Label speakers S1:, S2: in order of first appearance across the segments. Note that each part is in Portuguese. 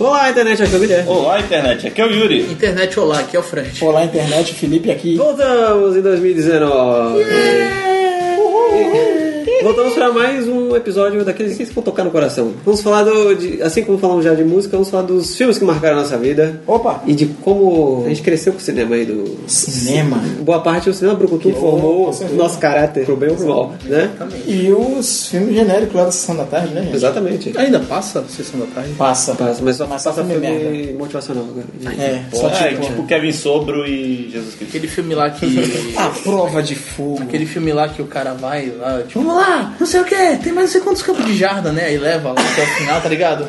S1: Olá, internet, aqui é o Guilherme.
S2: Olá, internet. Aqui é o Yuri.
S3: Internet Olá, aqui é o Fred.
S4: Olá, internet, Felipe aqui.
S1: Voltamos em 2019. Voltamos para mais um episódio daqueles que vão tocar no coração. Vamos falar do, de- assim como falamos já de música, vamos falar dos filmes que marcaram a nossa vida
S4: Opa!
S1: e de como a gente cresceu com o cinema aí do
S4: Cinema.
S1: boa parte o cinema brucutu formou o nosso caráter pro bem ou pro mal, né?
S4: E os filmes genéricos lá da Sessão da Tarde, né, gente?
S1: Exatamente.
S3: Ainda passa a sessão da tarde?
S4: Passa.
S1: Passa, mas só
S4: Mas
S1: passa
S4: filme
S1: filme
S4: merda.
S1: motivacional agora.
S4: É, só
S2: Só é,
S4: tipo...
S2: tipo Kevin Sobro e Jesus Cristo.
S3: Aquele filme lá que. Ah,
S4: A prova de fogo.
S3: Aquele filme lá que o cara vai lá, tipo, vamos lá, não sei o que, tem mais não sei quantos campos de jarda, né? Aí leva lá até o final, tá ligado?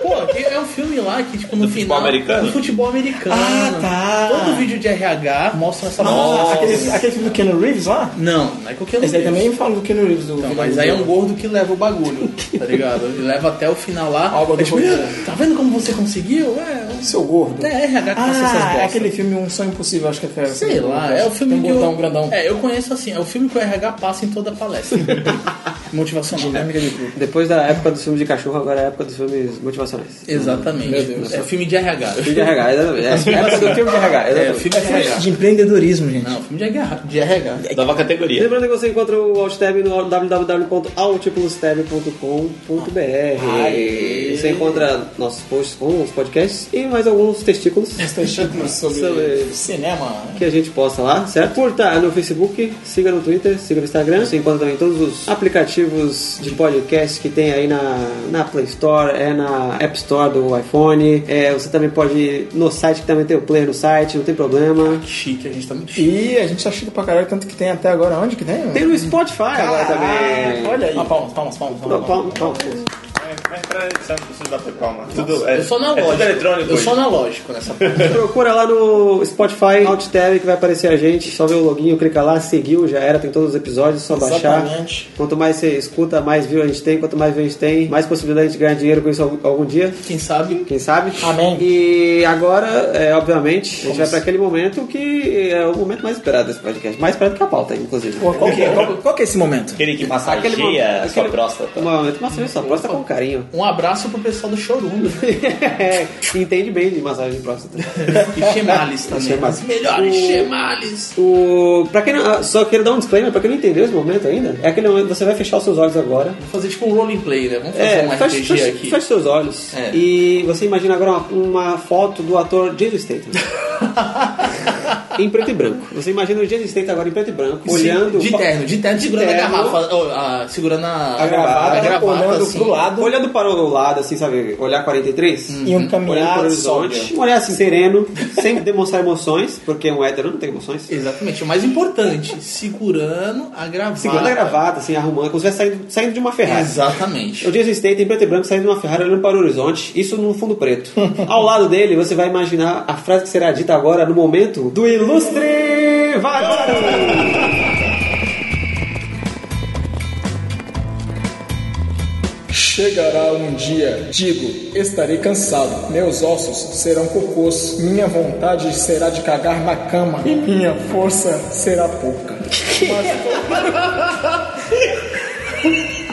S3: Pô, que é um filme lá que, tipo, no
S2: Do futebol
S3: final.
S2: americano?
S3: Do futebol americano.
S4: Ah, tá.
S3: Todo vídeo de RH mostra essa
S4: Ah,
S3: bola.
S4: aquele, aquele filme do Keanu Reeves lá?
S3: Não, não é qualquer um.
S4: Esse aí
S3: deles.
S4: também fala do Keanu Reeves. Do
S3: Não, mas aí é um gordo que leva o bagulho, tá ligado? Ele leva até o final lá.
S4: Alba
S3: é
S4: do
S3: tipo,
S4: Rodrigo.
S3: "Ah, tá vendo como você conseguiu? É,
S4: Seu gordo.
S3: até RH que passa essas
S4: Ah,
S3: bosta.
S4: é aquele filme Um Sonho Impossível, acho que é.
S3: Sei lá, é o
S4: Tem
S3: filme
S4: um
S3: que
S4: gordão,
S3: eu...
S4: grandão.
S3: É, eu conheço assim, é o filme que o RH passa em toda palestra. Motivacional. né,
S4: Dinâmica de grupo.
S1: Depois da época dos filmes de cachorro, agora é a época dos filmes motivacionais.
S3: Exatamente.
S4: Meu Deus.
S3: É filme de RH.
S1: Filme de RH, exatamente. É a época do filme de RH,
S3: É,
S1: exatamente.
S3: filme de RH.
S4: De empreendedorismo, gente.
S3: Não, filme de RH. De RH.
S2: Nova categoria.
S1: Lembrando que você encontra o Alttab no www.altplusteb.com.br. Você encontra nossos posts com os podcasts e mais alguns testículos
S4: Estou achando sobre,
S1: Sobre-
S4: cinema.
S1: que a gente posta lá, certo? Curta no Facebook, siga no Twitter, siga no Instagram. Você encontra também todos os aplicativos de podcast que tem aí na, na Play Store, é na App Store do iPhone. É, você também pode ir no site, que também tem o player no site, não tem problema.
S3: Que chique, a gente tá muito chique.
S4: E a gente tá chique pra caralho, tanto que tem até agora. Onde que tem?
S1: Tem no Spotify agora também.
S4: Olha aí.
S3: Ah, palmas, palmas, palmas.
S1: Não,
S3: palmas.
S1: palma, palma.
S2: É, Mas pra edição não precisa bater palma. Tudo, é,
S3: Eu sou
S2: é tudo
S3: analógico.
S2: eletrônico.
S3: eu
S2: hoje.
S3: sou analógico nessa parte.
S1: Procura lá no Spotify, Alt-Tab, que vai aparecer a gente. Só vê o loginho, clica lá, seguiu, já era, tem todos os episódios, só baixar.
S4: Exatamente.
S1: Quanto mais você escuta, mais view a gente tem. Quanto mais view a gente tem, mais possibilidade de ganhar dinheiro com isso algum- algum dia.
S3: Quem sabe?
S1: Quem sabe?
S4: Amém.
S1: E agora, é, obviamente, a gente vai pra aquele momento que é o momento mais esperado desse podcast. Mais esperado que a pauta, inclusive.
S4: Pô, Qual que, é, qual, qual que é esse momento?
S2: Aquele que
S1: Aquele mo-
S2: massageia a sua
S1: aquele-
S2: próstata.
S1: Um momento, massagem sua próstata com carinho.
S3: Um abraço pro pessoal do Chorume né?
S1: Que Entende bem de massagem de próstata.
S3: e Chemales também.
S1: Chemales.
S3: Os melhores
S1: O-
S3: Chemales.
S1: O... Pra quem não... ah, Só quero dar um disclaimer pra quem não entendeu esse momento ainda. É aquele momento que você vai fechar os seus olhos agora.
S3: Vamos fazer tipo um roleplay, né? Vamos fazer
S1: É,
S3: um
S1: fecha,
S3: RPG
S1: fecha-
S3: aqui.
S1: fecha seus olhos.
S3: É.
S1: E você imagina agora uma, uma foto do ator Jason Statham. em preto e branco. Você imagina o Jason Statham agora em preto e branco, olhando...
S3: De terno, de terno, segurando
S1: terno.
S3: a garrafa. ó, a- segurando a,
S1: A gravata,
S3: a gravata,
S4: né? olhando
S3: assim.
S4: pro lado
S1: Olhando para o lado, assim, sabe? Olhar 43.
S3: Hum.
S4: e um
S1: Olhando para o
S4: caminhar
S1: horizonte. Um olhar assim, sereno, sem demonstrar emoções, porque um hétero não tem emoções.
S3: Exatamente. O mais importante, segurando a gravata.
S1: Segurando a gravata, assim, arrumando, como se estivesse saindo, saindo de uma Ferrari.
S3: Exatamente.
S1: O Jason Statham em preto e branco saindo de uma Ferrari olhando para o horizonte, isso num fundo preto. Ao lado dele, você vai imaginar a frase que será dita agora no momento do ilustre Vagabundo.
S4: Chegará um dia, digo, estarei cansado, meus ossos serão cocôs, minha vontade será de cagar na cama e minha força será pouca. é?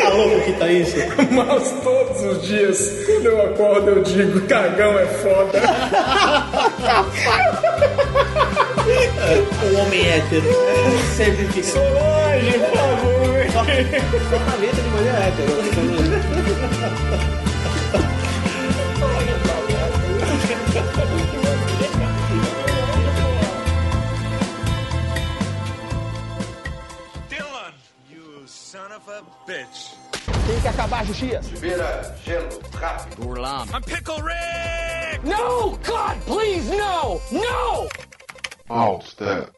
S3: Tá louco que tá isso?
S4: Mas todos os dias, quando eu acordo, eu digo: cagão é foda.
S3: O homem é hétero sempre fica...
S4: Solange, por favor.
S1: Exatamente, de maneira hétero.
S5: Dylan, you son of a bitch.
S6: Vira gelo, rápido.
S5: I'm Pickle Rick!
S6: Alt step.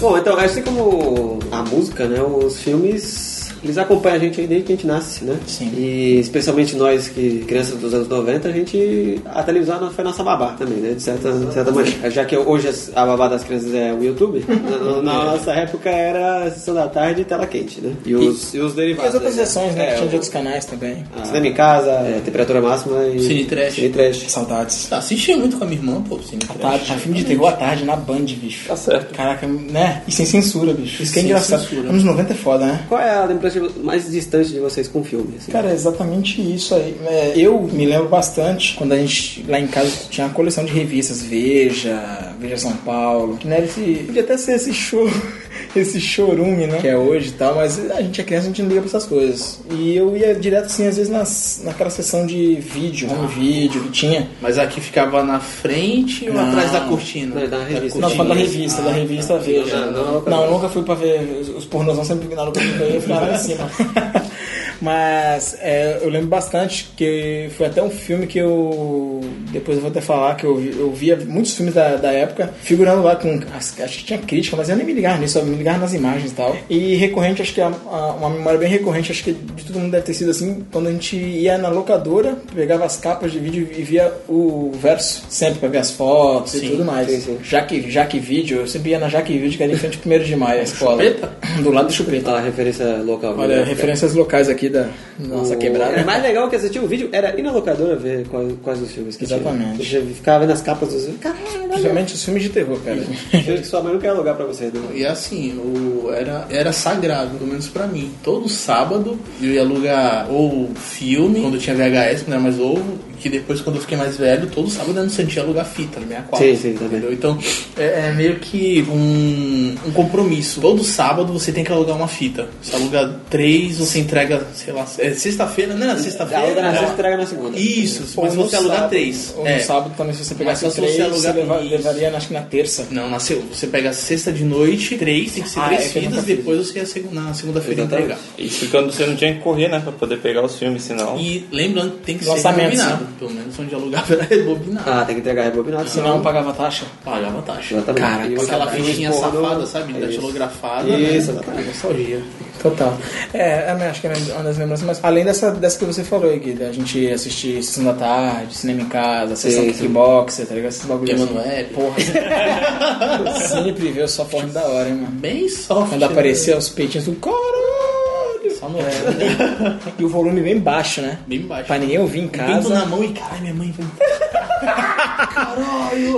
S1: Bom, então, assim como a música, né, os filmes Eles acompanham a gente aí desde que a gente nasce, né?
S3: Sim.
S1: E especialmente nós que crianças dos anos 90, a gente. A televisão foi nossa babá também, né? De certa, de certa maneira. Já que hoje as- a babá das crianças é o YouTube, na, na nossa época era sessão da tarde e tela quente, né? E os, e, os
S4: E
S1: derivados.
S4: as outras
S1: né?
S4: sessões, né?
S1: É,
S4: que tinha
S1: o-
S4: de outros canais também.
S1: ah, Cinema em casa, é, temperatura máxima e.
S3: Cine Trash.
S1: Cine Trash.
S4: Saudades.
S3: Ah, assistia muito com a minha irmã, pô, Cine
S4: À
S3: Trash.
S4: tarde, a filme de terror à tarde na Band, bicho. Tá certo. Caraca, né? E sem censura, bicho. Isso que é
S3: Sem
S4: engraçado.
S3: censura.
S4: Anos 90 é foda, né?
S1: Qual é a lembrança de vo- mais distante de vocês com o filme? assim?
S4: Cara, é exatamente isso aí. É, eu me lembro bastante quando a gente lá em casa tinha uma coleção de revistas, Veja, Veja São Paulo, que né, esse, podia até ser esse show, esse chorume, né? Que é hoje e tal, mas a gente é criança, a gente não liga pra essas coisas. E eu ia direto assim, às vezes, nas, naquela sessão de vídeo, um vídeo que tinha.
S3: Mas aqui ficava na frente ou
S4: Não.
S3: atrás da cortina?
S1: Não, Né, da revista.
S4: Ah. Não,
S1: Sim.
S4: fala da revista, da revista Veja.
S1: Ah, Não,
S4: Não,
S1: não, não.
S4: eu nunca fui pra ver os- os pornozão, sempre que na luta eu ia ficar lá em cima. Mas é, eu lembro bastante que foi até um filme que eu. Depois eu vou até falar que eu, vi- eu via muitos filmes da, da época figurando lá com. as- Acho que tinha crítica, mas eu nem me ligava nisso, eu me ligava nas imagens e tal. E recorrente, acho que a- a- uma memória bem recorrente, acho que de todo mundo deve ter sido assim, quando a gente ia na locadora, pegava as capas de vídeo e via o verso, sempre pra ver as fotos e
S3: Sim,
S4: tudo mais.
S1: sim, sim.
S4: Jaque, Jaque Vídeo, eu sempre ia na Jaque Vídeo, que era em frente ao 1 de maio, a escola.
S3: Chupeta?
S4: Do lado do chupeta.
S1: A Tá, referência local.
S4: Olha,
S1: né?
S4: referências locais aqui da nossa
S1: O- É.
S4: quebrada.
S1: Era mais legal que assistir o vídeo, era ir na locadora ver quais, quais os filmes que
S4: Exatamente.
S1: tinha. Você ficava vendo as capas dos filmes. Caralho, olha.
S4: Principalmente os filmes de terror, cara.
S1: Filmes que sua mãe não quer alugar pra você, né?
S3: E assim, o, era, era sagrado, pelo menos pra mim. Todo sábado eu ia alugar ou filme, quando tinha VHS, quando era mais novo, né, que depois quando eu fiquei mais velho, todo sábado eu não sentia alugar fita, no 64.
S1: Sim, sim, também.
S3: entendeu? Então é, é meio que um, um compromisso. Todo sábado você tem que alugar uma fita. Você aluga três, você entrega, sei lá, é sexta-feira, não era sexta-feira?
S1: Aluga na
S4: né?
S3: Era-
S1: sexta, entrega na segunda.
S3: Isso,
S4: Ou
S3: mas
S4: no
S3: você alugar
S4: sábado-
S3: três.
S4: Ou
S3: É.
S4: no sábado também, se você
S3: Mas
S4: pegasse
S3: só se
S4: três,
S3: você alugar
S4: você leva-
S3: isso.
S4: levaria, acho que na terça.
S3: Não, nasceu. Você pega a sexta de noite, três, tem que ser
S4: Ah,
S3: três
S4: é que eu
S3: fitas,
S4: nunca fiz
S3: depois você ia segu- na segunda-feira
S1: Exatamente.
S3: entregar.
S2: Isso é quando você não tinha que correr, né? Pra poder pegar os filmes, senão.
S3: E lembrando que tem que
S4: Lançamento,
S3: ser rebobinado. Pelo menos onde é alugava era rebobinado.
S1: Ah, tem que entregar rebobinado,
S4: Se não, pagava taxa.
S3: Pagava taxa.
S1: Exatamente.
S3: Cara,
S1: E
S3: com
S1: você
S3: aquela
S1: pega os
S3: fichinha
S1: pornô.
S3: safada, sabe?
S1: É isso.
S3: Datilografada.
S1: Isso,
S3: né?
S1: exatamente.
S3: Nostalgia.
S4: Total. É, é, acho que é uma das lembranças mais. Além dessa, dessa que você falou aí, Gui, da gente assistir Sessão da Tarde, Cinema em Casa, Sessão
S1: Sim, sim.
S4: Kickboxer, tá ligado? Esses bagulhos. assim.
S3: Emanuele. Porra,
S4: Cine prevê só forma da hora, hein, mano.
S3: bem soft.
S4: Quando
S3: né?
S4: aparecia os peitinhos do caralho.
S3: Só no é.
S4: E o volume bem baixo, né?
S3: Bem baixo. Um
S4: Pra ninguém ouvir em
S3: Pinto
S4: casa.
S3: na mão e caralho, minha mãe. vai-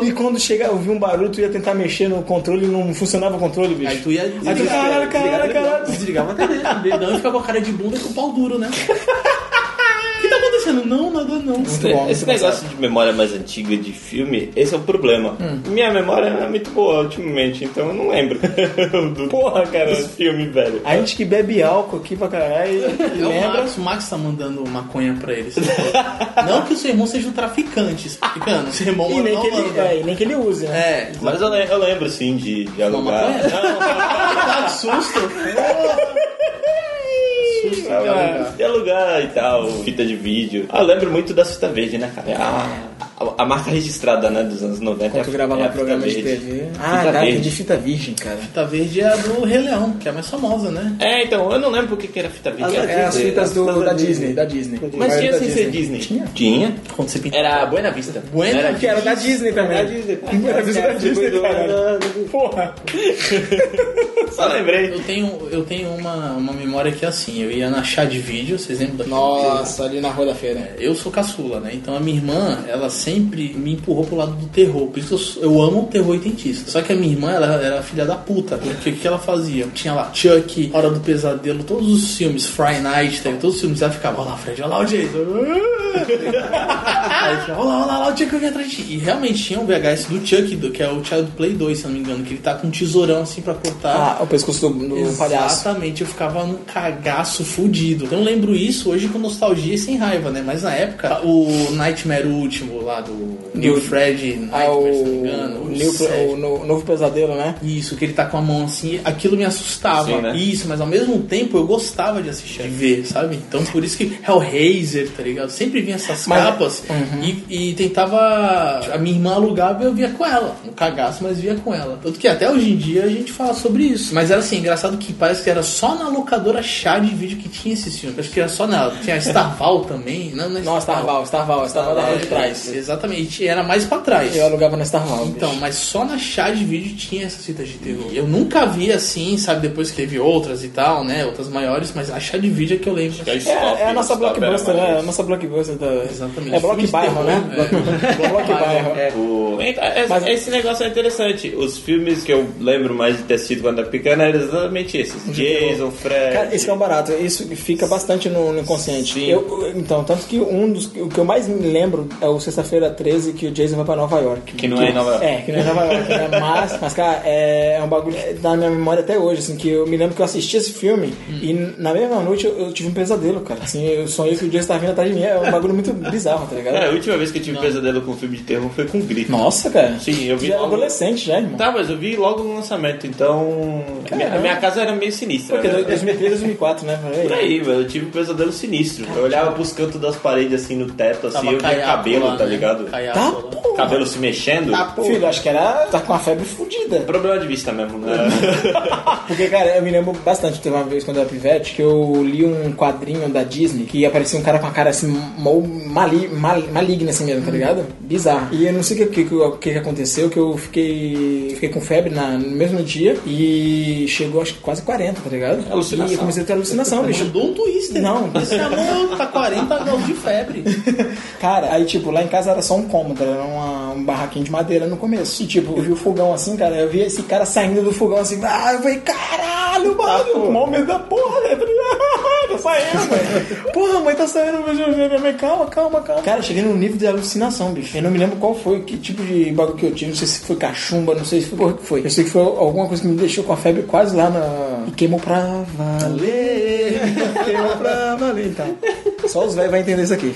S4: E quando chegar, ouvir um barulho, tu ia tentar mexer no controle e não funcionava o controle, bicho.
S3: Aí tu ia.
S4: Aí tu, caralho, caralho, caralho.
S3: Desligava a cadeira. Dedão e ficava com a cara de bunda com o pau duro, né? O que tá acontecendo? Não, nada não.
S4: Muito bom,
S2: esse
S4: muito
S2: negócio de memória mais antiga de filme, esse é o problema.
S3: Hum.
S2: Minha memória é muito boa ultimamente, então eu não lembro do porra, cara, dos filmes, velho.
S4: A gente que bebe álcool aqui pra caralho e
S3: É o
S4: lembra.
S3: Max, o Max tá mandando maconha pra eles. não que o seu irmão seja um traficante, você tá ficando? Seu irmão
S4: E
S3: mora na
S4: nem, que ele,
S3: Holanda.
S4: é, e nem que ele use, né?
S3: É.
S2: Mas eu, le- eu lembro, sim, de, de alugar.
S3: maconha? Ah, que susto! Susto,
S2: Não,
S4: É.
S3: cara.
S2: de alugar e tal, fita de vídeo. Ah, eu lembro muito das fita verde, né, cara? A, a- a marca registrada, né, dos anos 90.
S4: Quando tu grava
S2: é a
S4: lá
S2: fita
S4: programa de
S2: verde.
S4: TV.
S2: Fita
S4: Ah, cara,
S2: verde.
S4: de fita virgem, cara.
S3: Fita verde é a do Rei Leão, que é a mais famosa, né?
S2: É, então, eu não lembro o que que era fita verde.
S1: Ah,
S2: Era-
S4: É as fitas do, da Disney, da Disney.
S2: Mas tinha
S4: da
S2: sem ser Disney? Tinha. Tinha.
S3: Quando você pinta.
S2: Era Buena Vista.
S3: Buena né?
S2: Era
S3: Vista.
S4: Que era da é Disney também.
S1: Da é Disney. é
S4: Era aviso da Disney,
S1: Cuidou
S4: caralho.
S1: da- da-
S4: tipo, Porra.
S2: Só lembrei.
S3: Eu tenho, eu tenho uma, uma memória que é assim, eu ia na chá de vídeo, vocês lembram daquele?
S4: Nossa, ali na Rua da Feira.
S3: Eu sou caçula, né? Então a minha irmã, ela sempre me empurrou pro lado do terror. Por isso que eu, sou- eu amo o terror oitentista. Só que a minha irmã, ela era filha da puta. Porque o que ela fazia? Tinha lá Chuck, Hora do Pesadelo, todos os filmes, Friday Night, tá? todos os filmes. Ela ficava, olha lá, Fred, olha lá o jeito. Aí ficava, olha lá, olha lá, olha o Chuck vem atrás de ti. E realmente tinha um VHS do Chuck, do, que é o Child Play 2, se eu não me engano, que ele tá com um tesourão assim pra cortar.
S4: Ah, o pescoço do, do palhaço.
S3: Exatamente, eu ficava num cagaço fudido. Então eu lembro isso hoje com nostalgia e sem raiva, né? Mas na época, o Nightmare último lá, lá do New Fred Nightmare,
S4: Ah, o,
S3: se não me engano.
S4: o
S3: o
S4: New-
S3: Seth.
S4: o no- Novo Pesadelo, né?
S3: Isso, que ele tá com a mão assim, aquilo me assustava.
S2: Sim, né?
S3: Isso, mas ao mesmo tempo eu gostava de assistir, de ver, sabe? Então por isso que Hellraiser, tá ligado? Sempre vinha essas
S4: Mas-
S3: capas e, e tentava. A minha irmã alugava e eu via com ela. No cagaço, mas via com ela. Tanto que até hoje em dia a gente fala sobre isso. Mas era assim, engraçado que parece que era só na locadora chá de vídeo que tinha esse filme. Acho que era só nela. Tinha a Starval também. Não, não é
S4: Não, Starval, Starval, Starval da rua de trás.
S3: Exatamente, era mais pra trás.
S4: Eu alugava na Starval.
S3: Então, mas só na chá de vídeo tinha essas fitas de terror. Eu nunca vi assim, sabe? Depois que teve outras e tal, né? Outras maiores, mas a chá de vídeo é que eu lembro.
S2: né?
S4: bicho. é, é a nossa blockbuster, né? É a nossa blockbuster da...
S3: Exatamente.
S4: É block
S3: Filmes de
S4: bairro,
S3: terror,
S4: né?
S3: é.
S4: Block- Block bairro.
S2: O- Então, esse,
S4: É. Mas-
S2: esse negócio é interessante. Os filmes que eu lembro mais de ter assistido quando era pequeno eram exatamente esses. Jason, Fred.
S4: Cara, isso que é um barato, isso fica bastante no, no inconsciente.
S2: Sim.
S4: Eu- eu- então, tanto que um dos o que eu mais me lembro é o Sexta-feira 13 que o Jason vai pra Nova York.
S2: Que não é em Nova York.
S4: É, que não é Nova York, né? Mas, mas, cara, é, é um bagulho que tá na minha memória até hoje, assim, que eu me lembro que eu assisti esse filme
S2: Hum.
S4: e na mesma noite eu, eu tive um pesadelo, cara. Assim, eu sonhei que o Jason tava vindo atrás de mim, é um bagulho muito bizarro, tá ligado?
S2: Cara, É, a última vez que eu tive pesadelo com um filme de terror foi com Grito.
S4: Nossa, cara.
S2: Sim, eu vi
S4: Já era
S2: logo.
S4: adolescente já, irmão.
S2: Tá, mas eu vi logo no lançamento, então. a minha- A minha casa era meio sinistra.
S4: Porque é
S2: né?
S4: 2003, 2004, né?
S2: Por aí, velho, eu tive um pesadelo sinistro. Eu olhava pros cantos das paredes, assim, no teto, assim, eu via
S3: caiaco
S2: cabelo,
S3: lá,
S2: tá
S3: né?
S2: ligado?
S3: Caiaco
S4: Tá,
S3: lá.
S4: pô.
S2: Cabelo se mexendo. É
S4: Filho, acho que era. Tá com uma febre fodida.
S2: Problema de vista mesmo, né?
S4: Porque, cara, eu me lembro bastante. Teve uma vez quando eu era pivete que eu li um quadrinho da Disney que aparecia um cara com a cara assim, mal, mali, mal- maligna assim mesmo, tá ligado? Bizarro. E eu não sei o que, que, o que, que aconteceu, que eu fiquei, fiquei com febre na- no mesmo dia e chegou acho que quase 40, tá ligado?
S2: Alucinação.
S4: E eu comecei a ter alucinação, bicho.
S3: Mandou um twister.
S4: Não.
S3: Esse amor tá 40 graus de febre.
S4: Cara, aí tipo, lá em casa era só um cômodo, era uma- um barraquinho de madeira no começo. E tipo, eu vi o fogão assim, cara, eu vi esse cara saindo do fogão assim, ah, eu falei, caralho, mano, mal medo da porra, né? Não saiu, velho. Porra, mãe, tá saindo, meu Deus, minha mãe, calma, calma, calma. Cara, eu cheguei num nível de alucinação, bicho. Eu não me lembro qual foi, que tipo de bagulho que eu tive, não sei se foi cachumba, não sei se foi, porra, que foi. Eu sei que foi alguma coisa que me deixou com a febre quase lá na... E queimou pra valer, queimou pra valer, então. Só os velhos vão entender isso aqui.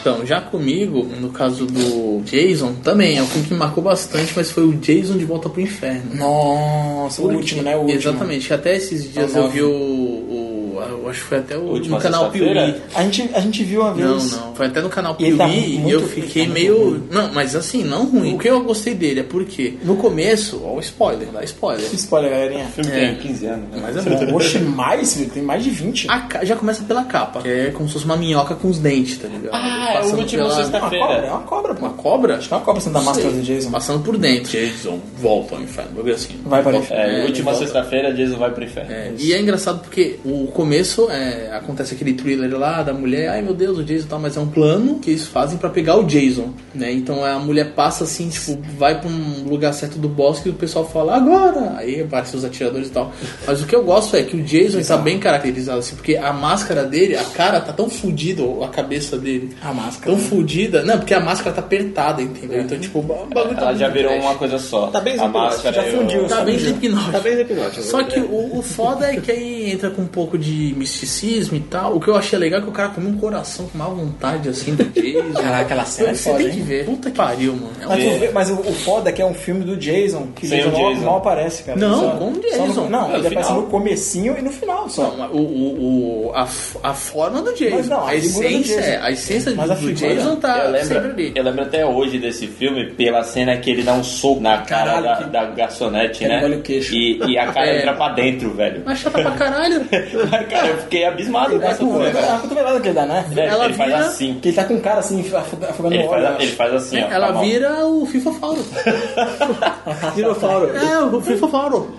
S3: Então, já comigo, no caso do Jason, também é um filme que me marcou bastante, mas foi o Jason de Volta pro Inferno.
S4: Nossa, o
S3: Porque-
S4: último, né? O último.
S3: Exatamente, que até esses dias
S4: É o
S3: eu
S4: nove.
S3: vi o, o- Eu acho que foi até o
S2: Última
S3: no canal
S2: sexta-feira?
S3: Piuí.
S4: É, A gente, a gente viu uma
S3: Não,
S4: vez.
S3: não. Foi até no canal
S4: E ele
S3: Piuí
S4: tá muito-
S3: e eu
S4: ele
S3: fiquei
S4: tá muito
S3: meio. Não, mas assim, não ruim. O que eu gostei dele é porque no começo, ó, o spoiler, dá spoiler.
S4: Spoiler, galerinha.
S2: O filme tem 15 anos, né?
S3: Mas é muito.
S4: Oxe, mais, filho, tem mais de 20.
S3: A ca- Já começa pela capa, que é como se fosse uma minhoca com os dentes, tá ligado?
S2: Ah, é o último
S4: é uma
S2: sexta-feira.
S4: cobra, é uma cobra, pô.
S3: Uma cobra?
S4: Acho que é uma cobra sendo da máscara do Jason.
S3: Passando por dentro. Jason, volta ao inferno. Eu vi assim.
S4: Vai para o
S3: volta-
S2: É,
S3: ele
S2: última
S3: volta.
S2: sexta-feira, Jason vai pro inferno.
S3: É, e é engraçado porque o começo é, acontece aquele thriller lá da mulher, ai meu Deus, o Jason tá, mas é um plano que eles fazem pra pegar o Jason, né? Então a mulher passa assim, tipo, vai pra um lugar certo do bosque e o pessoal fala agora! Aí aparecem os atiradores e tal. Mas o que eu gosto é que o Jason ele tá bem caracterizado, assim, porque a máscara dele, a cara tá tão fudida, ou a cabeça dele.
S4: A máscara,
S3: Tão
S4: né?
S3: fudida. Não, porque a máscara tá apertada, entendeu? Então, tipo, o bagulho tá
S2: É. Ela já
S3: muito
S2: virou
S3: trash.
S2: uma coisa só.
S1: Tá bem
S2: A
S1: simples,
S2: máscara
S4: já
S2: e o-
S4: fundiu.
S3: Tá bem hipnótico.
S1: Tá bem hipnótico.
S3: Só que o, o foda é que aí entra com um pouco de misticismo e tal. O que eu achei legal é que o cara comeu um coração com má vontade, assim, do Jason.
S4: Caraca, aquela cena é
S3: Você
S4: foda,
S3: tem
S4: hein?
S3: que ver. Puta que pariu, mano. É um-
S4: Mas, tu vê- mas o, o foda é que é um filme do Jason, que
S2: Sem
S4: Jason,
S2: o
S4: mal-
S2: Jason.
S4: Mal, aparece, cara.
S3: Não,
S4: Só-
S3: com o
S4: só no-
S3: Jason.
S4: não,
S2: É,
S4: ele
S2: no
S4: aparece
S2: final.
S4: no comecinho e no final só.
S3: o, o, o- a, f- a forma do Jason.
S4: Mas não, a
S3: a,
S4: figura do
S3: essência,
S4: Jason.
S3: é, a essência
S4: Mas
S3: do,
S4: a
S3: do
S4: figura-
S3: Jason tá
S2: eu,
S3: sempre
S2: lembro,
S3: ali.
S2: Ah, eu lembro até hoje desse filme pela cena que ele dá um soco na cara
S4: Caralho,
S2: da,
S4: que-
S2: da garçonete,
S4: ele
S2: né?
S4: engole o queixo.
S2: E, e a cara
S3: É.
S2: entra pra dentro, velho.
S3: Mas chata pra caralho.
S2: cara, eu fiquei abismado com
S4: É a
S2: essa cena.
S4: cotovelada- é a cotovelada que ele dá, né?
S2: velho.
S3: Ela
S2: ele faz
S3: vira-
S2: assim.
S4: Que ele tá com um cara assim, afoga- afogando
S2: Ele
S4: o óleo. eu
S2: faz, ele
S4: acho.
S2: faz assim, ó. com a
S3: Né? Ela
S2: mão.
S3: vira o FIFA Fauro.
S1: Dinofauro.
S4: Ah,
S3: É, o FIFA Fauro.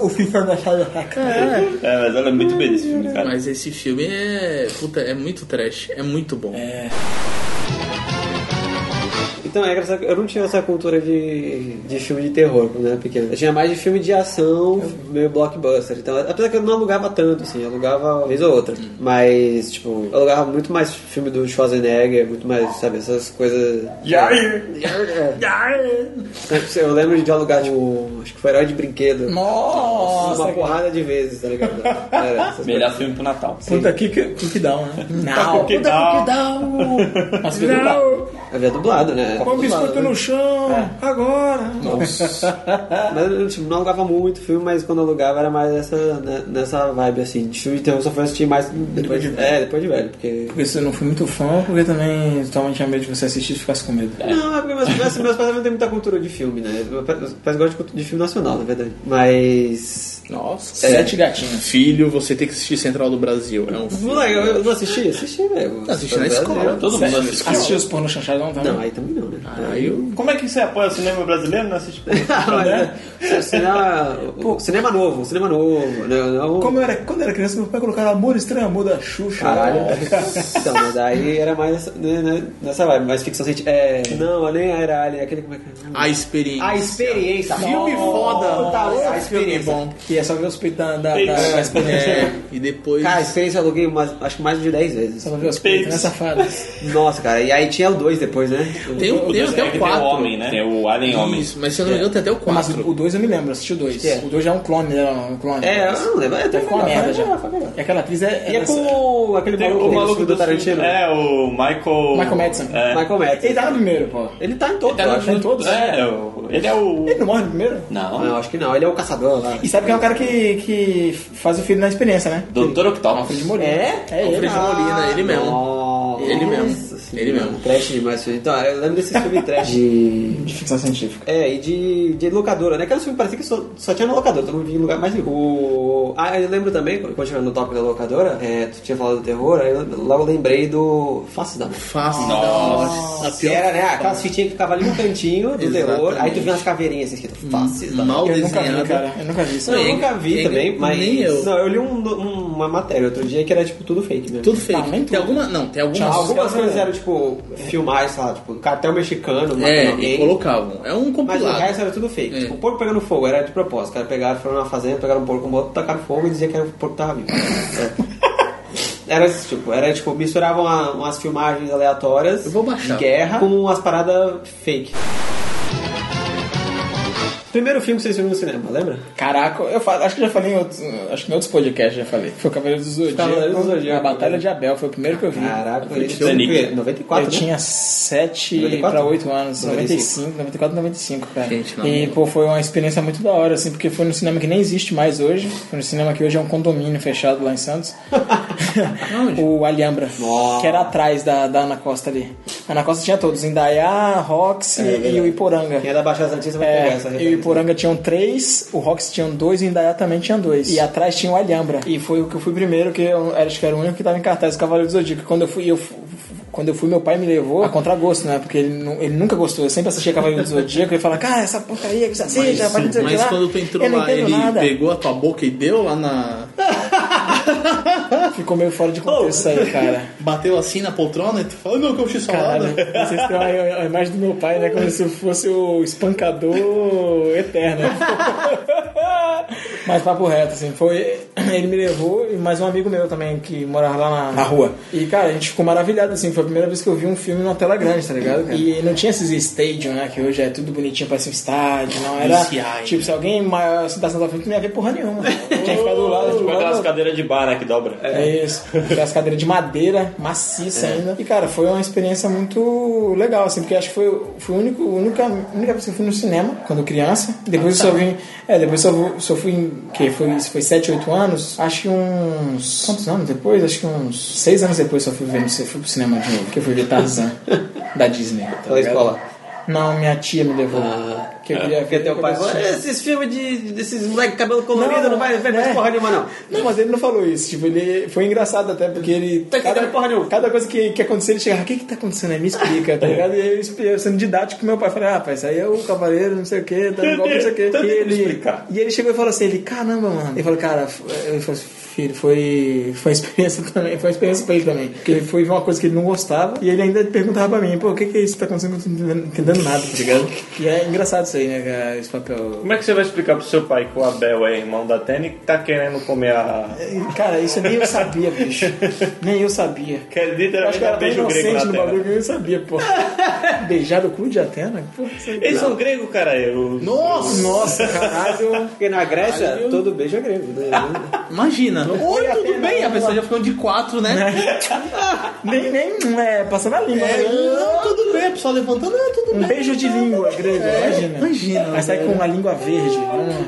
S4: O FIFA da chave.
S3: É.
S2: É, mas ela é muito bem desse filme, cara.
S3: Mas esse filme é. Puta, é muito trash. É muito bom.
S1: E Então é engraçado que eu não tinha essa cultura de, de filme de terror quando eu era pequeno. Eu tinha mais de filme de ação, meio blockbuster. Então, apesar que eu não alugava tanto, assim, eu alugava uma vez ou outra.
S4: Uhum.
S1: Mas, tipo, eu alugava muito mais filme do Schwarzenegger, muito mais, sabe, essas coisas. É. Eu lembro de alugar, tipo, acho que foi herói de brinquedo.
S4: Nossa,
S1: uma porrada de vezes, tá ligado? Era, essas
S2: Melhor filme pro Natal.
S4: puta que, que, que dá, né? Não.
S2: Que tal?
S3: Nossa, que legal.
S1: Havia dublado, né?
S4: Põe o um biscoito no chão, agora.
S1: Mas eu tipo, não alugava muito filme, mas quando eu alugava era mais essa, né, nessa vibe assim. De filme de terror eu só foi assistir mais depois de É, depois de velho, porque.
S4: Porque você não foi muito fã, porque também tua mãe tinha medo de você assistir e ficasse com medo.
S1: Não, é porque meus, meus, meus pais não têm muita cultura de filme, né? Meus pais gostam de cultu- de filme nacional, na verdade. Mas.
S3: Nossa. Sete gatinhos. Filho, você tem que assistir Central do Brasil. É um filme.
S1: Moleque, eu eu não assisti? Assisti, velho.
S3: Assisti na escola. Todo mundo assiste.
S4: Assistir os porno chanchadão tá também?
S1: Não, aí também não, né?
S3: Aí eu...
S2: Como é que você apoia o cinema brasileiro? Não assiste
S1: Não, né? cinema, o cinema novo, cinema novo. né? Não-
S4: Como eu era, quando eu era criança, meu pai colocava amor estranho, amor da Xuxa.
S1: Caralho. então, mas aí era mais nessa, né, né, nessa vibe, mais ficção científica. É, não, nem era Alien, aquele como é que é?
S3: A experiência.
S1: A experiência.
S3: Filme foda.
S1: Tá,
S3: Nossa,
S1: a
S3: filme
S1: experiência.
S3: bom.
S4: Que é só ver os peitos da, da, da,
S2: Peitos.
S4: da exponente.
S3: É, e depois...
S1: Cara, a experiência eu aluguei umas, acho que mais de 10
S4: Só
S1: vezes.
S4: pra ver os peitos, né,
S2: Peitos.
S4: safada?
S1: Nossa, cara, e aí tinha o 2 depois, né?
S3: tem, o- tem até o 4.
S2: É Tem o homem, né? Tem o Alien Homem.
S3: Isso, mas se eu não me engano tem até o
S4: Mas
S3: 4.
S4: o 2 eu me lembro, eu assisti o 2.
S1: Que é?
S4: O 2 já é um clone, né? Um clone.
S1: É, eu não lembro, é,
S4: Então
S1: tem
S4: ficou uma merda já.
S1: E
S4: E aquela atriz é.
S1: é com aquele
S2: Tem
S1: maluco,
S2: o maluco
S1: do Tarantino.
S2: É, o Michael...
S4: Michael Madsen.
S2: É.
S1: Michael
S4: Ele
S1: Madsen.
S4: tá no primeiro, pô.
S1: Ele tá em todos,
S3: tá
S1: eu
S3: no-
S1: acho. né?
S4: todos?
S2: É, o- ele é o...
S4: Ele não morre no primeiro?
S2: Não.
S1: Não, acho que não, ele é o caçador lá.
S4: E sabe quem é o cara que, que faz o filho na experiência, né?
S2: Doutor
S3: Tá
S2: Octopus.
S1: É?
S4: É ele.
S3: Alfredo Molina, né? ele mesmo.
S1: Nossa,
S3: Ele mesmo. Ele mesmo.
S1: Trash demais. filho. Então, eu lembro desses filmes trash. De...
S4: De ficção científica.
S1: É, e de, de locadora, né? Aqueles filmes parecia que só, só tinha na locadora, todo mundo vinha em lugar mais nenhum. O... Ah, eu lembro também, quando quando chegou no tópico da locadora, é, tu tinha falado do terror, aí eu logo lembrei do Face da Mão.
S3: Fácil.
S2: Nossa.
S3: A
S1: Que
S3: pior
S1: era, né? Aquelas fitinhas que ficavam ali no cantinho do terror, aí tu
S3: Exatamente.
S1: via umas caveirinhas assim, escrito Faces da Mão.
S3: mal
S4: Eu nunca
S3: desenhada.
S4: vi, cara. Eu nunca vi isso.
S1: Não, eu
S3: Nem-
S1: nunca vi
S3: nem-
S1: também, mas.
S3: nem eu.
S1: Não, eu li um- um- uma matéria outro dia que era tipo tudo fake, né?
S3: Tudo fake.
S4: Não, Tá, nem
S3: tem
S4: tudo.
S3: alguma... Não, tem algumas...
S1: Algumas coisas eram tipo filmar, sei lá, tipo, um cartel mexicano, matando
S3: É, e
S1: alguém.
S3: colocavam. É um
S1: Mas o
S3: compilado.
S4: né?
S1: resto era tudo fake.
S3: É.
S1: Tipo, o porco pegando fogo, era de propósito. Os caras pegaram, foram na fazenda, pegaram um porco com moto, tacaram fogo e diziam que era o porco que tava vivo. É. Era esse tipo, era tipo, misturavam a- umas filmagens aleatórias
S3: Eu vou baixar.
S1: de guerra com umas paradas fake. Primeiro filme que vocês viram no cinema, lembra?
S4: Caraca, eu falo, acho que já falei em outros, acho que em outros podcasts já falei. Foi o Cavaleiro do Zodíaco.
S1: Cavaleiro do Zodíaco.
S4: A Batalha de Abel foi o primeiro que eu vi.
S1: Caraca, ele
S2: tinha Titanic.
S1: tinha 94,
S4: eu
S1: né?
S4: tinha 7
S1: 94?
S4: pra 8 anos,
S1: 95.
S4: 95, 94, 95, cara.
S3: Gente, não. é
S4: e pô, foi uma experiência muito da hora, assim, porque foi no cinema que nem existe mais hoje. Foi no cinema que hoje é um condomínio fechado lá em Santos.
S3: Onde?
S4: o Alhambra, que era atrás da, da Ana Costa ali. A Ana Costa tinha todos, Indaiá, Roxy e o Iporanga.
S1: Quem é da Baixada Santista vai pegar
S4: É,
S1: essa
S4: e o
S1: referência.
S4: Iporanga tinham três, o Rox tinham dois e o Indaiá também tinha dois. E atrás tinha o Alhambra. E foi o que eu fui primeiro, que eu era- acho que era o único que tava em cartaz do Cavaleiro do Zodíaco. Quando eu fui, eu fu- fu- quando eu fui, meu pai me levou a contragosto, né? Porque ele, nu- ele nunca gostou. Eu sempre assistia Cavaleiro do Zodíaco e ele falava, cara, essa porcaria que você assiste, Cavaleiro do Zodíaco.
S3: Mas
S4: lá,
S3: quando tu entrou
S4: eu não
S3: lá,
S4: entendo
S3: ele
S4: nada.
S3: pegou a tua boca e deu lá na.
S4: Ficou meio fora de contexto isso aí, cara.
S3: Bateu assim na poltrona e tu falou, não, que eu fiz
S4: Caralho,
S3: salada.
S4: vocês têm a, a imagem do meu pai, né? Como se eu fosse o espancador eterno. Mas papo reto, assim, foi. Ele me levou e mais um amigo meu também, que morava lá na, na rua. E, cara, a gente ficou maravilhado, assim, foi a primeira vez que eu vi um filme numa tela grande, tá ligado? cara? E não tinha esses stadium, né? Que hoje é tudo bonitinho, parece um estádio, não era.
S3: Esse aí.
S4: Tipo, se alguém maior sentasse na tua frente, não ia ver porra nenhuma. Tinha que ficar do lado, tipo, de
S2: Com aquelas
S4: lado.
S2: cadeiras de bar, né, que dobra.
S4: É isso. Aquelas cadeiras de madeira, maciça
S1: É.
S4: ainda. E, cara, foi uma experiência muito legal, assim, porque acho que foi, foi o único, única, única vez que eu fui no cinema quando criança.
S1: Ah, tá.
S4: Depois eu só vim. É, depois eu só, só fui em. Que foi, isso foi 7, 8 anos. Acho que uns. Quantos anos depois? Acho que uns 6 anos depois só fui ver no, fui pro cinema de novo, que eu fui ver Tarzan da Disney. tá
S1: Pela
S4: ligado?
S1: escola. Ah, é.
S4: Não, minha tia me levou. que eu queria
S1: Porque
S4: ver.
S1: teu pai
S4: eu
S1: falou,
S4: assisti.
S1: esses filmes de, desses moleque cabelo colorido não,
S4: Não,
S1: vai ver mais
S4: é.
S1: porra nenhuma, não.
S4: Não, mas ele não falou isso. Tipo, ele foi engraçado até, porque ele.
S1: Tá entendendo porra nenhuma. É.
S4: cada coisa que, que acontecia, ele chegava, o que que tá acontecendo aí? Me explica, tá ligado? E aí eu, expli- eu sendo didático com meu pai, falei, ah, pai, isso aí é o cavaleiro, não sei o que, tá igual, não sei o que.
S2: Então
S4: E
S2: tem como
S4: ele,
S2: explicar.
S4: e ele chegou e falou assim, ele, caramba, mano. Ele falou, cara, f- ele falou assim, que ele foi. Foi uma experiência também, foi uma experiência pra ele também. Porque ele foi ver uma coisa que ele não gostava e ele ainda perguntava pra mim, pô, o que que é isso que tá acontecendo? Eu não tô entendendo- entendendo nada, tá ligado? E é engraçado isso aí, né, cara, esse papel.
S2: Como é que você vai explicar pro seu pai que o Abel é irmão da Tênis que tá querendo comer a.
S4: Cara, isso nem eu sabia, bicho. Nem eu sabia.
S2: Que é
S4: Eu
S2: literalmente
S4: acho que eu
S2: um
S4: era tão
S2: beijo grego na
S4: inocente no bagulho
S2: Atena.
S4: que eu nem sabia, pô. Beijar o cu de Atena? Pô,
S2: Eles são grego, cara. Eu...
S3: Nossa!
S4: nossa, caralho.
S1: Porque na Grécia, todo beijo é grego. Né?
S3: Imagina. Oi,
S4: foi a
S3: tudo
S4: pena,
S3: bem? A
S4: não.
S3: pessoa já ficou de quatro, né?
S4: Nem, nem é, passando a língua.
S3: É,
S4: né?
S3: não, tudo bem. A pessoa levantando, não, tudo
S4: Um
S3: bem.
S4: beijo de língua grego, imagina.
S3: É, imagina, né?
S4: Aí sai
S3: velho.
S4: com a língua verde. Hum.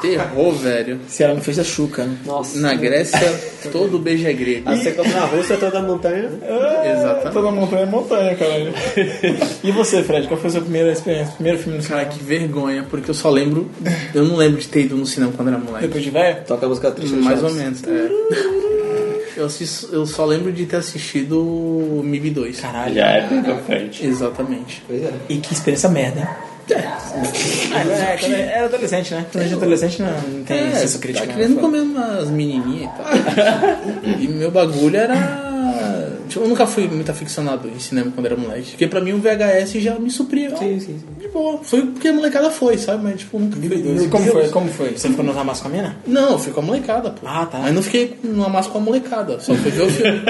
S3: Terror, velho.
S4: Se ela não fez a chuca. né?
S3: Na Grécia, todo beijo é grego.
S1: Você como na Rússia, toda montanha.
S3: Exatamente.
S4: Toda montanha é montanha, caralho. e você, Fred, qual foi a sua primeira experiência? Primeiro filme no
S3: Um Cara,
S4: cinema?
S3: que vergonha, porque eu só lembro. Eu não lembro de ter ido no cinema quando era moleque.
S4: Depois de véia?
S1: Toca a música triste. do
S3: Mais ou
S1: Chaves.
S3: menos. É. Eu, assisto- eu só lembro de ter assistido o MIB 2.
S4: Caralho.
S2: Já é bem pra frente.
S3: Exatamente.
S1: Pois é.
S4: E que experiência merda, hein? É, quando era adolescente, né? Quando a gente é adolescente não, não tem
S3: É,
S4: senso
S3: tá
S4: crítico. né?
S3: querendo
S4: Foda.
S3: comer umas menininhas e tal. e meu bagulho era... Tipo, eu nunca fui muito aficionado em cinema quando era moleque. Porque pra mim o VHS já me supria.
S1: Sim, sim, sim.
S3: De boa. Foi porque a molecada foi, sabe? Mas tipo, nunca fui.
S4: E
S3: Meu
S4: Como
S3: Deus.
S4: foi? Como foi? Você ficou no Damasco com a mina?
S3: Não, eu fui com a molecada, pô.
S4: Ah, tá.
S3: Mas não fiquei no amasso com a molecada. Só fui ver o filme.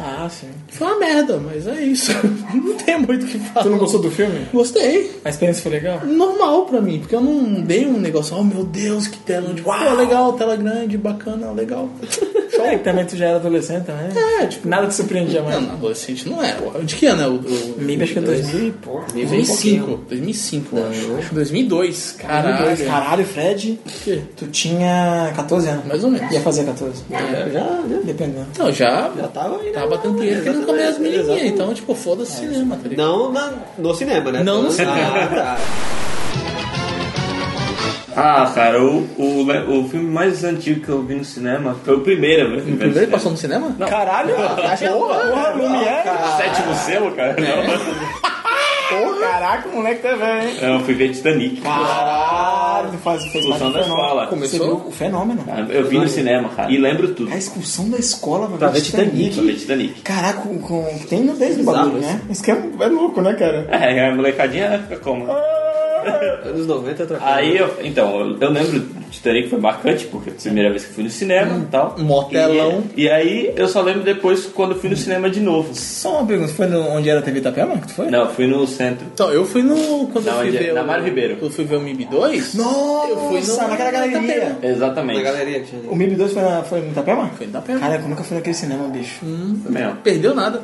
S4: Ah, sim.
S3: foi uma merda, mas é isso. não tem muito o que falar.
S4: Tu não gostou do filme?
S3: Gostei.
S4: A experiência foi legal?
S3: normal pra mim, porque eu não dei um negócio, oh meu Deus, que tela, tipo, ah, legal, tela grande, bacana, legal. Show.
S4: É, que também tu já era adolescente, né?
S3: É, tipo,
S4: Nada te surpreendia mais.
S3: não, não, adolescente não é. De que ano é o. o
S4: Mib acho que é
S3: o-
S4: 2000
S3: um
S4: e pouco.
S3: 2005. 2005, acho. 2002, caralho.
S4: Caralho, Fred,
S3: Que?
S4: tu tinha 14 anos.
S3: Mais ou menos.
S4: Ia fazer 14.
S1: É, já, né?
S4: Dependendo.
S3: Não, Então, já.
S1: Já tava aí, né?
S3: Tava batendo dinheiro querendo comer as menininhas,
S1: Exatamente.
S3: então, tipo, foda-se
S2: É.
S3: cinema, tá ligado?
S1: Não na- no cinema, né?
S3: Não no
S1: Ah,
S3: cinema.
S1: tá.
S2: Ah, cara, o, o, le- o filme mais antigo que eu vi no cinema foi o primeiro, né? velho.
S3: O primeiro que passou no cinema?
S4: Caralho, porra, porra, é? Lumière.
S2: Sétimo selo, cara?
S4: Porra, caraca, o moleque tá velho, hein?
S2: Não, É. eu fui ver Titanic.
S4: Caralho, tu faz, fez parte
S2: Expulsão
S4: do
S2: da
S4: fenômeno.
S2: escola.
S4: Você viu o fenômeno.
S2: Ah, Eu vi no cinema, cara. E lembro tudo.
S4: A expulsão da escola
S1: Pra
S4: pra
S1: ver Titanic.
S2: Pra ver Titanic.
S4: Caraca, com, com- tem nudez no bagulho,
S1: Bizarro
S4: né? Isso que é, é louco, né, cara?
S2: É, a molecadinha fica como?
S1: Anos 90 atrapalha.
S2: Aí eu, então, eu- eu lembro de Titanic foi marcante, porque foi a primeira vez que fui no cinema e tal.
S3: motelão.
S2: E, e aí eu só lembro depois quando fui no cinema de novo.
S4: Só uma pergunta, foi no- onde era a TV Itapema que tu foi?
S2: Não, eu fui no centro.
S3: Então, eu fui no. Quando
S2: Na
S3: eu fui
S2: onde é?
S3: ver.
S2: Na
S3: o-
S2: Mário Ribeiro.
S3: Quando eu fui ver o MIB 2.
S4: Nossa,
S3: eu fui no.
S4: naquela galeria.
S1: Na
S2: Exatamente.
S1: galeria que tinha
S4: O
S1: ali.
S4: MIB 2 foi, na, foi no Itapema?
S3: Foi no Itapema.
S4: Caraca, eu nunca fui naquele cinema, bicho.
S2: Foi mesmo.
S3: Perdeu nada.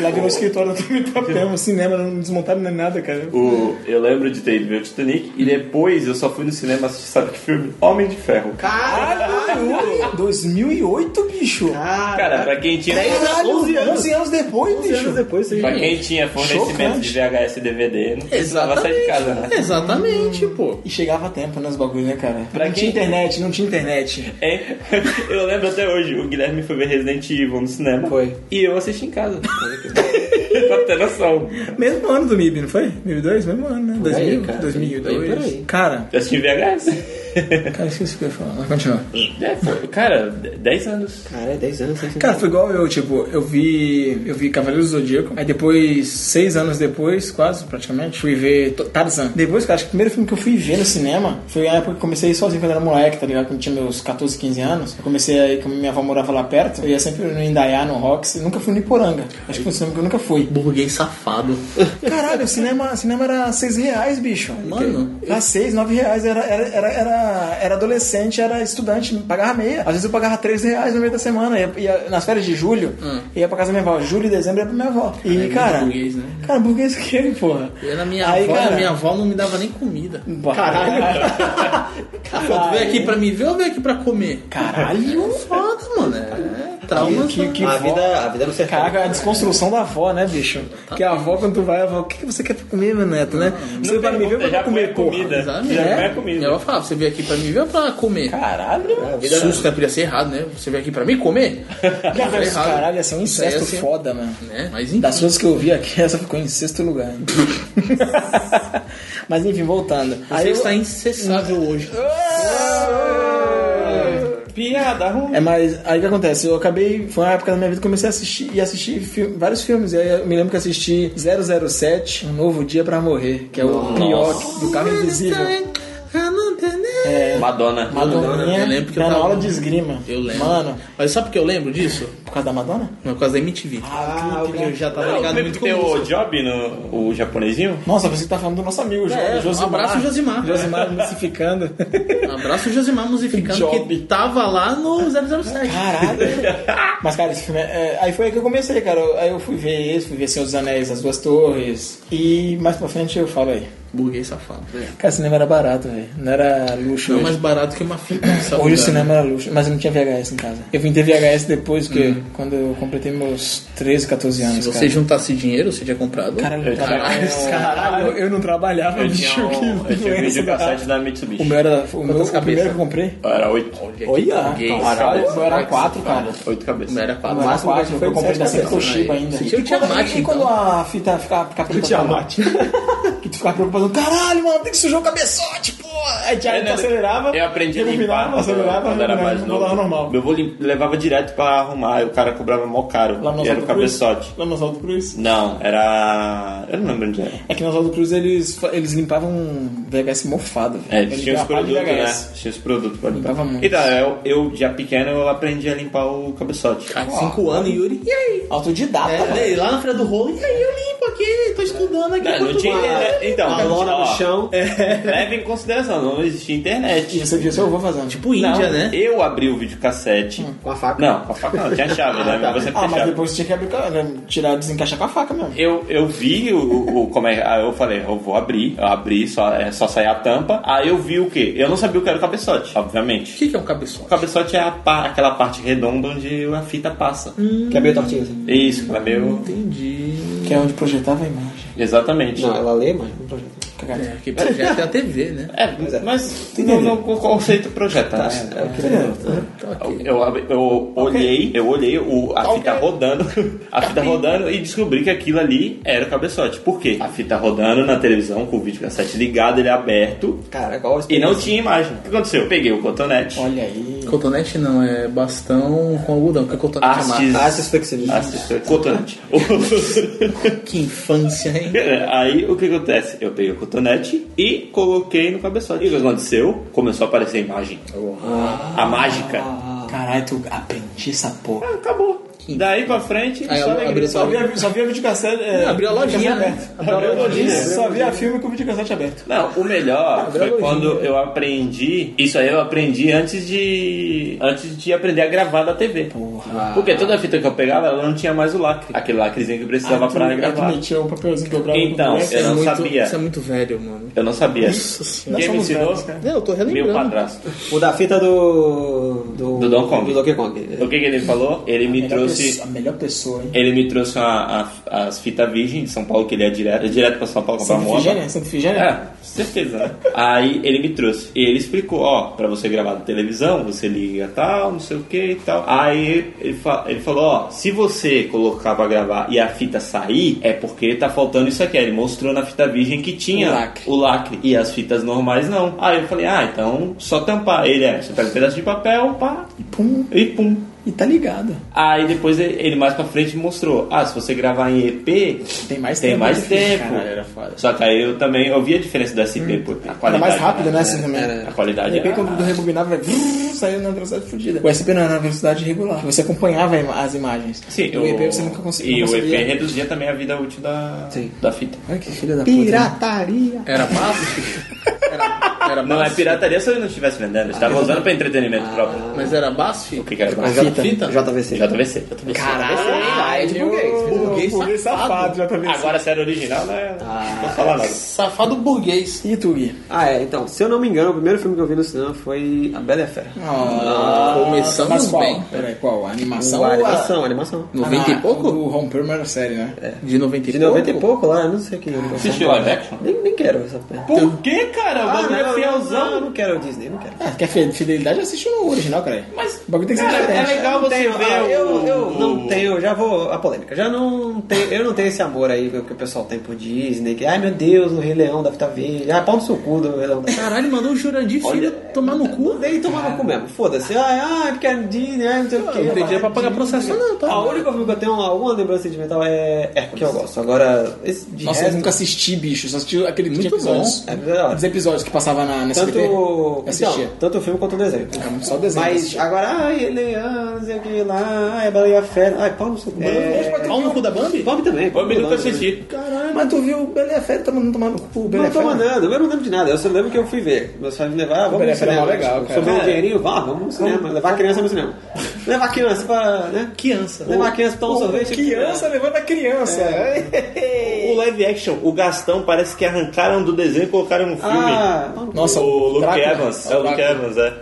S4: Lá virou escritório do Itapema, o cinema, não desmontaram nem nada, cara.
S2: O, eu lembro de ter ido ver o Titanic e depois eu só fui no cinema assistir, sabe que filme? Homem de Ferro.
S4: Caralho! 2008, bicho!
S2: Cara, pra quem tinha.
S4: Caralho,
S1: 11
S4: 11
S1: anos.
S4: anos, depois, bicho!
S1: anos depois, você
S2: Pra quem tinha fornecimento
S4: Chocante.
S2: de VHS e DVD, não precisava sair né? de casa, né?
S3: Exatamente, pô.
S4: E chegava a tempo nos bagulhos, né, cara?
S2: Pra
S4: não
S2: quem-
S4: tinha internet, não tinha internet.
S2: É, eu lembro até hoje, o Guilherme foi ver Resident Evil no cinema.
S1: Foi.
S2: E eu assisti em casa. pra ter noção.
S4: Mesmo ano do MIB, não foi? MIB 2? Mesmo ano, né?
S1: aí,
S4: 2000,
S1: cara.
S4: 2002.
S1: Bem por aí.
S4: Cara,
S2: Eu assisti em VHS.
S4: cara, esqueci o que eu ia falar. Mas continua.
S2: É, foi, cara, 10 anos.
S1: Cara, é 10 anos. sem
S4: Cara, foi igual eu, tipo, eu vi. Eu vi Cavaleiros do Zodíaco. Aí depois, seis anos depois, quase praticamente, fui ver T- Tarzan. Depois, cara, acho que o primeiro filme que eu fui ver no cinema foi a época que eu comecei a ir sozinho quando eu era moleque, tá ligado? Quando eu tinha meus 14, 15 anos. Eu comecei aí, como minha avó morava lá perto, eu ia sempre no Indaiá, no Rox, e nunca fui no Iporanga. Acho que foi um cinema que eu nunca fui.
S3: Burguês safado.
S4: Caralho, o cinema, o cinema era 6 reais, bicho.
S3: Mano,
S4: Era 6, 9 reais. Era, era, era, era, era adolescente, era estudante, pagava meia. Às vezes eu pagava 3 reais no meio da semana. Ia, ia- nas férias de julho, ia pra casa da minha avó. Julho e dezembro ia pra minha avó. E,
S3: Caralho,
S4: cara.
S3: burguês, né?
S4: Cara, burguês o quê, porra?
S3: Eu era minha avó, a minha avó não me dava nem comida.
S4: Caralho.
S3: Caralho. Veio aqui pra me ver ou veio aqui pra comer?
S4: Caralho.
S3: Foda, mano. É trauma.
S4: Que- que-
S3: tá?
S4: que-
S1: a
S4: vó.
S1: vida, é a vida no sertão.
S4: Caraca, a desconstrução da avó, né, bicho? Porque a avó, quando tu vai, a avó, o que, que você quer comer, meu neto, né? Você vai me ver ou
S2: já
S4: vai comer,
S2: põe
S4: porra?
S2: comida.
S3: Exatamente.
S2: Já não é
S3: Minha
S2: comida.
S3: avó falava, você veio aqui pra me ver ou pra comer?
S4: Caralho.
S1: A vida
S3: Susto, né? Podia ser errado, né? Você veio aqui pra me comer?
S4: Já
S3: Foi
S4: viu,
S3: errado.
S4: Caralho, ia ser um
S3: Isso aí ia
S4: incesto
S3: ser-
S4: foda, mano.
S3: Né? Mas enfim.
S4: Das coisas que eu vi aqui, essa ficou em sexto lugar. hein? Mas enfim, voltando.
S3: Você tá
S4: eu-
S3: está incessável hoje.
S2: Piada ruim.
S4: É, mas aí o que acontece? Eu acabei. Foi uma época da minha vida que eu comecei a assistir e assistir filme- vários filmes. E aí eu me lembro que assisti 007, Um Novo Dia pra Morrer, que é o pior que- do carro
S3: tá
S4: invisível.
S7: Madonna.
S4: Madoninha,
S3: Eu lembro que eu
S4: na
S3: tava-
S4: né? aula de esgrima.
S3: Eu lembro.
S4: Mano,
S3: Mas sabe por que eu lembro disso?
S4: por causa da Madonna?
S3: Não, por causa da MTV.
S4: Ah,
S3: Porque eu já tava
S2: Não,
S3: ligado
S2: lembra
S3: muito
S2: que
S3: com
S2: tem
S3: isso.
S2: o Job, no, o japonesinho?
S4: Nossa, você tá falando do nosso amigo, Jo-
S3: É, um
S4: Josimar.
S3: abraço, Josimar.
S4: Josimar musificando.
S3: Um abraço ao Josimar musificando
S4: Job.
S3: que tava lá no 007.
S4: Caralho. Mas, cara, esse filme. é- é, aí foi aí que eu comecei, cara. Eu- Aí eu fui ver esse, fui ver Senhor dos Anéis, As Duas Torres. E mais pra frente eu falo aí.
S3: Burguês safado. velho.
S4: Cara, cinema era barato, velho. Não era luxo.
S3: Não
S4: É, hoje.
S3: é mais barato que uma fita. sabe,
S4: Hoje o
S3: cara?
S4: cinema era luxo, mas eu não tinha VHS em casa. Eu vim ter VHS depois, porque quando eu completei meus 13, 14 anos.
S3: Se você juntasse dinheiro, você tinha comprado.
S4: Caralho, eu trabalhava. Caralho, eu não trabalhava,
S2: Eu
S4: bicho.
S2: tinha um,
S4: que
S2: eu tinha um
S4: doença
S2: vídeo
S4: da-
S2: cassete da
S4: O
S2: Mitsubishi.
S4: meu era. O, meu, o
S3: cabeças?
S4: primeiro que eu comprei.
S2: Era oito.
S4: Olha!
S3: Gay,
S4: Caralho, o meu era
S3: cara,
S4: 4, cara.
S2: Oito cabeças.
S3: Não era
S4: O
S3: quatro.
S4: meu era 4, eu comprei da
S3: cabeças,
S4: Toshiba
S3: né?
S4: ainda.
S3: Você tinha o
S4: E quando-
S3: Tiamat,
S4: E quando
S3: então.
S4: a fita ficava fica preta?
S2: Tiamat.
S4: Que tu ficava preocupado, caralho, mano, tem que sujar o cabeçote, pô! Aí tu
S2: É, né?
S4: acelerava.
S2: Eu aprendi a
S4: rebobinava,
S2: limpar
S4: acelerava,
S2: quando era mais
S4: rebobinava, voltava
S2: novo.
S4: né? normal.
S2: Meu avô lim- levava direto pra arrumar e o cara cobrava mó caro.
S4: Lá no
S2: E era o
S4: Oswaldo Cruz?
S2: cabeçote.
S4: Lá no Oswaldo Cruz.
S2: Não, era. Eu não lembro onde era.
S4: É que na Oswaldo Cruz eles, fa- eles limpavam VHS mofado. velho.
S2: É, eles tinham os
S4: limpavam
S2: produtos,
S4: a
S2: né?
S4: VHS.
S2: Tinha os produtos pra limpar.
S4: Limpava muito.
S2: Então, eu, eu já pequeno eu aprendi a limpar o cabeçote.
S3: Cara, cinco anos, Yuri. E
S2: né?
S3: aí?
S4: Autodidata,
S3: É,
S4: velho.
S3: daí, lá na Feira do Rolo. E aí eu limpo aqui, tô estudando aqui.
S2: Não, não
S3: enquanto
S2: tinha
S3: vai.
S2: internet. Então,
S1: A lona no
S2: ó,
S1: chão.
S2: leve em consideração, não existia internet.
S4: E esse dia eu vou fazendo.
S3: Tipo Índia, né?
S2: Eu abri o videocassete.
S1: Com a faca. tá.
S2: Não, com a faca não, tinha chave, né? Mas você
S4: Hum. ah, mas
S2: fechava.
S4: depois tinha que abrir, com a- tirar, desencaixar com a faca mesmo.
S2: Eu, eu vi o, o como é, aí eu falei, eu vou abrir, eu abri, só, é só sair a tampa. Aí eu vi o quê? Eu não sabia o que era o cabeçote,
S3: O
S2: obviamente.
S3: que que é um
S2: O
S3: cabeçote?
S2: cabeçote é a pa- aquela parte redonda onde a fita passa.
S1: Que é meio tortinha assim.
S2: Isso, que é meio.
S3: Entendi.
S4: Que é onde projetava a imagem.
S2: Exatamente.
S1: Não, ela lê, mas não projeta.
S4: Cagada.
S3: É, que projeto é a TV, né?
S2: É, mas não, não, o conceito projeta, né?
S4: É,
S1: É,
S3: Tá ok.
S2: Eu, eu- eu olhei, eu olhei o- a fita rodando, a fita rodando e descobri que aquilo ali era o cabeçote. Por quê? A fita rodando na televisão com o vídeo cassete ligado, ele é aberto
S1: Cara, igual
S2: e não tinha imagem. O que aconteceu? Eu peguei o cotonete,
S4: Olha aí.
S3: Cotonete não, é bastão com algodão, que é cotonete amargo.
S2: hastes,
S1: Artes flexíveis.
S2: hastes- Ah, cotonete. O-
S3: Que infância, hein?
S2: Aí o que acontece? Eu peguei o cotonete e coloquei no cabeçote. E o que aconteceu? Começou a aparecer a imagem.
S3: Ah.
S2: A mágica.
S4: Ah, Caralho, tu aprendi essa porra.
S2: Acabou. Daí pra frente,
S3: Aí
S2: só
S3: ela abriu
S2: alegria.
S3: só-
S4: via, só via videocassete. É,
S3: Abriu a lojinha, né?
S2: Abriu a lojinha.
S4: Só via filme com videocassete aberto.
S2: Não, o
S3: É
S2: melhor foi
S4: elogio.
S2: quando eu aprendi. Isso aí eu aprendi antes de. Antes de aprender a gravar da TV. Porque toda fita que eu pegava, ela não tinha mais o lacre. Aquele lacrezinho que precisava
S3: Ah,
S4: tu,
S2: pra
S4: aí tu
S2: gravar.
S4: metia um papelzinho dobrado.
S2: Então,
S4: no
S2: eu não
S3: muito,
S2: sabia.
S3: Isso é muito velho, mano.
S2: Eu não sabia.
S3: Nossa senhora.
S4: Nós
S2: Quem me
S4: somos
S2: ensinou?
S4: velhos, cara.
S3: Eu tô
S2: Meu
S3: relembrando.
S2: padrasto.
S1: O da fita do. Do,
S2: Do Donkey Kong.
S1: Do Donkey Kong.
S2: O que, que ele falou? Ele me
S4: melhor
S2: trouxe.
S4: pessoa- a melhor pessoa, hein?
S2: Ele me trouxe uma- a- as fitas virgem de São Paulo, que ele é direto, é direto pra São Paulo comprar
S4: Santa
S2: moto.
S4: Figênia? Santa Figênia?
S2: É, certeza, né? Aí ele me trouxe. E ele explicou, ó, pra você gravar na televisão, você liga tal, não sei o que e tal. Aí ele, fa- ele falou, ó, se você colocar pra gravar e a fita sair, é porque tá faltando isso aqui. Aí ele mostrou na fita virgem que tinha
S4: O lacre.
S2: lacre. E as fitas normais não. Aí eu falei, ah, então só tampar. Ele é, você pega um pedaço de papel, pá,
S4: Pum,
S2: e pum.
S4: e tá ligado.
S2: Aí depois ele ele mais pra frente mostrou, ah, se você gravar em EP,
S4: Tem mais
S2: tem
S4: tempo,
S2: mais
S4: né, filho?
S2: tempo.
S4: Caralho, era foda. Hum,
S2: Só que aí eu também eu vi a diferença do SP, pô. A
S4: Era
S2: qualidade.
S4: mais rápido, né? Assim também.
S2: A qualidade
S4: De repente,
S2: era.
S4: quando tu rebobinava, vrrr, saiu na velocidade fodida. O SP não era na velocidade regular. Você acompanhava a ima- as imagens.
S2: Sim,
S4: o EP
S2: eu-
S4: você nunca conseguia.
S2: E
S4: não
S2: o EP
S4: conseguia.
S2: reduzia também a vida útil da,
S1: Sim.
S2: da fita.
S4: Olha que filha da puta.
S1: Pirataria!
S3: Era básico? Era, era
S2: Não, é
S3: básico?
S2: pirataria se ele não estivesse vendendo.
S4: Ah,
S2: Eu estava usando pra entretenimento próprio.
S3: Mas era básico? O
S2: que que era
S3: Mas
S2: Mas
S3: era
S1: J-
S3: fita?
S4: tá-
S1: JVC.
S2: JVC.
S4: é
S2: é
S4: Caralho, de burguês.
S3: Burguês
S4: Burguês safado, já tá vendo?
S2: Agora se era original, né?
S4: Ah,
S2: Não vou falar
S4: é.
S2: nada.
S3: Safado burguês.
S4: E tu, Gui?
S1: Ah, é, então, se eu não me engano, o primeiro filme que eu vi no cinema foi A Bela e a Fera.
S4: Ah, Mas
S3: Começamos
S4: qual?
S3: bem.
S4: Peraí, qual? A animação
S1: O-
S4: ou
S1: a
S4: a-
S1: animação, a animação.
S4: Ah,
S3: 90 e
S4: não,
S3: pouco?
S4: O Home Permer era série, né?
S3: De 90 e
S1: De
S3: pouco?
S1: 90 e pouco lá, eu não sei que animação.
S2: Assistiu live action?
S1: Nem, nem quero essa porra.
S2: Por que, cara? O
S1: Ah,
S2: bagulho é
S1: não,
S2: fielzão.
S1: não quero Disney, não quero.
S4: É, quer fi- fidelidade, assiste o original, cara. Mas o bagulho tem que ser
S2: Cara, é
S4: diferente.
S2: legal você
S1: Tenho,
S2: ver
S1: ah, eu,
S2: o-
S1: eu não tenho, já vou. A polêmica. Já não não tenho, eu não tenho esse amor aí que o pessoal tem por Disney. Que, ai meu Deus, o Rei Leão da Fita Verde. Ah, pau no seu cu do Rei Leão da
S3: Caralho, mandou o Jurandir Filho tomar no cu.
S1: Daí tomava cu mesmo, foda-se. Ah, ah, porque é Disney, ah, não sei o
S3: Não
S1: quê.
S3: tem dinheiro pra
S1: mas-
S3: pagar processo, não, tá?
S1: A única filme que eu tenho alguma lembrança sentimental é é que eu gosto. Agora, esse de
S4: Nossa, eu
S1: resto,
S4: nunca assisti, bicho. Só assisti aquele
S3: Muito
S4: tinha episódios.
S1: bom. É verdade.
S4: Os episódios que passava na, na SBT.
S1: tanto,
S4: Eu
S1: então,
S4: assistia.
S1: tanto o filme quanto o desenho.
S4: Era muito só desenho. que eu
S1: Mas
S4: assistia.
S1: agora, ai, Rei Leão, não sei o que lá, ai, Bela e a Fera. Ai, pau no seu cu. É,
S3: Pau no cu da Bambi?
S1: Bob também.
S2: Vou me
S1: Bob
S2: nunca
S1: também.
S2: assistir.
S4: Caralho, mas tu viu o Bela e a Fera tomando, tomando no
S3: é
S4: cu. o Bela
S1: Não
S4: e a
S1: tô
S4: Fera.
S1: mandando, eu não lembro de nada, eu só lembro que eu fui ver. Meus pais me levaram, ah, vamos
S4: Peraí,
S1: no cinema.
S4: peraí, legal,
S1: tipo,
S4: cara.
S1: sobrou um
S2: É.
S1: dinheirinho, vá, vamos no cinema. Levar a criança no cinema. levar a criança pra, né?
S3: Criança.
S1: Levar a criança pra tomar um
S4: Pô,
S1: sorvete.
S4: Criança levando a criança.
S2: O live action, o Gastão parece que arrancaram do desenho e colocaram no filme.
S1: Ah,
S4: Nossa,
S2: o Luke
S4: Drácula.
S2: Evans. É o Luke
S4: Drácula.
S2: Evans, é.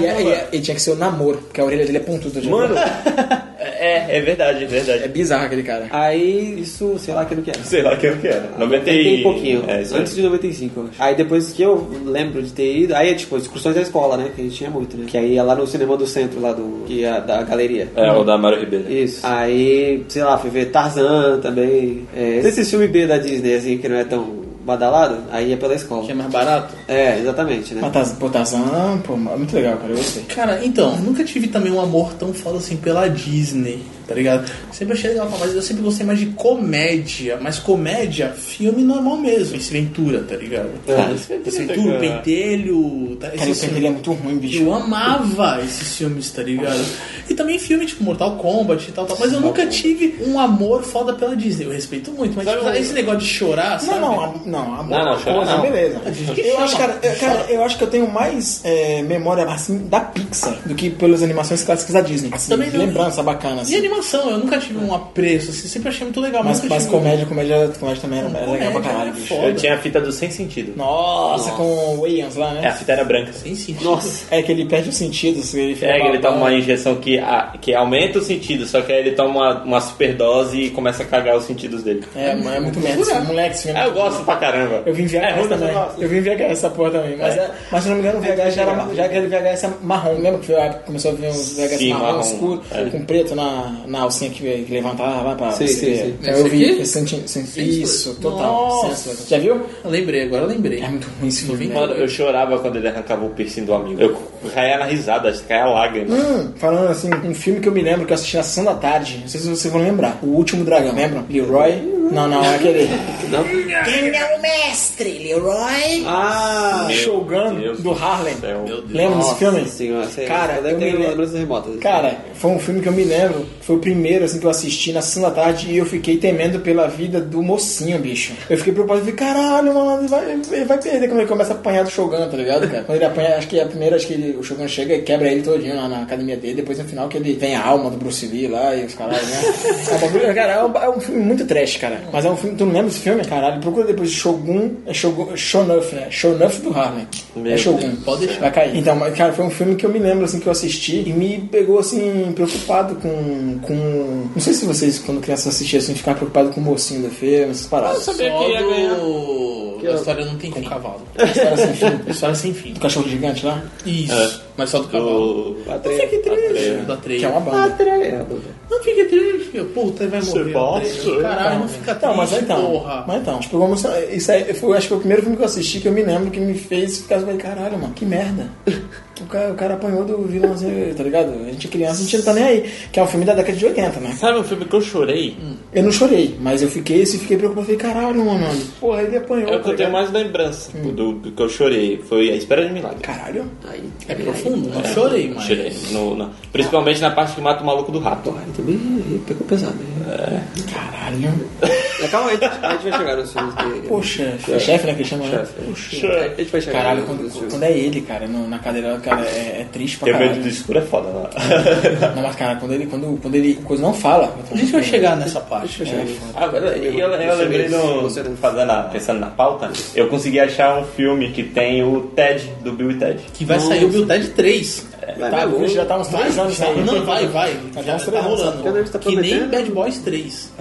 S4: E, é, e, e tinha que ser o namoro, porque a orelha dele é pontuda. já
S2: Mano,
S4: viu?
S2: é, é verdade, é
S4: é
S2: verdade.
S4: bizarro aquele cara.
S1: aí isso, sei lá que não que era.
S2: Sei lá quem que é. era. 90
S1: Tem
S2: e...
S1: pouquinho,
S2: É, isso aí.
S1: antes de 95, eu acho. Aí depois que eu lembro de ter ido, aí é tipo, excursões da escola, né? Que a gente tinha muito, né? Que aí é lá no cinema do centro, lá do. Que é da galeria.
S2: É, o da Mário Ribeiro.
S1: Isso. Aí, sei lá, fui ver Tarzan também. É, esse filme B da Disney, assim, que não é tão badalado, aí é pela escola.
S3: Que é mais barato?
S1: É, exatamente, né?
S4: Mas Taz- Pô, Tarzan, pô, é muito legal, cara, eu gostei.
S3: Cara, então, nunca tive também um amor tão foda assim pela Disney, tá ligado? Sempre achei legal, mas eu sempre gostei mais de comédia. Mas comédia, filme normal mesmo. Ace Ventura, tá ligado?
S2: Ah,
S3: Ace
S2: Ace Ventura,
S3: Ventura,
S2: cara.
S3: Pentelho. Tá,
S4: Cara,
S3: esses
S4: esse
S3: filmes.
S4: filme é muito ruim, bicho.
S3: Eu amava esses filmes, tá ligado? E também filme tipo Mortal Kombat e tal, tal. Mas eu nunca tive um amor foda pela Disney. Eu respeito muito, mas tipo, esse negócio de chorar, sabe?
S4: Não, não, am- não, amor.
S2: Não, não, chora
S4: coisa,
S2: não.
S4: beleza.
S3: que
S4: Eu
S3: chama.
S4: acho, cara, eu, cara, eu acho que eu tenho mais é, memória assim da Pixar do que pelas animações clássicas da Disney. Assim,
S3: Também não.
S4: lembrança bacana,
S3: E
S4: assim.
S3: animação, eu nunca tive um apreço, assim, sempre achei muito legal.
S4: Mas,
S3: nunca
S4: mas
S3: tive um-
S4: comédia, comédia, comédia também era, era legal pra
S3: Comédia
S4: caralho,
S3: era
S4: bicho.
S3: foda.
S2: Eu tinha a fita do Sem Sentido.
S4: Nossa, com o Williams lá,
S2: É, a
S4: né?
S2: fita era branca.
S3: Sem sentido.
S1: Nossa.
S4: É. que ele perde os sentidos. Ele fica
S2: É, que ele
S4: babando.
S2: toma uma injeção que, a- que aumenta o sentido, só que aí ele toma uma, uma superdose e começa a cagar os sentidos dele.
S4: É, mas é muito merda. esse Moleque, esse filme é
S2: Ah, eu gosto pra caramba.
S4: Eu vim
S2: é,
S4: VHS
S2: ruim, mas
S4: também.
S2: eu gosto.
S4: Eu vim VHS essa porra também. Mas, é- mas se não me engano, o VHS
S1: é
S4: já era ma- já aquele VHS é marrom. Lembra que foi a época que começou a um vir uns VHS
S2: Sim,
S4: marrom,
S2: marrom,
S4: escuro,
S2: é.
S4: com preto na, na alcinha que, que levantava pra
S1: Sim,
S4: você
S1: sim,
S4: ver.
S1: sim.
S4: Então
S3: Esse
S4: Eu vi
S3: aqui?
S4: esse senti- sen- Isso,
S3: Senseless.
S4: total.
S3: Nossa.
S4: Senseless. Já viu?
S3: Eu lembrei, agora eu lembrei.
S4: É muito ruim esse filme. né?
S2: Mano, eu chorava quando ele arrancava o piercing do amigo. Eu caía na risada, acho que caía a lágrima.
S4: Hum, falando assim, um filme que eu me lembro que eu assisti na sessão da tarde, não sei se vocês vão lembrar. O Último Dragão, lembram? Leroy? Não, não, é aquele.
S1: Não?
S4: Quem é o mestre, Leroy?
S1: Ah!
S4: Meu Shogun do Harlem.
S2: céu.
S4: Lembra desse filme?
S1: Senhora, sei,
S4: Cara,
S1: eu
S4: eu me
S1: tenho
S4: lembro-
S1: lembranças remotas.
S4: Cara, foi um filme que eu me lembro. Foi o primeiro assim que eu assisti na sessão da tarde e eu fiquei temendo pela vida do mocinho, bicho. Eu fiquei preocupado, falei, caralho, mano, ele vai, ele vai perder quando ele começa a apanhar do Shogun, tá ligado, cara? Quando ele apanha, acho que é a primeira, acho que ele- o Shogun chega e quebra ele todinho lá na academia dele, depois no final que ele vem a alma do Bruce Lee lá e os caralho, né? É um bagulho- cara, é um, é um filme muito trash, cara. Mas é um filme, tu não lembra desse filme? Caralho, procura depois Shogun, é Shogun, Shonuff, né? Shonuff do Harlem.
S2: Meu
S4: é Shogun.
S3: Deus, pode deixar.
S4: Vai cair. Então, mas, cara, foi um filme que eu me lembro, assim, que eu assisti e me pegou, assim, preocupado com... com... Não sei se vocês, quando criança assistiam, assim, ficavam preocupados com o mocinho do filme, essas paradas.
S3: Só
S2: que ia ganhar.
S3: do... da história não tem com cavalo.
S4: História sem fim.
S3: História sem fim.
S4: Do cachorro gigante lá,
S3: Isso.
S4: É.
S3: Mas só do cavalo.
S2: Do...
S1: Patrícia.
S2: Atreia.
S3: Da treia.
S4: que é uma
S1: um. tá
S4: banda.
S3: Não fique triste, meu. Puta, vai morrer.
S2: bosta.
S3: Caralho, não fica triste,
S4: é. Não, mas então,
S3: porra.
S4: mas então, tipo, vamos, isso aí, foi, acho que foi o primeiro filme que eu assisti que eu me lembro que me fez ficar assim, caralho, mano, que merda. O cara, o cara apanhou do vilãozinho, tá ligado? A gente é criança, a gente não tá nem aí. Que é um filme da década de 80, né?
S2: Sabe um filme que eu chorei?
S4: Eu não chorei, mas eu fiquei, se fiquei preocupado, falei, caralho, mano, porra, ele apanhou.
S2: É o
S4: tá
S2: que eu tenho
S4: ligado?
S2: mais lembrança tipo, do, do que eu chorei. Foi A Espera de Milagre.
S4: Caralho. né?
S1: Aí,
S3: É profundo, não chorei, mas...
S2: Chorei. No- na- principalmente na parte que mata o maluco do rato.
S1: Porra, ele também pegou pesado. Né?
S4: Caralho.
S1: É. Calma aí, a gente vai chegar nos filmes dele.
S4: Poxa, é chefe, né, que chama? né?
S1: Chefe.
S4: Poxa.
S1: A gente vai chegar
S4: Caralho,
S1: nos
S4: quando,
S1: filmes.
S4: quando é ele, cara, no- na cadeira, cara, é, é triste pra
S2: Ter medo
S4: caralho.
S2: do escuro é foda, né?
S4: Não, mas, cara, quando ele, quando, quando ele, coisa não fala.
S3: A gente vai chegar nessa parte. né?
S4: É, foda.
S2: Ah, eu, eu, eu
S1: Você
S2: lembrei
S1: vê
S2: no,
S1: isso, você não-
S2: fazendo a- pensando na pauta, eu consegui achar um filme que tem o Ted, do Bill e Ted.
S3: Que vai sair o Bill Ted 3.
S1: Vai,
S4: Tá,
S1: vai,
S4: hoje já tá uns
S3: Vai,
S4: três anos
S3: tá,
S4: aí.
S3: não, vai, vai.
S4: Tá
S3: Já
S4: uns três anos,
S3: tá
S1: porque a
S3: rolando.
S1: gente tá
S3: que nem
S1: prometendo.
S3: Bad Boys 3.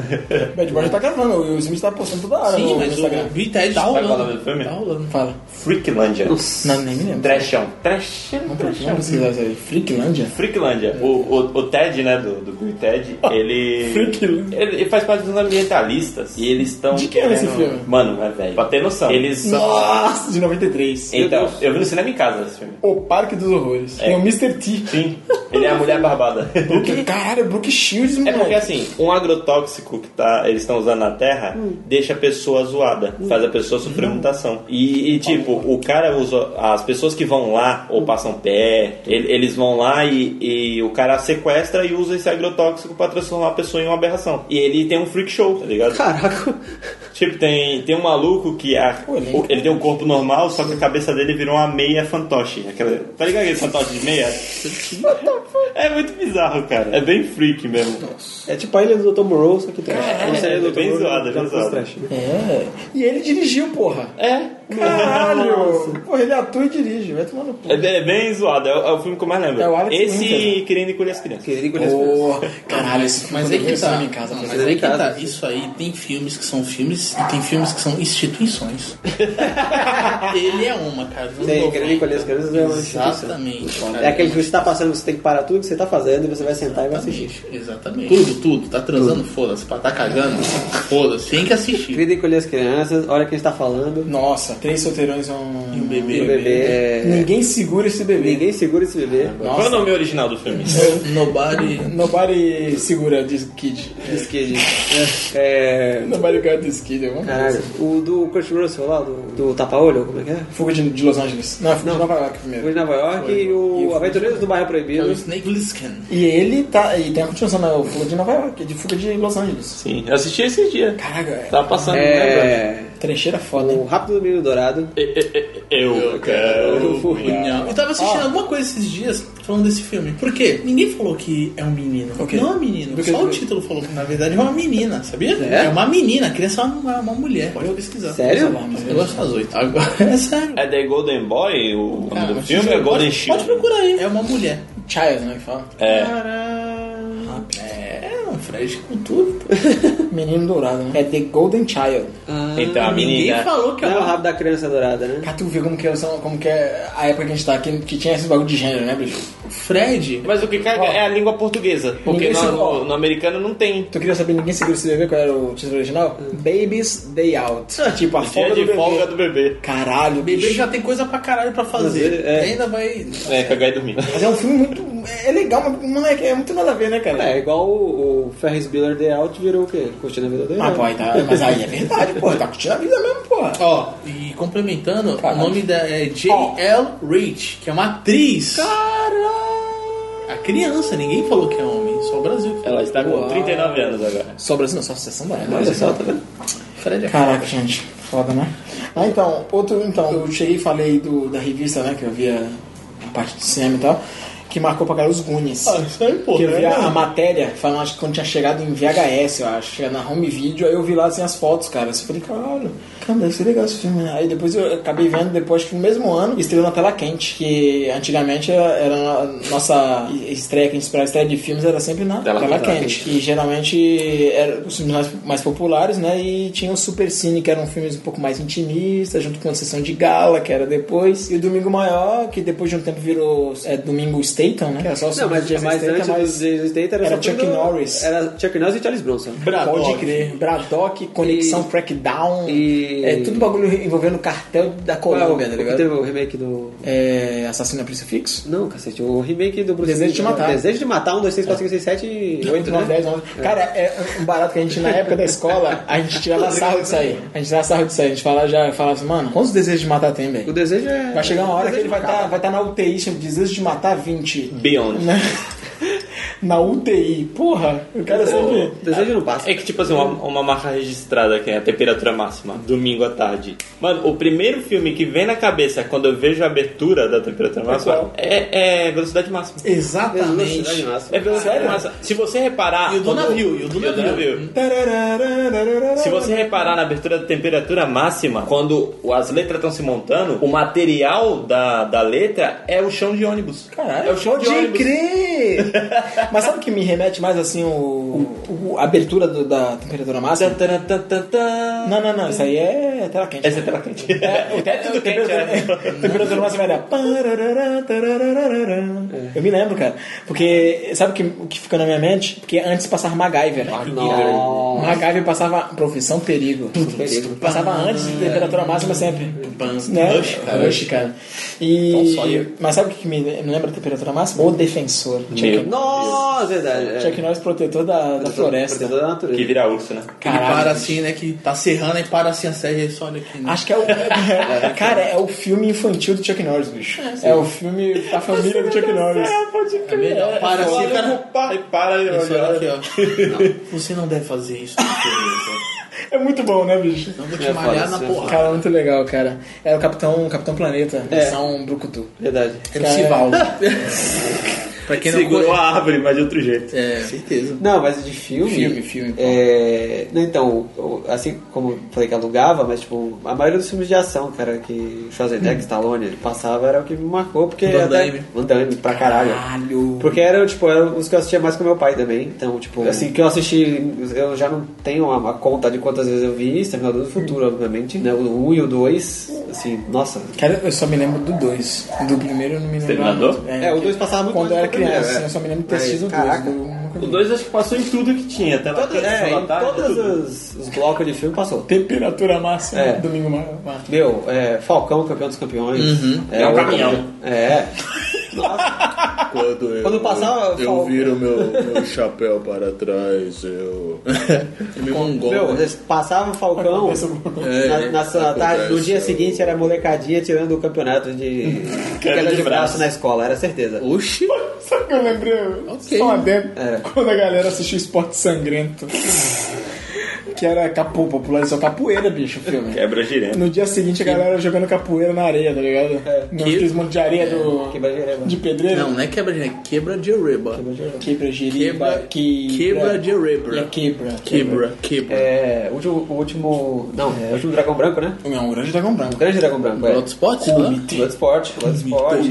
S4: Bad Boy já tá gravando, o Will Smith tá postando toda hora
S3: Sim,
S4: no
S3: mas o
S4: Instagram.
S3: Bill Ted tá
S2: Sabe qual é o
S3: rolando.
S2: nome do filme?
S3: Tá rolando. Fala.
S2: Freaklandia.
S4: Não, nem me lembro.
S2: Trashão. Trashão.
S3: é um
S4: Não precisa isso aí. Freaklândia?
S2: Freaklândia. O, o, o Ted, né, do, do Bill Ted, ele, ele.
S4: Freaklândia.
S2: Ele faz parte dos ambientalistas. E eles estão.
S4: De que ano esse filme?
S2: Mano, é velho. Pra ter noção. Eles são.
S4: Nossa, de 93.
S2: Então, eu vi no cinema em casa esse filme.
S4: O Parque dos Horrores.
S3: É.
S4: Tem o Mr. T.
S2: Sim. Ele é a mulher barbada.
S4: Brook, caralho, Brook Shields,
S2: É
S4: mano.
S2: porque assim, um agrotóxico que tá, eles estão usando na terra deixa a pessoa zoada, faz a pessoa sofrer mutação. E, e, tipo, o cara usa. As pessoas que vão lá ou passam perto, ele- eles vão lá e, e o cara sequestra e usa esse agrotóxico pra transformar a pessoa em uma aberração. E ele tem um freak show, tá ligado?
S1: Caraca.
S2: Tipo, tem, tem um maluco que a-
S4: ele é
S2: o- ele tem um corpo normal, só que a cabeça dele virou uma meia fantoche. Aquela, tá ligado aquele fantoche de meia? é muito bizarro, cara. É bem freak mesmo.
S1: É tipo a ilha do Dr. Moreau, só que tem. É,
S2: é bem zoado, bem zoado.
S1: né?
S4: É. E ele dirigiu, porra.
S2: É.
S4: Caralho. Porra, ele atua e dirige. Vai tomar no cu.
S2: É bem, é bem zoado, é, o- é o filme que eu mais lembro.
S4: É o Alex
S2: Esse
S4: Winter.
S2: e Querendo Encolher as Crianças.
S1: Querido
S4: Porra. Caralho, esse
S3: Mas
S4: filme
S3: aí que
S4: esse
S3: tá.
S4: filme em casa.
S3: Não,
S4: pra
S3: mas
S4: fazer.
S3: aí que
S1: casa,
S3: tá. Isso aí tem filmes que são filmes e tem filmes que são instituições. Ele é uma, cara. Não
S1: Tem,
S3: vou-
S1: Querendo Encolher as Crianças é uma instituição.
S3: Exatamente. cara.
S1: É aquele que você tá passando, você tem que parar tudo que você tá fazendo e você vai sentar e vai assistir.
S3: Exatamente. Exatamente. Tudo, tudo. Tá transando? Foda-se. Tá cagando? Foda-se. Tem que assistir.
S1: Querido encolher as crianças, olha quem está tá falando.
S4: Nossa, três solteirões e um...
S3: E o bebê.
S1: O bebê é.
S4: Ninguém segura esse bebê.
S1: Ninguém segura esse bebê.
S2: Qual é o nome original do filme?
S3: é Nobody.
S4: Nobody segura this kid.
S1: Diz que. É. é,
S4: Nobody got this kid. Vamos
S1: Caralho, o do Kurt Russell lá, do, do Tapa-Olho, como é que é?
S4: Fuga de, de Los Angeles. Não, é Fuga de Nova York
S1: O
S4: primeiro.
S1: de Nova York e o Aventureiros do Bairro
S3: É o
S1: Proibido.
S3: Snake Plissken.
S4: E ele tá. E tem a continuação, né? O Fuga de Nova York, de Fuga de Los Angeles.
S2: Sim, eu assisti esse dia.
S4: Caraca, é.
S2: Tava passando, né,
S1: É.
S4: Trecheira foda,
S1: O
S4: hein?
S1: Rápido do Menino Dourado.
S2: É,
S1: é
S2: Brad? Eu, quero.
S3: Não. Eu tava assistindo alguma coisa esses dias falando desse filme. Por quê? Ninguém falou que é um menino.
S4: O quê?
S3: Não é um menino.
S4: Do que
S3: Só o
S4: do que?
S3: título falou que na verdade é uma menina, sabia?
S1: É?
S3: uma menina. A criança é uma, uma mulher. Pode pesquisar.
S1: Sério?
S3: Mas Eu gosto das oito. Agora é sério.
S2: É The Golden Boy, o nome
S4: Ah,
S2: do
S4: mas
S2: filme?
S4: você
S2: É Golden
S4: já
S3: Pode, pode
S2: Shield.
S3: procurar aí. É uma mulher.
S4: Child, né? Que fala.
S2: É.
S1: Caralho.
S3: É, um Fred de cultura. pô.
S4: Menino dourado, né? É The Golden Child.
S2: Então, a
S3: Ninguém
S2: menina.
S3: falou que
S1: Não é o
S3: ela...
S1: Rápido da Criança Dourada, né?
S4: Cara, tu vê como que, é, o- como que é a época que a gente tá aqui, que tinha esses bagulho de gênero, né, bicho?
S3: Fred...
S2: Mas o que caga é a língua portuguesa. Porque
S4: Ninguém se
S2: no,
S4: cola.
S2: no- no americano não tem.
S4: Tu queria saber ninguém segura esse bebê, qual era o título original? Babies Day Out. Tipo, a
S2: Dia
S4: folga do
S2: de
S4: bebê.
S2: folga do bebê.
S4: Caralho,
S3: Bebê
S4: bicho.
S3: já tem coisa pra caralho pra fazer.
S1: Mas ele- é.
S3: Ainda vai...
S2: É, cagar e dormir.
S4: Mas é um filme muito. É legal, mas não é, é muito nada a ver, né, cara?
S1: É, igual o, o Ferris Bueller The Out virou o quê? Curtindo a vida dele.
S4: Ah, pô, aí tá, mas aí é verdade, pô. Tá curtindo a vida mesmo, porra.
S3: Ó, e complementando,
S4: Caralho.
S3: o nome da é
S4: Ó.
S3: J.L. Reid, que é uma atriz.
S4: Caralho!
S3: A criança, ninguém falou que é homem, só o Brasil. que
S2: Ela
S3: falou.
S2: está Tá com 39 anos agora.
S4: Só Brasil, não, só né? Associação da
S1: Olha só, tá vendo?
S3: Fred é
S4: Caraca, gente, foda, né? Ah, então, outro, então, eu cheguei e falei do, da revista, né, que eu via a parte do cinema e tal, que marcou pra galera os Goonies.
S3: Ah, isso aí, pô.
S4: que eu vi
S3: né?
S4: a, a matéria falando, acho que quando tinha chegado em VHS, eu acho, chegado na home video, aí eu vi lá assim as fotos, cara. Assim, eu falei, caralho, cara, deve ser legal esse filme. né? Aí depois eu acabei vendo, depois que no mesmo ano, estreou na tela quente, que antigamente era, era a nossa estreia, que a gente esperava estreia de filmes, era sempre na
S2: Tela
S4: tela,
S2: quente.
S4: quente. E geralmente eram os filmes mais, mais populares, né? E tinha o Super Cine, que eram filmes um pouco mais intimistas, junto com a sessão de gala, que era depois. E o Domingo Maior, que depois de um tempo virou é, Domingo Statham, né? Que era só os
S1: Não, mas,
S4: Jason
S1: mas
S4: Statham,
S1: antes
S4: mas-
S1: dos anos 80 era,
S4: era
S1: só tudo-
S4: Chuck Norris.
S1: Era Chuck Norris e Charles Bronson.
S3: Braddock.
S4: Pode crer. Braddock, Conexão Crackdown.
S1: E-
S4: É tudo bagulho envolvendo o cartel da
S1: Qual
S4: Colômbia,
S1: é o-
S4: tá
S1: o que
S4: ligado?
S1: teve o remake do...
S4: É, assassino a preço fixo?
S1: Não, cacete, o remake do Bruce
S4: Desejo de
S1: Lee, né?
S4: Matar. É.
S1: Desejo de Matar, 1, 2, 3, 4, 5, 6, 7 e 8,
S4: 8, 9,
S1: né?
S4: 10, 11. Cara, é um barato que a gente, na época da escola, a gente
S1: Tá
S4: tirava sarro disso aí. A gente tirava sarro disso aí. A gente falava, já falava assim, mano, quantos desejos de matar tem,
S1: O
S4: velho?
S1: desejo é...
S4: Vai tá- chegar uma hora que
S1: Desejo
S4: ele vai
S1: de Matar.
S4: estar vai tá na UTI, chama desejo de matar 20.
S2: Beyond.
S4: Né? na UTI. Porra, o cara sempre.
S1: Desejo não passa.
S2: É que, tipo assim, uma, uma marca registrada que é a temperatura máxima, domingo à tarde. Mano, o primeiro filme que vem na cabeça quando eu vejo a abertura da temperatura máxima
S4: qual?
S2: é, é velocidade máxima.
S1: Velocidade
S3: Exatamente.
S1: máxima.
S2: É velocidade máxima. Se você reparar.
S3: E o do
S2: quando-
S3: navio, e o do navio. Então,
S2: Se você reparar na abertura da temperatura máxima, quando as letras estão se montando, o material da, da letra é o chão de ônibus.
S4: Caralho,
S2: é o chão de
S4: pode
S2: ônibus.
S4: crer! Mas sabe o que me remete mais assim o, o- a abertura do- da temperatura máxima?
S2: Tan, tan, tan, tan.
S4: Não, não, não, isso aí é tela quente.
S2: Essa é tela quente.
S4: É,
S2: É tudo quente,
S4: temperatura,
S2: é.
S4: temperatura máxima era. pararará, tararararará. Eu me lembro, cara. Porque sabe o que, o que ficou na minha mente? Porque antes passava MacGyver.
S2: Ah,
S1: Nossa.
S4: MacGyver passava profissão perigo.
S1: Perigo.
S4: Passava antes de temperatura máxima sempre.
S3: Bans-
S4: Né?
S3: Rush, cara. Tá um
S4: Rush, cara. E...
S3: Tom Sawyer.
S4: Mas sabe o que me me lembra da temperatura máxima? O defensor. Chuck,
S1: Nossa, verdade. é.
S4: Chuck Norris, protetor da, da floresta.
S1: Protetor da
S2: Que
S1: natureza.
S2: vira urso, né?
S3: Ele
S4: Caralho,
S3: para
S4: bicho.
S3: assim, né? Que tá serrando e para assim a série e só olha aqui. Né?
S4: Acho que é o. cara, é o filme infantil do Chuck Norris, bicho. É, o filme da família do Chuck Norris.
S3: É melhor. Para assim,
S2: Olha
S3: cara.
S2: pro pai, para e
S3: Isso, é
S2: olha.
S3: olha aqui, ó. Você não deve fazer isso.
S4: É muito bom, né, bicho?
S3: Não vou te
S1: É foda,
S3: malhar
S1: isso
S3: na
S1: é
S3: porra.
S4: Cara, muito legal, cara. Era o Capitão, Capitão Planeta,
S1: É.
S4: São Brucutu.
S1: Verdade.
S4: Cara,
S3: Sival. pra quem não
S2: Segurou
S3: conhece.
S2: a árvore, mas de outro jeito.
S3: É, certeza.
S1: Não, mas de filme.
S4: Filme, filme, pô.
S1: É, não, então, o- assim como eu falei que alugava, mas tipo, a maioria dos filmes de ação, cara, que Schwarzenegger, Stallone ele passava era o que me marcou, porque.
S3: Van
S1: até-
S3: Damme.
S1: Hum. Van Damme, pra caralho. Porque era, tipo, eram os que eu assistia mais com meu pai também. Então, tipo, assim, que eu assisti, eu já não tenho uma, uma conta de quantas vezes eu vi Exterminador do Futuro, obviamente, né? O 1 e o 2, assim, nossa.
S4: Cara, eu só me lembro do dois. Do primeiro eu não me lembro.
S2: Exterminador?
S4: muito.
S1: É, o dois passava muito
S4: Quando eu
S1: mais
S4: era
S1: do que o primeiro,
S4: criança, assim,
S1: é.
S4: eu só me lembro de ter
S1: Mas,
S4: assistido o dois. né?
S1: caraca.
S4: eu nunca
S2: O
S4: vi.
S2: 2 acho que passou em tudo que tinha, até lá.
S1: Todas, é, em todos os, os blocos de filme passou.
S4: Temperatura máxima,
S1: É.
S4: domingo máximo.
S1: Meu, é, Falcão, campeão dos campeões.
S2: É um
S1: outra-
S2: caminhão.
S1: É.
S7: Quando eu,
S1: Quando passava,
S7: eu,
S1: fal-
S7: eu viro meu, meu chapéu para trás, eu. eu me
S1: Meu,
S7: mongol.
S1: eles passavam Falcão.
S7: É,
S1: na, na sua
S7: acontece,
S1: tarde, no dia
S7: eu-
S1: seguinte era molecadinha tirando o campeonato de
S2: Queda
S1: queda de
S2: de
S1: braço
S2: braço.
S1: na escola, era certeza.
S3: Oxi.
S4: Sabe o que eu lembrei?
S3: Ok.
S4: Só um adendo.
S1: É.
S4: Quando a galera assistiu Esporte Sangrento. que era capu, popularizou capoeira, bicho, o filme.
S2: Quebra girando.
S4: No dia seguinte a galera jogando capoeira na areia, tá ligado? No
S3: Que-
S4: aqueles monte de areia do.
S1: Quebra
S2: né?
S1: gireba.
S4: De pedreiro.
S3: Não, não é quebra de é quebra de reba.
S4: Quebra giriba.
S3: Quebra- quebra de reba.
S4: É quebra.
S3: Quebra, quebra.
S1: É, o último, o último. Não, é o último Dragão Branco, né?
S4: Não, um grande dragão
S1: O
S4: branco.
S1: grande Dragão Branco, é.
S3: Outro spot? né?
S1: Blood Sport, Blood Sport.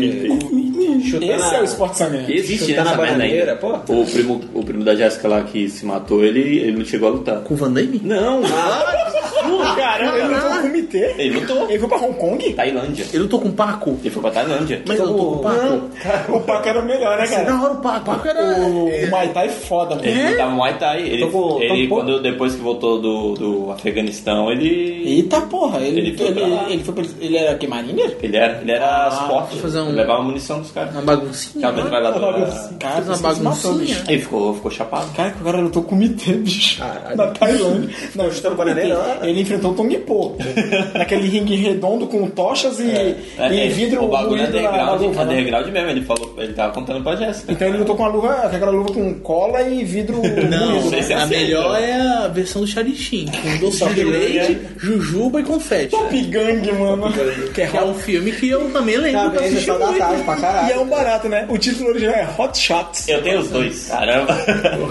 S1: Chutando
S4: Esse
S1: a-
S4: é o Esporte Sangrento.
S2: Existe
S1: Chutar
S2: né,
S1: na
S2: essa merda
S1: bananeira,
S2: ainda.
S1: pô.
S2: O primo, o primo da Jéssica lá que se matou, ele, ele não chegou a lutar.
S3: Com o Van Damme?
S2: Não! Ah,
S4: Ele
S2: caramba!
S4: lutou com o comitê.
S2: Ele lutou.
S4: Ele foi pra Hong Kong?
S2: Tailândia.
S3: Eu não tô com o Paco.
S2: Ele foi pra Tailândia.
S3: Mas eu não tô com o Paco.
S4: O Paco era o melhor, né,
S3: Não,
S4: cara?
S3: na hora o Paco. O Paco era.
S4: O, o Mai Tai é foda, mano.
S2: Ele lutava Muay Thai. Ele,
S1: Tocou-
S2: ele
S1: tocou-
S2: quando, depois que voltou do, do Afeganistão, ele.
S4: Eita porra, ele, ele,
S2: Ele foi pra lá.
S4: ele foi pra- ele era que Mariner?
S2: Ele era, ele era
S4: Ah,
S2: forte.
S3: vou fazer um-
S2: Ele levava munição dos caras.
S3: Uma baguncinha.
S2: Aquela
S3: né?
S2: metralhadora.
S4: Cara,
S3: Fez uma
S4: você se matou,
S3: baguncinha.
S4: bicho.
S2: Ele ficou, ficou chapado.
S4: Cara, que o cara lutou com o Mitê, bicho. Na Tailândia. Ah, Não,
S1: Chutando bananeira, ó.
S4: ele enfrentou o Tong Po. naquele ringue redondo com tochas e, e
S2: É,
S4: vidro
S2: o bagulho
S4: ruído na, na
S2: underground,
S4: luva, né?
S2: underground mesmo, ele falou, ele tava contando pra Jéssica.
S4: Então ele lutou com a luva, com aquela luva com cola e vidro
S3: Não,
S4: ruído,
S2: sei se
S3: a
S2: aceita.
S3: melhor é a versão do Charichin, com doce de
S4: Jujuba, é-
S3: leite, jujuba e confete.
S4: Top Gang, mano.
S3: Que é um filme que eu também
S4: Tá
S3: lembro que eu
S1: Talvez é
S3: assisti
S1: só da
S3: muito.
S1: tarde pra caralho.
S4: E é um barato, né? O título original é Hot Shots.
S2: Eu tenho os dois. Caramba.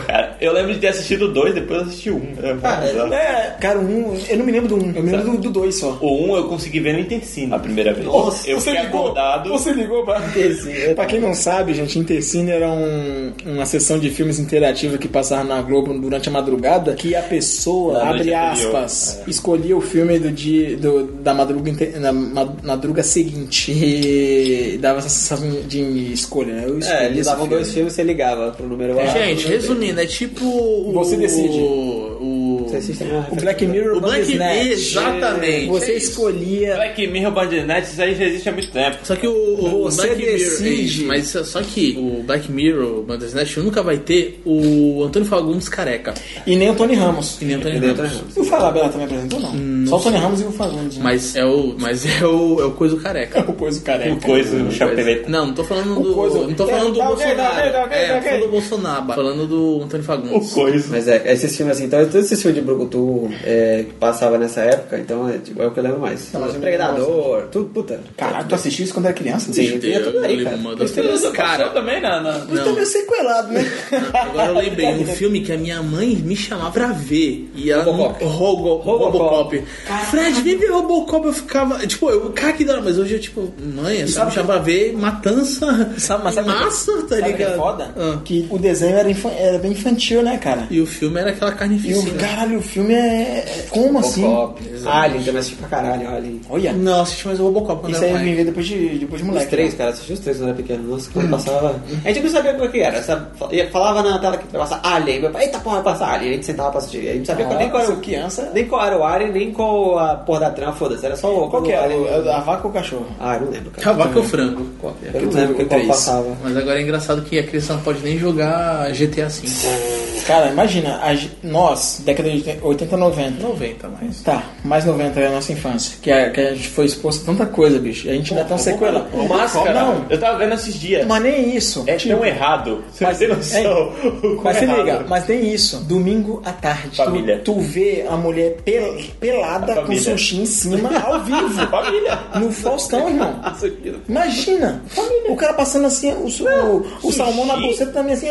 S2: Cara, eu lembro de ter assistido dois, depois eu assisti um. É.
S4: É, cara, um, eu não me lembro do um, eu me lembro do, do dois só.
S2: O um eu consegui ver no Intercine a primeira vez. eu fiquei acordado.
S4: Você ligou pra Intercine. pra quem não sabe, gente, Intercine era um- uma sessão de filmes interativa que passava na Globo durante a madrugada, que a pessoa,
S2: Na
S4: abre
S2: noite anterior.
S4: aspas, escolhia o filme do dia do- da madruga, inte- na ma- madruga seguinte. E dava essa sensação de escolha, né? Eu escolhi
S1: É, eles
S4: esse
S1: davam
S4: filme.
S2: É,
S1: dois filmes e você ligava pro número lá.
S3: Gente, resumindo, é tipo o.
S4: Você decide.
S3: O.
S1: Você existe também uma
S4: O
S1: referência.
S4: Black Mirror
S7: O Black Mirror,
S4: Bandersnatch.
S7: exatamente.
S4: Você escolhia...
S2: Black Mirror Bandersnatch, isso aí já existe há muito tempo.
S3: Só que o, o
S4: Você
S3: Black Mirror,
S4: decide.
S3: é, mas só- só que o Black Mirror, o Bandersnatch, nunca vai ter o Antônio Fagundes careca.
S4: E nem o Tony Ramos.
S3: Que nem o Antônio
S4: é
S1: Entendeu?
S3: Ramos.
S4: E o Falabella também apresentou, não. Só o Tony Ramos e o Fagundes. né?
S3: Mas é o, mas é o, é o coisa do careca.
S4: O Coisa Careca.
S2: O coisa, o chapeleta.
S3: Não, não tô falando
S4: O
S3: do.
S4: coisa-
S3: Não tô falando do
S4: É, tá ok,
S3: Bolsonaro.
S4: tá ok, tá ok,
S3: é,
S4: tá
S3: tô falando
S4: ok.
S3: do Bolsonaro. Falando do
S2: O
S3: Antônio Fagundes.
S2: coisa.
S1: Mas é, esses filmes assim, então todos esses filmes de Brucutu é, que passava nessa época, então é, tipo, é o que eu lembro mais.
S4: Não, mas eu
S1: Predador, tudo, puta.
S4: Caraca, tu assistiu isso quando era criança?
S1: Sim.
S3: Deus,
S1: é tudo aí, cara.
S3: manda-
S4: é
S2: Cara,
S3: Cara,
S2: também não, não.
S4: Mas tá meio sequelado, né?
S3: Agora eu lembrei um filme que a minha mãe me chamava pra ver. E ela.
S1: Robocop.
S3: Rogo-
S1: Robocop.
S3: Robocop. Fred, vem ver Robocop. Eu ficava. Tipo, eu cara que dá, mas hoje eu, tipo, mãe, ela me chamava pra ver matança.
S4: Sabe- mas sabe-
S3: massa, tá
S4: Sabe o que
S3: ligado?
S4: é foda?
S3: Ah.
S4: Que o desenho era, infan- era bem infantil, né, cara?
S3: E o filme era aquela
S4: E o
S3: carnificina.
S4: caralho, o filme é. é- Como assim?
S1: Robocop, Alien, também assisti pra caralho, Alien.
S4: Olha,
S3: Não, assisti mais o Robocop quando
S4: isso aí
S3: era
S4: eu vim
S3: mais.
S4: ver depois de, depois de
S1: Os
S4: moleque. né?
S1: três, cara, assisti os três quando era pequeno. Nossa, quando passava. A gente não sabia o que era. sabe? Ia- Falava na tela que passava Alien. Meu pai, eita porra, vai passar Alien. A gente sentava pra assistir. A gente não sabia qual- nem qual era o
S4: criança.
S1: Nem qual era o Alien, nem qual a porra da trama, foda-se. Era só é o.
S4: Qual que
S1: era?
S4: era? O- A vaca ou o cachorro?
S1: Ah, eu não lembro, cara.
S3: Cavaco ou frango?
S4: é.
S1: Eu não lembro que
S4: o
S1: qual
S4: três.
S1: passava.
S3: Mas agora é engraçado que a criança não pode nem jogar GTA V.
S4: Cara, imagina, a ge- nós, década de 80, 90.
S3: 90 mais.
S4: Tá, mais 90 é a nossa infância. Que a, que a gente foi exposto a tanta coisa, bicho. E a gente ainda tão tá um sequela.
S2: Máscara.
S4: Não,
S2: Eu tava vendo esses dias.
S4: mas nem isso.
S2: É
S4: Tipo,
S2: tão errado. Você
S4: Mas- é,
S2: tem noção. o quão
S4: Mas se
S2: errado.
S4: liga, mas tem isso. Domingo à tarde,
S2: Família.
S4: tu, tu vê a mulher pel-
S2: A
S4: pelada com
S2: família.
S4: sushi em cima, ao vivo,
S2: Família.
S4: no Faustão, irmão. Imagina! O cara passando assim, o, su- o- o salmão na bolseta também assim,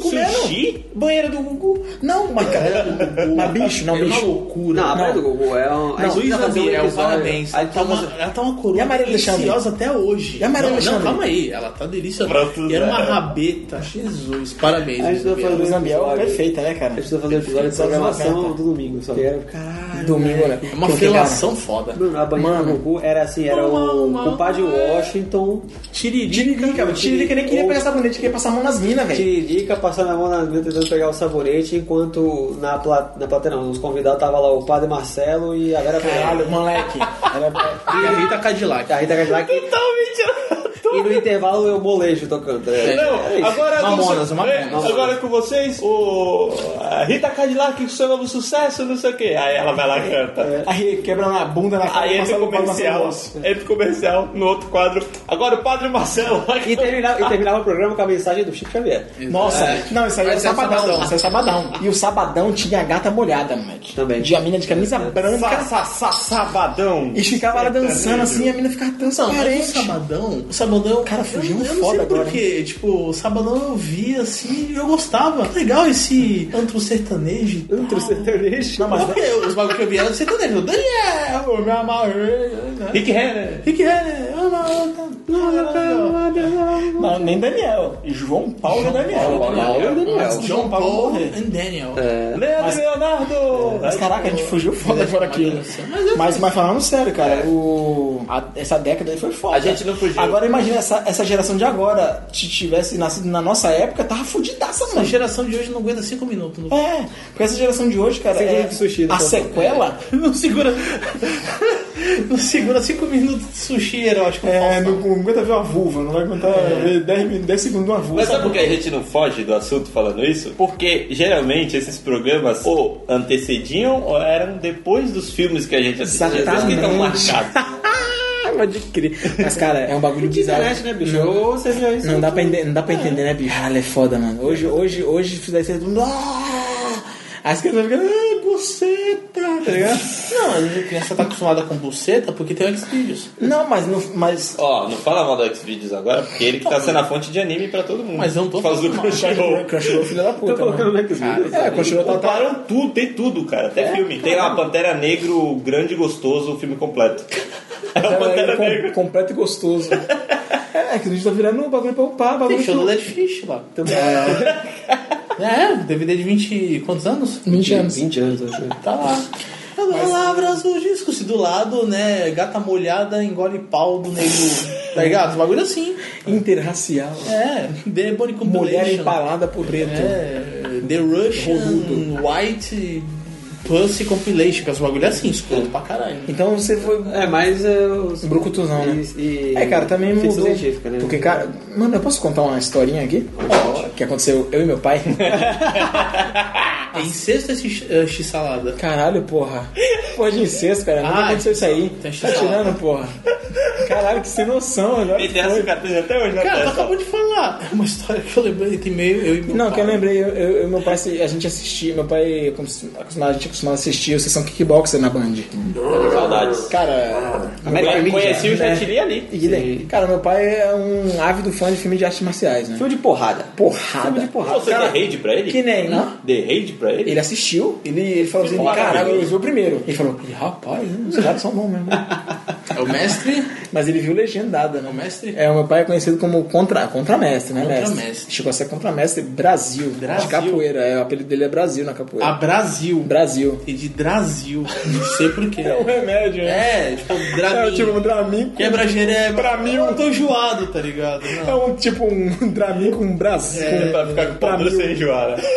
S4: comendo.
S2: Sushi?
S4: Banheiro do Gugu. Não, mas cara. mas bicho, não,
S3: É uma
S4: bicho.
S3: loucura.
S1: Não, a
S4: Não.
S1: praia do Gugu é um. a gente
S3: Luiz
S1: tá fazendo um
S3: Daniel,
S1: episódio-
S3: parabéns.
S1: a
S3: Ela
S1: gente
S3: tá, uma, ela tá uma coroa
S4: E a Maria Alexandre?
S3: deliciosa até hoje.
S4: E a Maria
S3: não, não,
S4: Alexandre?
S3: calma aí. Ela tá deliciosa.
S2: Pronto,
S3: E era uma
S2: né?
S3: rabeta. Jesus, parabéns.
S1: A gente tá
S3: Isabela.
S1: fazendo-
S4: Luiz Ambiel é perfeita, né, cara?
S1: A gente tá fazendo um episódio de programação do domingo, só que era.
S4: Caralho, Domingo, né?
S3: É uma
S4: Porque,
S3: felação foda.
S1: Mano, a banheira do Gugu era assim, era o compadre
S4: é.
S1: Washington,
S3: Tiririca.
S4: Cara, o Tiririca nem queria pegar sabonete, queria passar a mão nas minas, velho.
S1: Tiririca passando a mão na mesa tentando pegar o sabonete, enquanto na, pla... na plateia não, os convidados tava lá o padre Marcelo e a Vera
S4: Caralho,
S1: Pereira.
S4: moleque. Era-
S3: E a Rita Cadillac.
S1: A Rita Cadillac. E no intervalo eu molejo tocando. É, é
S2: Não,
S1: isso.
S2: agora
S3: Mamonas,
S2: com,
S3: Mamonas.
S2: é, agora com vocês, o a Rita Cadillac com seu novo sucesso, não sei o quê. Aí ela vai lá e canta.
S4: Aí quebra na bunda na cara
S2: Aí entra
S4: passando
S2: o
S4: o pau na
S2: comercial,
S4: sua bolsa.
S2: entra o comercial no outro quadro. Agora o Padre Marcelo.
S1: E terminava, e terminava o programa com a mensagem do Chico
S4: É
S1: Xavier.
S4: Nossa, não, isso aí é o
S3: Mas é
S4: sabadão,
S3: sabadão.
S4: Isso é o sabadão. E o sabadão tinha a gata molhada, moleque.
S1: Também.
S4: De a mina de camisa branca.
S2: Sa- sa- Sabadão.
S4: E ficava lá dançando assim, a mina ficava
S3: Não, mas o
S4: transparente.
S3: Sabadão, o Sabadão, é um
S4: Cara, fugiu
S3: eu, eu
S4: foda
S3: não sei
S4: agora,
S3: porquê. Tipo, o Sabadão eu via assim e eu gostava. Legal esse antro sertanejo. e tal.
S1: Outro sertanejo.
S4: Não, mas
S3: Porque os bagulho que eu via era do sertanejo. Daniel, eu me amarrei. né?
S2: Rick Renner.
S3: Rick Renner, eu não- eu não- eu não- eu
S4: não, nem Daniel. João Paulo e Daniel.
S3: não. John Paul É, and Daniel.
S2: Leandro Leonardo.
S4: Mas caraca, a gente fugiu foda agora aqui. Mas, mas falando sério, cara, o, a- essa década aí foi foda.
S2: A gente não fugiu.
S4: Agora imagina essa, essa geração de agora, se tivesse nascido na nossa época, tava fudidaça,
S3: A
S4: mano.
S3: geração de hoje não aguenta 5 minutos. Não,
S4: É, porque essa geração de hoje, cara,
S1: Sem
S4: é,
S1: gosto de sushi, né,
S4: a
S1: Paulo?
S4: sequela
S3: Ah, não segura. não segura 5 minutos de sushi erótico.
S4: é,
S3: falso.
S4: não aguenta ver uma vulva, não vai aguentar ver 10, min- 10 segundos de uma vulva.
S2: Mas sabe por que a gente não foge do assunto falando isso? Porque geralmente esses programas ou antecediam ou eram depois dos filmes que a gente assistia. Por isso que estão
S4: Exatamente.
S2: marcados.
S4: Ah, pode crer. Mas, cara, é um bagulho
S1: Que
S4: bizarro.
S1: internet, né, bicho? Ou vocês já isso.
S4: Não dá, pra entender, não dá pra entender, né, bicho? Caralho, é foda, mano. Hoje, hoje, hoje, fizesse todo mundo. "Ah!" As crianças ficam. Ah, buceta, tá ligado?
S3: Não, a criança tá acostumada com buceta porque tem o Xvideos.
S4: Não, mas. Não, mas
S2: Ó, não fala mal do Xvideos agora, porque ele que tá sendo a fonte de anime pra todo mundo.
S3: Mas eu não tô
S2: Faz do
S3: falando mal.
S2: Crunchyroll.
S4: Crunchyroll, filho da
S1: Tô
S4: puta.
S1: colocando
S4: mano.
S1: no Xvideos.
S4: É, Crunchyroll tá. tá...
S2: Comparam tudo, tem tudo, cara. Até filme. Tem lá Pantera Negro, Grande e Gostoso, o filme completo. É o Pantera
S4: com-
S2: Negra.
S4: completo e gostoso. É, que a gente tá virando um bagulho pra upar, bagulho.
S3: Tem show do
S4: pra-
S3: Dead Fish lá. É, DVD de 20 e quantos anos?
S4: 20 anos.
S1: 20 anos, eu acho.
S3: Tá lá. Palavras do disco, se do lado, né? Gata molhada engole pau do nego. tá ligado? Os bagulho assim.
S4: Interracial. né?
S3: É, The É, Bonnie Compilation.
S4: É. Mulher empalada por preto.
S3: É, The Russian, White, Pussy Compilation, que as bagulho é assim, escuro pra caralho. né?
S4: Então você foi.
S1: É, mas é os...
S4: Brucutuzão, né?
S1: E, e...
S4: É, cara, também
S1: ficção
S4: mudou.
S1: científica, né?
S4: Porque, cara, mano, eu posso contar uma historinha aqui? Que aconteceu eu e meu pai.
S3: É incesto esse x- eh, x-salada.
S4: Caralho, porra. Porra de incesto, cara. Nunca
S3: Ah,
S4: aconteceu isso aí. Tá
S3: tem chance.
S4: tirando, porra. Caralho, que sem noção, olha.
S2: Ele tem essa cicatriz até hoje, né?
S3: Cara, tu
S2: Tessa?
S3: acabou de falar. É uma história que eu lembrei entre meio eu e meu
S4: Não,
S3: pai.
S4: que eu lembrei, eu, eu- eu- meu pai, a gente assistia, meu pai acostumava, a gente acostumava a assistir a sessão kickboxer na Band.
S2: Saudades.
S4: Cara,
S1: América
S2: Eu Conheci o
S1: Ninja, né?
S2: Chantilly ali.
S4: e daí- cara, meu pai é um ávido fã de filme de artes marciais, né?
S1: Filme de porrada.
S4: Porrada.
S1: Filme de porrada.
S2: Pô, Você deu raid pra ele?
S4: Que nem, né?
S2: Dei raid pra ele?
S4: Ele assistiu, ele, ele falou assim,
S2: Porra,
S4: caralho,
S2: cara.
S4: ele viu o primeiro. Ele falou, "Ih, rapaz, hein, os caras são bons mesmo.
S3: É o mestre?
S4: Mas ele viu legendada,
S3: É
S4: né?
S3: o mestre?
S4: É, o meu pai é conhecido como contra, contramestre, né,
S3: Contramestre.
S4: mestre? Chegou a ser contramestre Brasil,
S3: Brasil. Ah.
S4: de capoeira. É, o apelido dele é Brasil na capoeira.
S3: A Brasil.
S4: Brasil.
S3: E de Brasil. Não sei porquê.
S4: um remédio, né?
S3: É, tipo, Dramin. é
S4: um Dramin com-
S3: Quebra jereba.
S4: Pra mim,
S3: eu tô enjoado, tá ligado? Não.
S4: É um tipo um Dramin com Brasil.
S3: É,
S2: Pra ficar com o pau duro sem enjoar, né?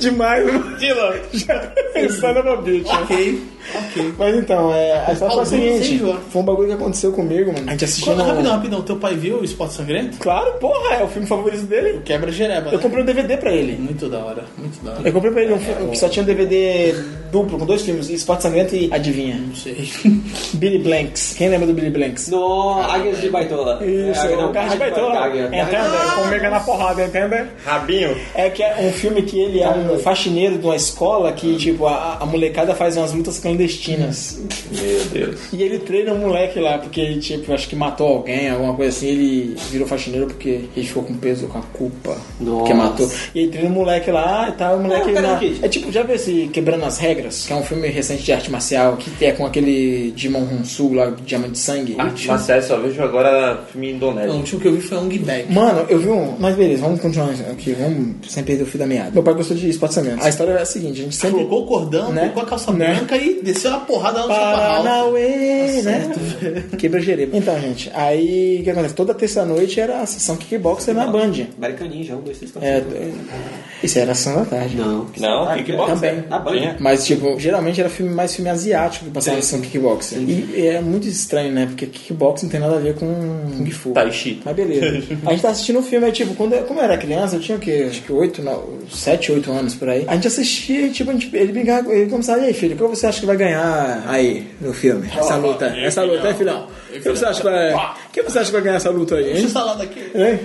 S4: Demais, mano.
S2: Dylan,
S4: Pensando no bicho.
S3: Ok, ok.
S4: Mas então, é, a história foi a
S3: Alguns sem
S4: seguinte.
S3: enjoar.
S4: Foi um bagulho que aconteceu comigo, mano. A gente assistiu
S3: Quando,
S4: no...
S3: rapidão, rapidão, teu pai viu o Esporte Sangrento?
S4: Claro, porra, é o filme favorito dele.
S3: Quebra jereba.
S4: Eu comprei um DVD pra ele.
S3: Muito da hora, muito da hora.
S4: Eu comprei pra ele um filme que só tinha um DVD duplo, com dois filmes, Esporte Sangrento e Adivinha.
S3: Não sei.
S4: Billy Blanks. Quem lembra do Billy Blanks?
S1: No Águias de Baitola.
S4: Isso,
S1: Águia,
S4: é,
S1: não,
S4: o Carlos de Baitola.
S1: Águia.
S4: Entende? Com mega na porrada, entende?
S2: tá? rabinho.
S4: É que é um filme que ele é um faxineiro de uma escola
S2: Ah.
S4: que, tipo, a, a molecada faz umas lutas clandestinas.
S2: Meu Deus.
S4: E ele treina um moleque lá, porque, tipo, acho que matou alguém, alguma coisa assim. Ele virou faxineiro porque ele ficou com peso, com a culpa
S1: Nossa.
S4: que matou. E ele treina um moleque lá e tal, o moleque...
S1: É, o Karate
S4: lá-
S1: Kid.
S4: é tipo, já viu esse Quebrando as Regras? Que é um filme recente de arte marcial, que é com aquele Jimon Hunsu lá, Diamante de Sangue.
S2: Ah, Mas sério, só vejo agora filme
S3: Não, o
S2: indonésio.
S3: último que eu vi foi um Ong Bag.
S4: Mano, eu vi um. Mas beleza, vamos continuar aqui, vamos sem perder o fio da meada. Meu pai gostou de esporte sangrento. A história é a seguinte: a gente sempre.
S3: Colocou o cordão,
S4: Né?
S3: colocou a calça
S4: Né?
S3: branca e desceu uma porrada lá no chaparral.
S4: Paranauê, né? Quebra jereba. Então, gente, aí o que acontece? Toda terça-noite era a sessão kickboxer na Band.
S1: América Ninja, um, dois, três, quatro.
S4: É,
S1: cinco.
S4: isso era ação da tarde.
S1: Não.
S2: Não, kickboxer.
S4: Também.
S1: Na banha.
S4: Mas, tipo, geralmente era filme, mais filme asiático que passava na sessão kickboxer. E é muito estranho, né? Porque kickboxing não tem nada a ver com Tá, Kung Fu.
S2: Tai Chi.
S4: Mas beleza. A gente tá assistindo um filme, aí, tipo, quando eu, como eu era criança, eu tinha o quê? Acho que 8, 7, 8 anos por aí. A gente assistia e, tipo, a gente- ele brincava, com- ele começava, e aí, filho, qual você acha que vai ganhar aí no filme? Essa luta, essa luta, é, filhão? Quem você acha que vai. Quem você acha que vai ganhar essa luta aí,
S3: Deixa
S4: hein?
S3: o salada aqui.
S4: Hein?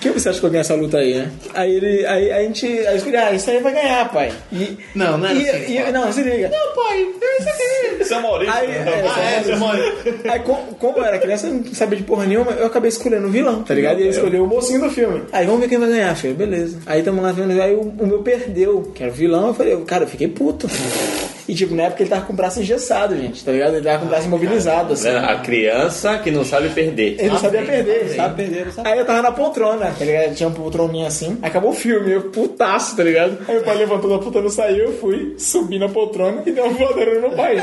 S4: Quem você acha que vai ganhar essa luta aí, né? Aí ele. Aí, aí a gente. Aí eu escolhi, ah, isso aí vai ganhar, pai. E,
S3: Não, não era
S4: e,
S3: assim,
S4: e-
S3: pai.
S4: Não, se liga. Não, pai, isso aqui.
S2: São Maurício.
S4: Aí, é,
S3: Ah, é, seu mano.
S4: Aí, como, como eu era criança, eu não sabia de porra nenhuma, eu acabei escolhendo o vilão, tá ligado? E ele escolheu o mocinho do filme. Aí, vamos ver quem vai ganhar, filho. Beleza. Aí, tamo lá vendo. Aí, o, o meu perdeu, que era o vilão. Eu falei, cara, eu fiquei puto. E, tipo, na época ele tava com o braço engessado, gente, tá ligado? Ele tava com o braço imobilizado, assim.
S2: A criança que não sabe perder.
S4: Ele não sabia perder, sabe?
S1: Sabe perder, não sabe?
S4: Aí eu tava na poltrona, tá ligado? Tinha uma poltroninha assim. Acabou o filme, eu putaço, tá ligado? Aí meu pai levantou da poltrona, saiu, eu fui, subi na poltrona e dei uma voadora no meu pai.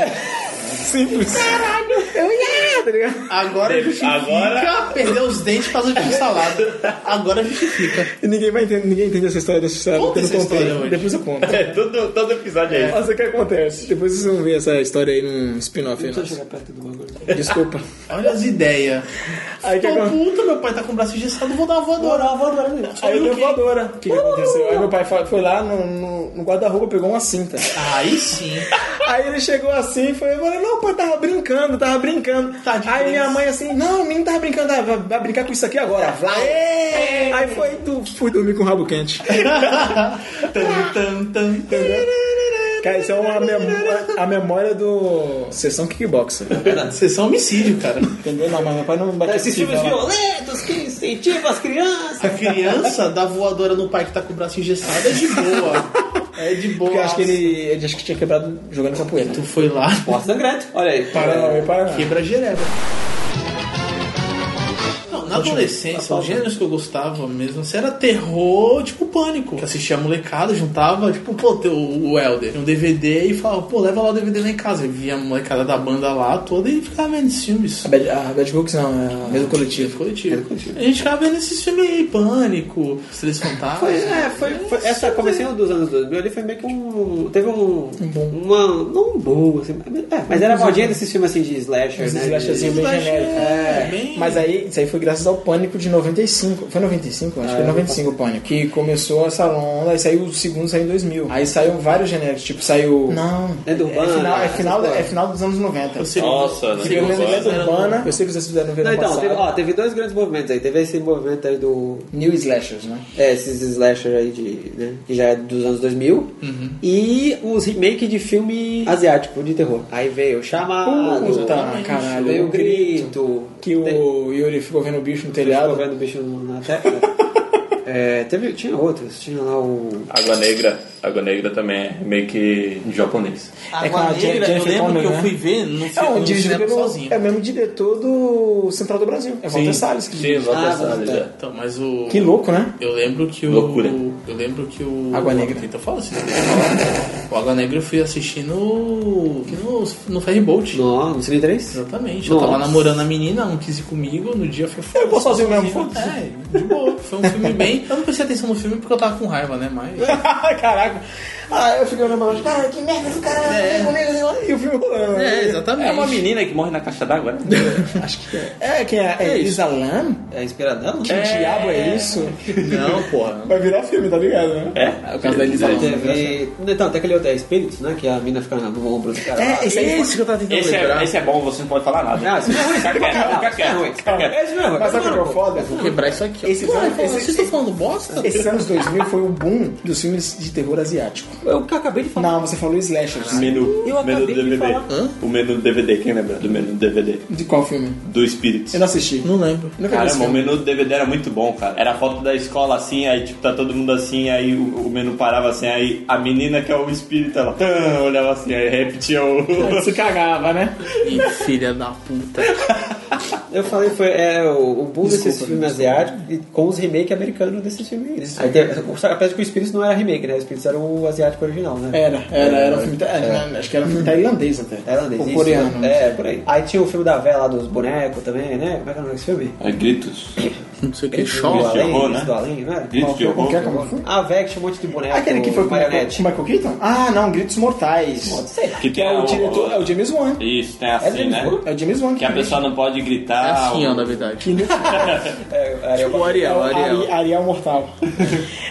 S4: Simples. Caralho! Eu ia, tá ligado?
S3: Agora justifica
S2: Agora-
S3: perder os dentes pra fazer tipo de salada. Agora justifica.
S4: E ninguém vai entender, ninguém entende essa história dessa história.
S3: Conta
S4: porque eu não
S3: essa
S4: contei.
S3: história hoje.
S4: Depois eu conto.
S2: É, todo, todo episódio é isso.
S4: Mas o que acontece? Depois vocês vão ver essa história aí num spin-off. aí
S1: Deixa eu
S4: nosso.
S1: chegar perto do bagulho.
S4: Desculpa.
S3: Olha as ideias.
S4: Aí o que
S3: Tô
S4: acontece?
S3: puto, meu pai tá com o braço engessado, vou dar uma voadora.
S1: né?
S4: Aí eu dei
S3: o quê?
S4: voadora. O que, que aconteceu? Aí meu pai foi foi lá no, no, no guarda-roupa, pegou uma cinta.
S3: Aí sim.
S4: Aí ele chegou assim e falou, eu falei, não, pai, tava brincando, tava brincando.
S3: Tá de
S4: aí minha
S3: criança.
S4: mãe assim, não, o menino tava brincando, ah, vai, vai- vai brincar com isso aqui agora. Vai. Aí foi, tu, fui dormir com o rabo quente.
S3: Tan, tan, tan, tan.
S4: Cara, isso é uma memória, a memória do Sessão Kickboxer. Tá,
S3: Vocês são homicídio, cara.
S4: Entendeu? Não, mas meu pai não bateu
S1: Esses filmes violentos que incentivam as crianças.
S3: A criança dá voadora no pai que tá com o braço engessado é de boa. É de boa.
S4: Porque eu acho que ele, ele acho que tinha quebrado jogando capoeira.
S3: Tu foi lá.
S1: Porta sangrante. Olha aí.
S4: Para não, para não.
S3: Quebra a jereba. Não, na
S4: Tá
S3: adolescência, os gêneros que eu gostava mesmo, assim, era terror, tipo pânico. Que assistia a molecada, juntava, tipo, pô, teu, o Helder, um DVD e falava, pô, leva lá o DVD lá em casa. Eu via a molecada da banda lá toda e ficava vendo esses filmes.
S4: A Bad, a Bad Books não, é a mesmo coletivo.
S3: Coletivo. A gente ficava vendo esses filmes aí, Pânico, Os Três
S1: Foi,
S3: Fantasmas.
S1: é, foi, foi- essa comecinho dos anos 2000 ali foi meio que um. Teve um.
S4: boom.
S1: Uma, não um boom, assim. mas- é, mas era a modinha desses filmes assim de slasher,
S4: Esses
S1: né?
S4: slasherzinho
S1: de,
S4: bem assim, genérico.
S1: É.
S3: bem-
S4: Mas aí, isso aí foi graças ao Pânico de 95. Foi 95? Acho que foi 95 o Pânico. Que começou essa onda, aí saiu o segundo, saiu em 2000. Aí saiu vários genéricos, tipo, saiu... Não.
S1: É do Urbana,
S4: É final, é
S1: essas
S4: final,
S1: coisas.
S4: é final dos anos 90.
S3: O segundo-
S2: Nossa,
S3: o
S2: né?
S4: Eu
S3: segundo
S4: lembro
S3: era
S4: da
S3: do-
S4: é Urbana. Eu sei que vocês fizeram no verão
S1: Não, então, teve,
S4: passado.
S1: ó, teve dois grandes movimentos aí. Teve esse movimento aí do.
S4: New Slashers, né?
S1: É, esses slasher aí de. Né, que já é dos anos 2000.
S4: Uhum.
S1: E os remake de filme asiático, de terror. Aí veio o Chamado.
S4: Puta, caralho.
S1: Veio o Grito.
S4: Que o Yuri ficou vendo o bicho no telhado.
S1: Ficou vendo o bicho na tecla. É, teve, tinha outros, tinha lá o.
S2: Água Negra. Água Negra também é meio que em japonês.
S4: É com a
S3: Água
S4: Jen-
S3: Negra, eu
S4: Jennifer
S3: lembro
S4: Connelly,
S3: que eu
S4: né?
S3: fui ver no,
S4: É,
S3: fi-
S4: o
S3: no
S4: dirigido
S3: cinema
S4: pelo,
S3: sozinho.
S4: é o mesmo diretor do Central do Brasil. É Walter Salles que
S2: Sim,
S4: dirige.
S2: Walter
S1: Ah,
S2: Salles,
S1: Walter.
S2: é.
S3: Então, mas o...
S4: Que louco, né?
S3: Eu lembro que o.
S2: Loucura.
S3: Eu lembro que o.
S4: Água Negra.
S3: Então fala assim. O Água Negra eu fui assistir no. no, no Ferryboat.
S1: No, no Cine 3?
S3: Exatamente. Eu tava
S1: Nossa.
S3: namorando a menina, não quis ir comigo, no dia foi foda.
S4: Eu vou sozinho mesmo, foda-se.
S3: É, de boa. Foi um filme bem. Eu não prestei atenção no filme porque eu tava com raiva, né? Mas.
S4: Caraca. Ah, eu fiquei lembrando, cara, que merda do cara, é. comigo, e o filme rolando.
S3: É, exatamente.
S2: É uma menina que morre na caixa d'água, né?
S4: É, quem é? É Isa Lam?
S1: É inspiradão?
S4: Que diabo é isso?
S3: Não, porra.
S4: Vai virar filme, tá ligado, né?
S2: É?
S3: O caso da Elisa Lam.
S1: Teve. Então, tem aquele outro é Espíritos, né? Que a mina fica no ombro do cara. lá.
S4: É, esse aí é isso que eu tava tentando
S2: Esse é,
S4: lembrar.
S2: esse é bom, você não pode falar nada.
S1: Ah, isso não é ruim, isso
S2: Fica
S1: não é
S2: quieto,
S1: ruim. Isso
S2: fica
S1: não é ruim,
S2: quieto, fica quieto.
S1: Isso não é ruim.
S4: Mas sabe o que é o foda?
S3: Vou quebrar isso aqui, ó.
S4: Esses
S3: Porra,
S4: anos-
S3: porra,
S4: esses-
S3: vocês estão falando bosta?
S4: Esses anos 2000 foi o boom dos filmes de terror asiático.
S1: Eu que acabei de falar.
S4: Não, você falou slashers.
S2: Menu,
S1: Eu acabei
S2: menu
S1: de
S2: DVD.
S1: falar.
S2: O menu do DVD, quem lembra do menu do DVD?
S4: De qual filme?
S2: Do Espíritos.
S4: Eu não assisti.
S3: Não lembro.
S4: Nunca vi esse
S2: Caramba, o
S4: filme.
S2: menu do DVD era muito bom, cara. Era a foto da escola assim, aí tipo, tá todo mundo assim, aí o, o menu parava assim, aí a menina que é o espírito, ela tã, olhava assim, aí repetia o.
S4: Se cagava, né?
S3: Ih, filha da puta.
S1: Eu falei, foi é, o, o boom desses filmes asiáticos e com os remakes americanos desses filmes aí, né? Aí teve, só- apesar de que o Espíritos não era remake, né? O Espíritos era o asiático original, né?
S4: Era, era, era um filme. ta- é, Acho que era um filme tailandês até.
S1: Tailandês,
S4: Ou
S1: isso,
S4: coreano.
S1: né? É, por aí. Aí tinha o filme da véia lá dos bonecos também, né? Como é que é o nome desse filme?
S2: É gritos.
S3: Não sei o que.
S1: Gritos do
S3: Chola.
S2: de horror,
S1: além,
S2: né?
S1: Gritos do além, né?
S2: Gritos de horror.
S4: Qualquer como é foi?
S1: A véia que tinha um monte de boneco.
S4: É Aquele que foi com o Michael
S1: marionete.
S4: com o Michael Keaton? Ah, não, Gritos Mortais.
S1: Sei lá.
S2: Que tá
S4: Que é o diretor, é o James Wan.
S2: Isso, tem
S1: É
S2: assim,
S1: James
S2: né?
S1: Wan?
S4: É o James Wan.
S2: Que a pessoa não pode gritar.
S3: É assim, ó,
S2: o-
S3: na verdade.
S4: Que no-
S1: É, é,
S3: O Ariel, o Ariel.
S4: Ari- Ariel Mortal.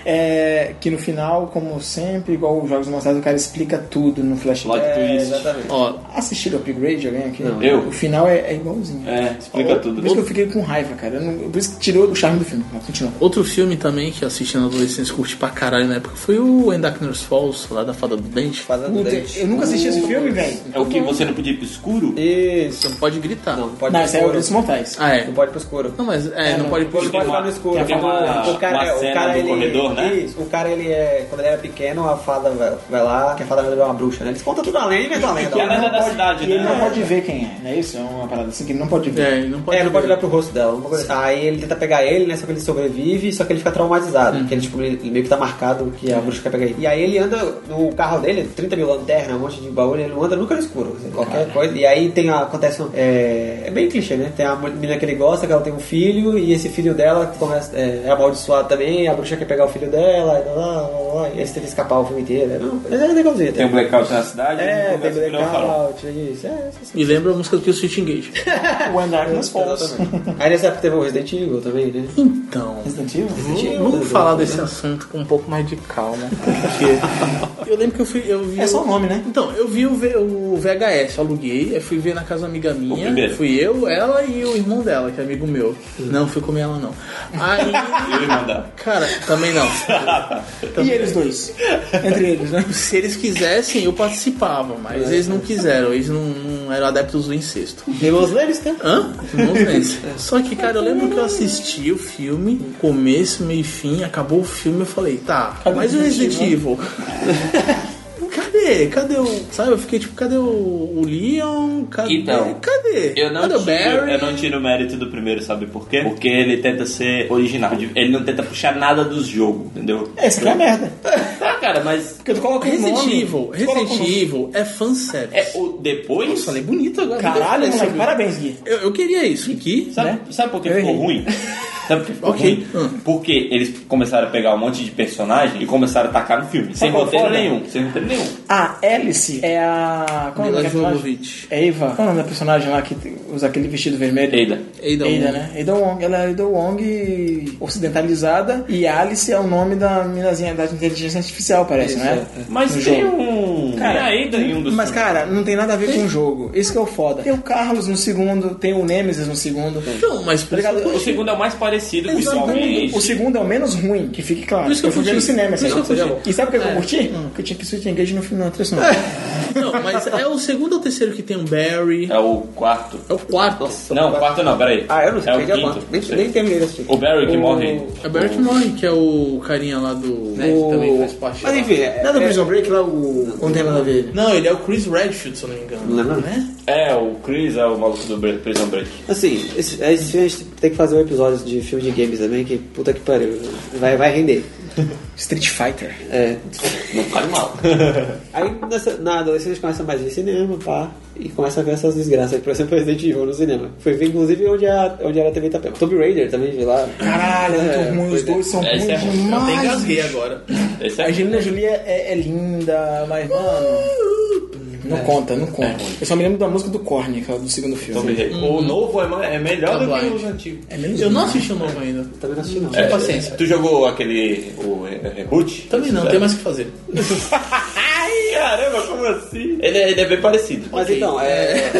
S4: É, que no final, como sempre, igual os Jogos Mortais, o cara explica tudo no
S2: Plot
S4: flashback.
S1: é,
S2: twist.
S1: exatamente.
S3: Ó,
S4: Assistiram o upgrade alguém aqui?
S1: Não.
S2: Eu?
S4: O final é, é igualzinho.
S2: É, explica
S4: Por
S2: tudo.
S4: isso que eu fiquei com raiva, cara. Eu não- por isso que tirou o charme do filme. Mas continua.
S3: Outro filme também que eu assisti na adolescência, curti pra caralho na época, foi o Endacners Falls, lá da Fada do Dente.
S1: Fazendo
S4: Puta,
S1: dente.
S4: eu nunca assisti esse filme, velho.
S2: É o que você não podia ir pro escuro?
S1: Isso.
S3: Não pode gritar.
S1: Não, pode
S4: Não,
S1: pro
S4: esse é o
S1: escuro.
S4: Gritos Mortais.
S3: Ah, é.
S1: Não pode ir pro escuro.
S3: Não, mas é, não, pode
S1: Ele pode
S2: uma-
S1: ficar no escuro.
S2: tem uma-
S1: o cara,
S2: uma
S1: é- o
S2: cena
S1: cara,
S2: do
S1: ele,
S2: corredor, né?
S1: Isso, o cara, ele é. Quando ele era pequeno, a fada vai, vai lá, que a fada vai virar uma bruxa, né? Eles contam tudo além, mas além.
S2: Que é a lenda da cidade,
S4: E ele não
S2: né?
S4: pode ver quem é, não é isso? É uma parada assim que ele não pode ver.
S3: É, ele não pode,
S1: É, não pode
S3: ver.
S1: olhar pro rosto dela. uma coisa assim. Aí ele tenta pegar ele, né? Só que ele sobrevive, só que ele fica traumatizado. Porque ele, tipo, ele meio que tá marcado que a bruxa quer pegar ele. E aí ele anda no carro dele, 30 mil lanternas, um monte de baú, ele não anda nunca no escuro. assim, qualquer coisa. E aí tem a, acontece. um- É, é bem clichê, né? Tem a menina que ele gosta, que ela tem um filho, e esse filho dela começa, é, é amaldiçoado também, a bruxa quer pegar o filho dela, e, lá, lá, lá, lá, e aí você tenta escapar o filme inteiro. né? Não, mas é legalzinho.
S2: Tem um blackout na cidade?
S1: É,
S2: ele
S1: tem
S2: começa a virar um farol.
S1: blackout, isso. É, essas
S3: Me lembra a música do Kill Engage.
S4: O Andar nas Ah, Falls.
S1: Exatamente. Aí nessa época teve o Resident Evil também, né?
S3: Então,
S4: Resident Evil?
S1: Resident Evil,
S3: vamos
S1: né?
S3: falar desse assunto com um pouco mais de calma. Porque eu lembro que eu fui. Eu vi
S4: É só o nome, né?
S3: Então, eu vi o, V- o VHS, eu aluguei, eu fui ver na casa de uma amiga
S2: O
S3: minha.
S2: primeiro. Hum.
S3: Fui eu, ela e o irmão dela, que é amigo meu. Não fui comer ela, não. Aí.
S2: E ele manda.
S3: Cara, também não.
S4: E eles dois? Entre eles, né? É.
S3: Se eles quisessem, eu participava, mas eles não quiseram, eles não, não eram adeptos do incesto.
S1: Tem Los Leves, né?
S3: Hã? Não pense. Só que, cara, eu lembro que eu assisti o filme, começo, meio e fim, acabou o filme, eu falei, tá, mas e o Resident Evil? Cadê? cadê? Cadê o. Sabe, eu fiquei tipo, cadê o, o Leon? Cadê?
S2: Então,
S3: cadê?
S2: Eu não,
S3: cadê o
S2: tiro,
S3: Barry?
S2: eu não tiro o mérito do primeiro, sabe por quê? Porque ele tenta ser original. de- Ele não tenta puxar nada dos jogos, entendeu?
S4: Essa aqui é a merda.
S2: Tá, cara, mas.
S4: Porque tu coloca o
S3: Resident
S4: nome.
S3: Evil,
S4: tu
S3: Resident
S4: coloca o nome.
S3: Evil é fanservice.
S2: É, o, depois.
S3: Nossa, falei bonito agora.
S4: Caralho,
S3: Eu-
S4: moleque, parabéns, Gui.
S3: eu, eu queria isso. Aqui, né?
S2: Sabe, sabe por que ficou ruim? Sabe por que ficou
S3: Ok.
S2: ruim?
S3: Hum.
S2: Porque eles começaram a pegar um monte de personagem e começaram a tacar no filme. sem
S4: qual
S2: roteiro
S4: foda?
S2: nenhum. Sem roteiro nenhum.
S4: A Alice é a. Como é o nome
S3: Mila
S4: da personagem?
S3: Jovovich.
S4: É Eva. Qual é o nome da personagem lá que usa aquele vestido vermelho?
S2: Eida.
S3: Ada
S4: Ada,
S3: Wong.
S4: né? Ada Wong. Ela é Ada Wong ocidentalizada e Alice é o nome da minazinha da inteligência artificial, parece, né?
S2: Mas
S4: No
S2: tem
S4: jogo.
S2: um.
S4: Cara,
S2: é, tem a Ada em um dos
S4: Mas,
S2: filmes.
S4: cara, não tem nada a ver com o jogo. Isso que é o foda. Tem o Carlos no segundo, tem o Nemesis no segundo.
S3: Então, mas por
S4: Obrigado.
S3: isso que eu
S2: O
S3: curti.
S2: segundo é o mais parecido visualmente.
S4: O segundo é o menos ruim, que fique claro.
S3: Por isso que eu
S4: fui ver no
S3: curti.
S4: cinema,
S3: Por
S4: assim.
S3: isso que eu
S4: seja
S3: curti.
S4: E sabe o que eu
S3: É.
S4: curti? Que eu tinha que switch engage no final da trilha sonora.
S3: Não, mas é o segundo ou terceiro que tem o Barry?
S2: É o quarto.
S3: É o quarto.
S2: Não, o quarto não, peraí.
S1: Ah, eu não sei,
S2: é o
S1: perdi a
S2: quinto.
S1: conta. Nem, nem terminei de assistir.
S2: O Barry que morre.
S3: É o Barry que morre, que é o carinha lá do.
S2: Né,
S1: O- Mas enfim, é,
S4: Não é do
S1: é-
S4: Prison Break lá, o. Não tem nada a ver ele.
S3: Não, ele é o Chris Redfield, se eu não me engano.
S1: Não é não?
S3: Né?
S2: É, o Chris é o maluco do Bre- Prison Break.
S1: Assim, esse, esse filme a gente tem que fazer um episódio de filme de games também, que puta que pariu. Vai, vai render.
S4: Street Fighter.
S1: É.
S2: Não faz mal.
S1: Aí nessa, na adolescência começa mais de cinema, pá, e começa a ver essas desgraças. aí, Por exemplo, Resident Evil no cinema. Foi ver, inclusive, onde, a, onde era a TV Itapema. Tomb Raider também vi lá. Ah,
S4: Caralho, é muito ruim.
S1: pois
S4: Os
S1: é.
S4: dois são
S2: É,
S4: ruins
S2: isso é ruim. Eu
S3: Eu até
S4: demais.
S3: engasguei agora.
S2: Esse
S4: A
S2: é
S4: Angelina Jolie é, é linda, mas, mano. Não conta, não conta.
S1: É.
S4: Eu só me lembro da música do Korn, que é do segundo
S2: Tomb
S4: filme.
S2: Raider. O novo é, ma- é melhor
S3: Tá
S2: do que
S3: blind.
S2: os antigos.
S4: É menos
S3: Eu não assisti o novo ainda.
S1: Também não assisti, não.
S2: É,
S3: paciência.
S2: Tu jogou aquele. o re- reboot?
S3: Também não,
S2: É.
S3: tem mais o que fazer.
S2: Ai, caramba, como assim? Ele é, ele é bem parecido.
S1: Mas então, é.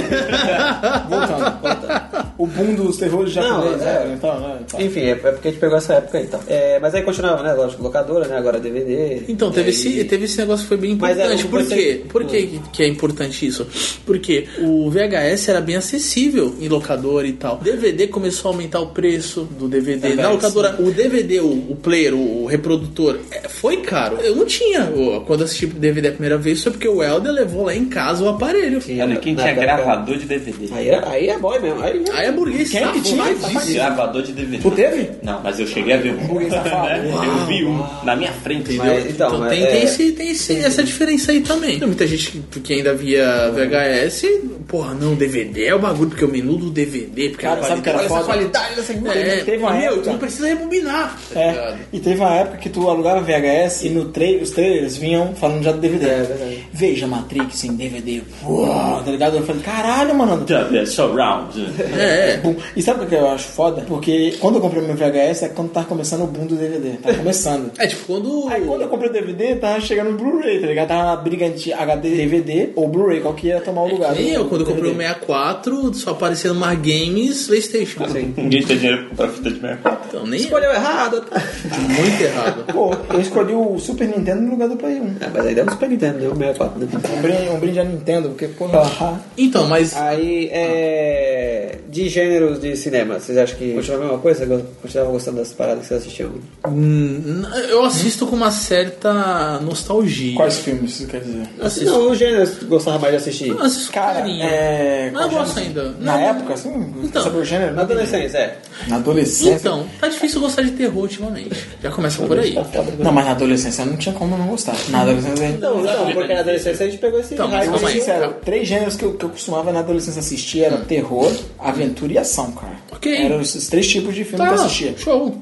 S4: Voltando. voltando. O boom dos terrores japoneses.
S1: Não, é.
S4: né? Então, é, então.
S1: Enfim, é é porque a gente pegou essa época aí, então. É, mas aí continuava, né? Lógico, locadora, né? Agora DVD.
S3: Então, teve,
S1: E-
S3: esse, teve esse negócio que foi bem
S1: Mas era
S3: um importante.
S1: o-
S3: Por
S1: você-
S3: quê? Por que, que- que é importante isso? Porque o VHS era bem acessível em locadora e tal. DVD começou a aumentar o preço do DVD. Na locadora, É, o DVD, o, o player, o, o reprodutor, é, foi caro. Eu não tinha. Eu- quando assisti DVD a primeira vez, foi porque o Helder levou lá em casa o aparelho.
S2: Olha, quem
S1: Na
S2: tinha
S1: época-
S2: gravador de DVD?
S1: Aí é, aí é boy mesmo. Aí,
S3: Aí é burguês
S4: Quem é que tinha?
S2: Gravador de DVD.
S4: Tu teve?
S2: Não, mas eu cheguei a ver um.
S4: Burguês safado.
S2: eu vi um na minha frente.
S1: Mas,
S2: entendeu?
S1: então,
S3: Então,
S1: mas
S3: tem,
S1: é-
S3: tem, esse, tem esse- essa diferença aí também. Tem muita gente que, que ainda via VHS, porra, não, DVD é o bagulho, porque o menu do DVD, porque
S4: Cara,
S3: a
S4: sabe o que era
S3: qualidade-
S4: foda?
S3: olha essa qualidade, essa
S4: Teve- teve uma
S3: Meu, tu
S4: época-
S3: não precisa rebobinar, tá
S4: É,
S3: ligado?
S4: e teve uma época que tu alugava VHS e no tra os trailers vinham falando já do DVD.
S1: É, verdade.
S4: Veja Matrix em DVD. Uou, tá ligado? Eu falei, caralho, mano. tá
S2: É surround.
S3: É, é.
S4: Bom, E sabe o que eu acho foda? Porque quando eu comprei meu VHS é quando tava começando o boom do DVD. Tava Tá começando.
S3: É tipo quando.
S4: Aí quando eu comprei o DVD, tava chegando o Blu-ray, tá ligado? Tava na briga entre HD, DVD ou Blu-ray, qual que ia tomar o lugar.
S3: É
S4: né?
S3: Nem eu, quando eu comprei o
S4: DVD.
S3: 64, só aparecendo mais games, Playstation.
S2: Ninguém tem dinheiro pra comprar fita de mercado.
S3: Então, nem é
S1: Escolheu errado. tá?
S3: muito errado.
S4: Pô, eu escolhi o Super Nintendo no lugar do Play 1.
S1: Ah, mas aí deu um Super Nintendo, deu um 64. né?
S4: Um brinde, um brinde à Nintendo, porque, pô, ela-
S3: Então, mas.
S4: Ah.
S1: Aí, é... De gêneros de cinema, vocês acham que continuava a mesma coisa? Continuava gostando das paradas que vocês assistiam?
S3: hum, eu assisto com uma certa nostalgia.
S4: Quais filmes isso quer dizer?
S3: Assisto.
S1: Não, os gêneros que gostava mais de assistir.
S3: Eu assisto com
S4: Cara,
S3: carinho.
S4: é.
S3: Mas eu
S4: qual
S3: gosto
S4: gênero?
S3: ainda.
S4: Na
S3: Não,
S4: época, assim?
S3: Então.
S4: saber o gênero?
S1: Na adolescência, é.
S4: Na adolescência.
S3: Então, tá difícil gostar de terror ultimamente. Já começa por
S4: tá
S3: aí.
S4: Não, mas na adolescência não tinha como eu não gostar. Na adolescência.
S1: Não, não, Então, porque na adolescência a gente pegou esse
S3: Então, mas
S4: Eu
S1: hype.
S4: vou ser
S3: Então, Calma aí,
S4: sincero,
S3: calma.
S4: três gêneros que eu, que eu costumava na adolescência assistir eram terror, aventura e ação, cara.
S3: Ok.
S4: Eram esses três tipos de filme que
S3: Tá,
S4: eu assistia.
S3: show.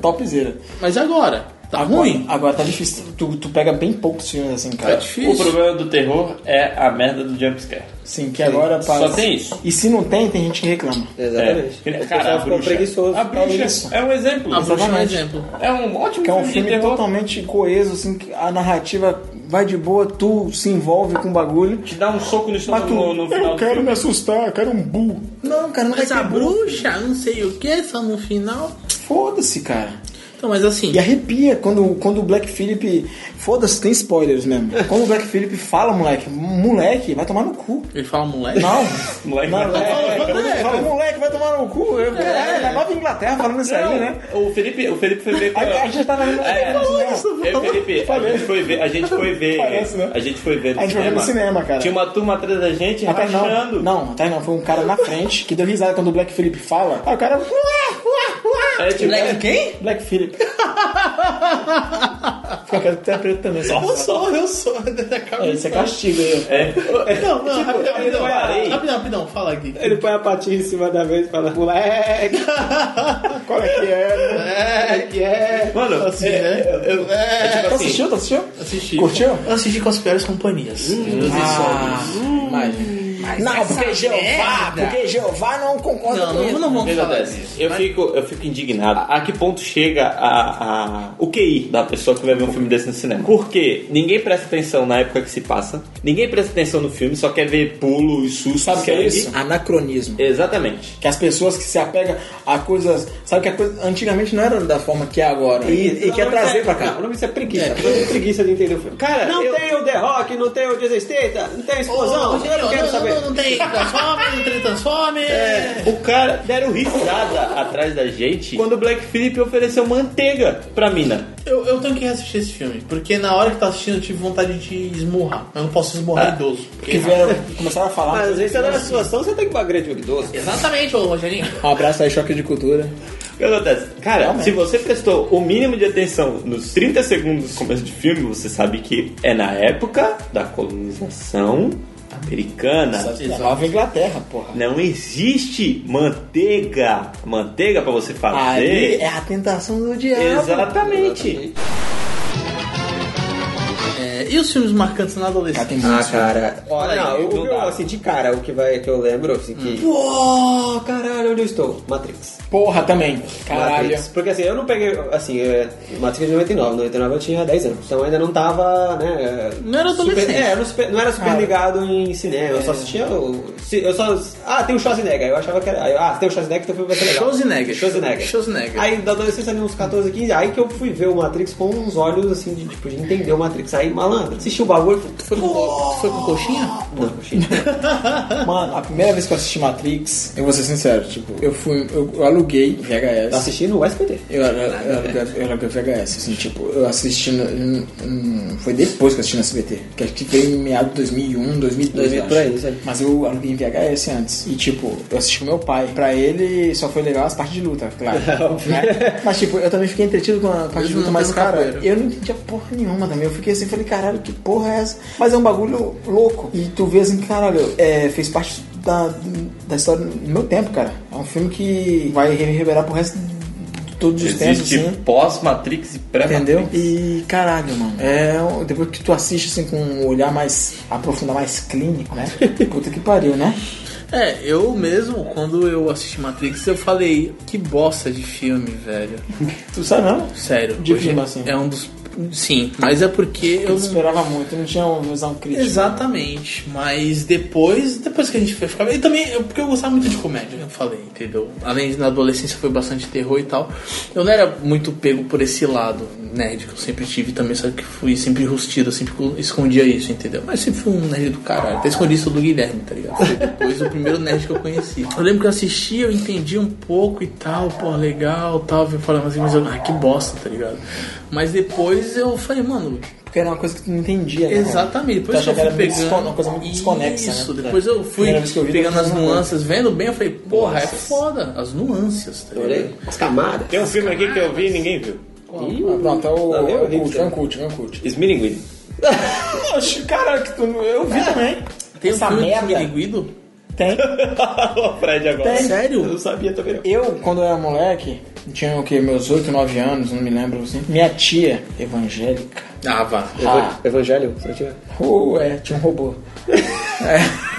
S4: Topzera.
S3: Mas e agora? Tá
S4: Agora-
S3: ruim?
S4: Agora tá difícil. Tu, tu pega bem poucos filmes assim,
S3: Tá
S4: cara.
S2: O
S3: difícil.
S2: problema do terror é a merda do jumpscare.
S4: Sim, que agora
S2: Só
S4: para.
S2: tem isso.
S4: E se não tem, tem gente que reclama.
S1: Exatamente.
S2: É.
S1: O
S2: Cara, a
S1: pessoal ficou
S2: bruxa.
S1: preguiçoso.
S2: A bruxa
S4: Tá isso.
S2: é um exemplo.
S3: A bruxa é um
S4: Exatamente.
S3: exemplo.
S2: É um ótimo
S4: Que é um
S2: de
S4: filme
S2: terror.
S4: totalmente coeso, assim, que a narrativa vai de boa, tu se envolve com o bagulho.
S2: Te dá um soco no
S4: Mas
S2: estômago
S4: tu,
S2: no, no final
S4: eu
S2: do
S4: quero
S2: filme.
S4: me assustar, eu quero um burro. Não, cara, não
S3: Mas
S4: vai
S3: a
S4: ter burro.
S3: bruxa, não sei o que, só no final.
S4: Foda-se, cara.
S3: Então, mas assim.
S4: E arrepia quando, quando o Black Phillip. Foda-se, tem spoilers mesmo. Quando o Black Phillip fala, moleque, moleque, vai tomar no cu.
S3: Ele fala moleque.
S4: Não,
S2: Moleque,
S4: não,
S2: vai-
S4: é, quando ele fala, moleque, vai tomar no cu. Eu, caralho, na Nova Inglaterra falando isso aí, né?
S2: Não, O Felipe, o Felipe foi ver. com-
S4: A, a gente tá na Nova
S2: É,
S4: Inglaterra,
S2: É,
S4: né?
S2: Felipe, a gente foi ver, a gente foi ver,
S4: Parece, né?
S2: a gente foi ver no
S4: A gente foi ver no cinema, cara.
S2: Tinha uma turma atrás da gente
S4: Até não,
S2: rachando.
S4: não, até não, foi um cara na frente que deu risada quando o Black Phillip fala. Aí o cara.
S2: É, tipo,
S3: Moleque quem?
S4: Black Phillip. Fica cara até preto também, só.
S3: Eu sou, eu sou.
S4: É, isso é Tipo, castigo aí. ó.
S2: é,
S3: Não, não,
S2: ele
S3: rapidão, rapidão,
S2: vai além.
S3: rapidão, rapidão, fala aqui.
S1: Ele põe a patinha em cima da mesa e fala, moleque,
S4: Qual é que é?
S3: É, que é.
S2: mano,
S3: Assim,
S2: é,
S3: né?
S2: eu- eu- é tipo
S4: Tu
S2: assim,
S4: assistiu? Tu assistiu?
S3: Assisti.
S4: Curtiu?
S3: Eu assisti com as piores companhias.
S2: Ah.
S3: Meus insólios.
S4: mas, não, porque Jeová, porque Jeová não concorda
S3: Não,
S4: com
S3: não,
S4: isso.
S3: não vamos
S2: Veja
S3: falar
S2: dessa.
S3: disso.
S2: Eu fico, eu fico indignado. A a que ponto chega a, a- o QI da pessoa que vai ver um filme desse no cinema? Porque ninguém presta atenção na época que se passa, ninguém presta atenção no filme, só quer ver pulo e susto.
S4: Sabe o que é
S2: sangue.
S4: isso? Anacronismo.
S2: Exatamente.
S4: Que as pessoas que se apegam a coisas. Sabe que a coisa antigamente não era da forma que é agora. E, e
S1: Não,
S4: quer
S1: não, isso
S4: trazer
S1: é-
S4: pra cá.
S1: Não, o nome disso é preguiça. Eu tenho preguiça de entender o filme.
S2: Cara,
S1: não
S2: eu-
S1: tem o The Rock, não tem o Jason Statham, não tem a explosão, eu não quero saber.
S3: Não, não tem Transformers, não tem Transformers. É.
S2: O cara deram risada atrás da gente quando o Black Phillip ofereceu manteiga pra mina.
S3: Eu, eu tenho que reassistir esse filme, porque na hora que tá assistindo eu tive vontade de esmurrar. Mas eu não posso esmurrar idoso. porque-
S4: Que vieram, começaram a falar.
S1: Mas às vezes você tá na situação, você tem que bagredir o idoso.
S3: Exatamente, ô Rogerinho.
S4: Um abraço aí, choque de cultura.
S2: O que acontece? Cara, se você prestou o mínimo de atenção nos 30 segundos do começo do filme, você sabe que é na época da colonização americana.
S4: Da Nova Inglaterra, porra.
S2: Não existe manteiga. Manteiga pra você
S4: Ali
S2: fazer.
S4: é a tentação do diabo.
S2: Exatamente.
S3: É, e os filmes marcantes na
S4: Cara,
S3: adolescência?
S4: Ah, tem muitos.
S1: cara. Olha,
S2: Não,
S1: não, eu,
S2: não
S1: o que
S2: dá.
S1: eu, assim, de cara, o que, vai, que eu lembro, assim, que... Uou, caralho, onde eu estou? Matrix.
S4: Porra, também. Caralho.
S1: Matrix. Porque assim, eu não peguei, assim, é, Matrix de 99, 99 eu tinha 10 anos, então eu ainda não tava, né... é,
S3: Não era adolescente.
S1: super- é, eu não, super- não era super ligado em cinema,
S4: É.
S1: eu só assistia, o- se- eu, só, ah, tem o Schwarzenegger, eu achava que era, aí eu, ah, tem o Schwarzenegger, então o filme vai ser legal.
S3: Schwarzenegger.
S1: Schwarzenegger.
S3: Schwarzenegger.
S1: Aí da adolescência ali uns 14, 15, aí que eu fui ver o Matrix com uns olhos, assim, de, tipo, de entender o Matrix, aí malandro, assisti o bagulho,
S3: Foi com, foi com coxinha?
S1: não, achei-
S4: Mano, a primeira vez que eu assisti Matrix, eu vou ser sincero, tipo, eu fui, eu, eu aluguei VHS.
S1: eu assisti no SBT.
S4: Eu era, eu era, eu era VHS, assim, tipo, eu assisti. no- hum, hum, foi depois que eu assisti no SBT, que acho que veio em meados de 2001, 2002. eu
S1: 2000 por aí,
S4: acho.
S3: é.
S1: isso aí.
S4: Mas eu aluguei em VHS antes. E, tipo, eu assisti com meu pai. Pra ele só foi legal as partes de luta, claro. né? Mas, tipo, eu também fiquei entretido com a parte de
S3: Mesmo
S4: luta,
S3: não
S4: mas,
S3: tendo
S4: cara,
S3: capoeira.
S4: eu não entendia porra nenhuma também. Eu fiquei assim, falei, caralho, que porra é essa? Mas é um bagulho louco. E tu vê assim, caralho, é, fez parte da, da história do meu tempo, cara. É um filme que vai reverberar pro resto de todos os tempos,
S2: Existe
S4: assim.
S2: pós-Matrix e pré-Matrix.
S4: Entendeu? E caralho, mano. É, um- depois que tu assiste assim com um olhar mais aprofundado, mais clínico, né? Puta que pariu, né?
S3: É, eu mesmo, quando eu assisti Matrix, eu falei, que bosta de filme, velho.
S4: Tu sabe não?
S3: Sério.
S4: De
S3: hoje
S4: filme, assim.
S3: É um dos. Sim, mas é porque eu
S4: Eu
S3: não.
S4: esperava muito, não tinha uma visão crítica.
S3: Exatamente, mas depois, depois que a gente foi ficar. E também, eu- porque eu gostava muito de comédia, eu falei, entendeu? Além de na adolescência foi bastante terror e tal. Eu não era muito pego por esse lado nerd que eu sempre tive também, só que fui sempre rustido, eu sempre escondia isso, entendeu? Mas sempre fui um nerd do caralho. Até escondi isso do Guilherme, tá ligado? Foi depois o primeiro nerd que eu conheci. Eu lembro que eu assisti, eu entendi um pouco e tal, pô, legal tal. Eu falava assim, mas eu, ah, que bosta, tá ligado? Mas depois eu falei, mano,
S4: Porque era uma coisa que tu não entendia, né?
S3: Exatamente,
S4: Tu
S3: depois eu
S4: achava
S3: fui
S4: que era muito
S3: pegando.
S4: descon- uma coisa muito desconexa,
S3: Isso,
S4: né?
S3: depois eu fui
S4: Primeira vez que eu vi,
S3: pegando
S4: tava
S3: as
S4: fazendo uma
S3: nuances, vendo bem, eu falei, porra, é foda, as nuances, tá ligado?
S1: Olhei as camadas.
S2: Tem um filme aqui que eu vi e ninguém viu.
S4: Ah, pronto, é o,
S1: Não,
S4: é
S1: é
S4: o
S1: horrível.
S4: cult, é um cult, é um cult.
S2: Smilinguini.
S4: Oxe, caralho, que tu, eu vi também.
S3: Tem um
S4: Essa
S3: filme
S4: merda.
S3: de Smilinguido?
S4: É. Tem.
S2: o Fred agora.
S4: Tem.
S3: Sério?
S2: Eu não sabia também não.
S4: Eu, quando era moleque, tinha o que, meus 8, 9 anos, não me lembro assim. Minha tia, evangélica.
S3: Ah, vá.
S4: Ah,
S1: Evangelho, se eu tiver.
S4: Oh, é, tinha um robô. É.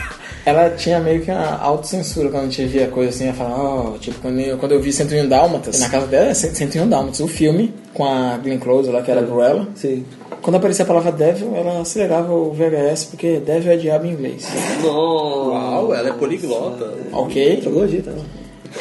S4: Ela tinha meio que uma autocensura quando a gente via coisa assim, ela falava, oh, tipo, quando eu, quando eu vi 101 Dálmatas, na casa dela é 100 101 Dálmatas, o filme, com a Glenn Close lá, que era Cruella,
S1: Sim.
S4: É. quando aparecia a palavra Devil, ela acelerava o VHS, porque Devil é diabo em inglês,
S1: Nossa.
S3: Uau, ela é poliglota.
S4: ok?
S1: Trilogia, tá?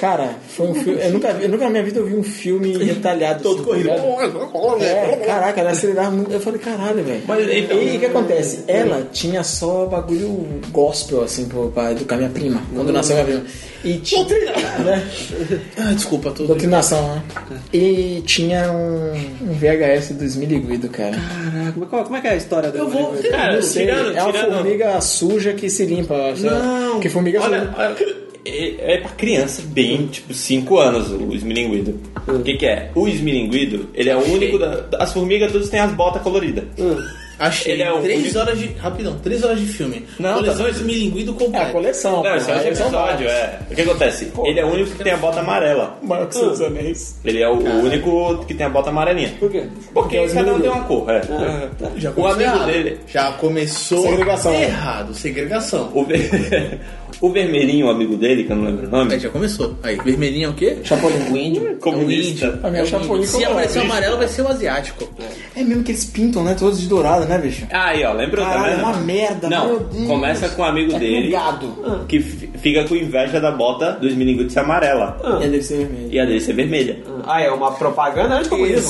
S4: Cara, foi um filme. Eu nunca, vi- eu nunca na minha vida eu vi um filme detalhado.
S3: Todo corrido.
S4: tá ligado? É, caraca, ela acelerava muito. Eu falei, caralho, velho.
S2: Mas, então-
S4: e o que acontece? Ela tinha só bagulho gospel, assim, pro, pra educar minha prima. Quando nasceu minha prima. E tinha. Né?
S3: Ah, desculpa, tô
S4: Doutrinação, né? E tinha um, um VHS dos Miliguido, cara.
S1: Ah, Como, é- qual- como é que é a história do
S3: Eu vou.
S1: Oliver?
S2: Cara,
S4: Não sei,
S2: tirando,
S4: é uma
S2: tirando-
S4: formiga suja que se limpa, eu acho.
S2: Não.
S4: Que formiga
S2: Olha,
S4: suja.
S2: olha, é, é pra criança bem, tipo, 5 anos o esmilinguido. O que que é? O esmilinguido, ele é o único da... As formigas todas têm as botas coloridas.
S3: Achei.
S2: Ele é o
S3: três
S2: único-
S3: horas de. Rapidão, três horas de filme.
S2: Não,
S3: Coleção
S2: tá-
S3: tá... esmilinguido
S4: É a
S3: completa.
S4: coleção. um
S2: Não,
S4: pô,
S2: esse é o
S4: aí são
S2: episódio,
S4: vários.
S2: é. O que acontece? ele é o único que tem a bota amarela.
S4: Maior que seus anéis.
S2: Ele é o único que tem a bota amarelinha.
S1: Por quê?
S2: Porque
S4: Porque
S2: cada um
S4: esmilinguido.
S2: tem uma cor, é.
S3: Já
S2: o
S3: começou
S2: amigo
S3: errado.
S2: dele...
S3: Já começou
S4: Segregação. né?
S3: errado. Segregação.
S2: O, ver- o vermelhinho, o amigo dele, que eu não lembro o nome...
S3: Aí já começou. Aí, vermelhinho é o quê?
S4: Chapolin índio.
S3: É o
S2: comunista.
S3: é índio.
S4: A minha
S3: É o
S4: Chapolin
S3: índio. Se
S4: como
S3: aparecer o
S4: bicho.
S3: amarelo, vai ser o asiático.
S4: É mesmo que eles pintam, né? Todos de dourado, né, bicho?
S2: Ah, Aí, ó, lembrou
S4: Caralho,
S2: também?
S4: é uma merda,
S2: Não,
S4: meu Deus.
S2: começa com um amigo
S4: É
S2: dele
S4: plugado.
S2: que f- fica com inveja da bota dos milinguites amarela
S4: E a dele É, ser vermelho.
S2: e a dele ser vermelha.
S1: Ah, é uma propaganda É, anticomunismo.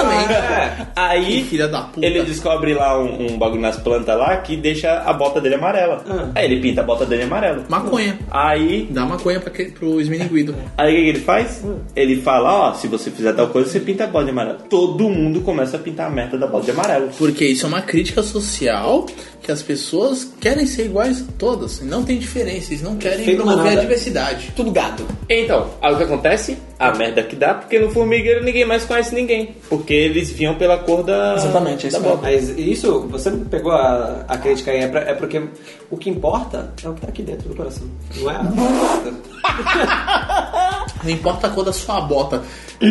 S3: Exatamente.
S2: Aí
S3: Filha da puta.
S2: ele descobre lá um, um bagulho nas plantas lá que deixa a bota dele amarela. Aí ele pinta a bota dele amarela.
S3: Maconha.
S2: Aí,
S3: Dá maconha pra que, pro esmilinguido.
S2: aí o que que ele faz? Ele fala, ó, se você fizer tal coisa, você pinta a bota de amarelo. Todo mundo começa a pintar a merda da bota de amarelo.
S3: Porque isso é uma crítica social que as pessoas querem ser iguais a todas. Não tem diferença, eles não querem
S1: Feito
S3: promover
S1: manada.
S3: a diversidade.
S4: Tudo gado.
S2: Então, aí o que acontece? A merda que dá, porque no formigueiro ninguém mais conhece ninguém. Porque eles vinham pela cor da,
S4: Exatamente, é
S2: da
S4: isso
S3: Tá
S2: bota.
S4: mesmo.
S1: Mas isso, você não pegou a, a crítica aí, é, pra- é porque o que importa é o que tá aqui dentro do coração. Não é a bota.
S3: Não importa a cor da sua bota,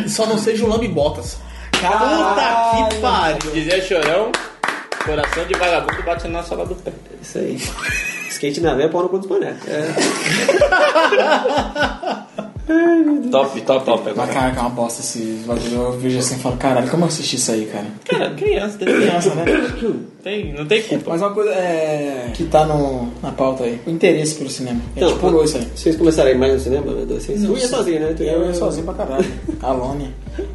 S3: só não seja um lambe-botas.
S4: Caralho.
S1: Ah,
S3: Puta que pariu!
S2: Dizia chorão, coração de vagabundo bate na sola do pé.
S1: Isso aí. Skate na veia, pau no cu dos bonecos. É.
S2: Top, top, top.
S4: Mas, cara, que é uma bosta esses bagulho. Eu vejo assim e falo, caralho, como eu assisti isso aí, cara?
S2: Cara, é criança, tem,
S4: Criança, né?
S2: tem, não tem culpa.
S4: Mas uma coisa é, que tá no, na pauta aí. O interesse pelo cinema. A gente pulou isso aí.
S1: então, Vocês começaram a ir mais no cinema, né? Vocês, tu ia sozinho, né? Tu
S4: Eu ia sozinho pra caralho. Alone.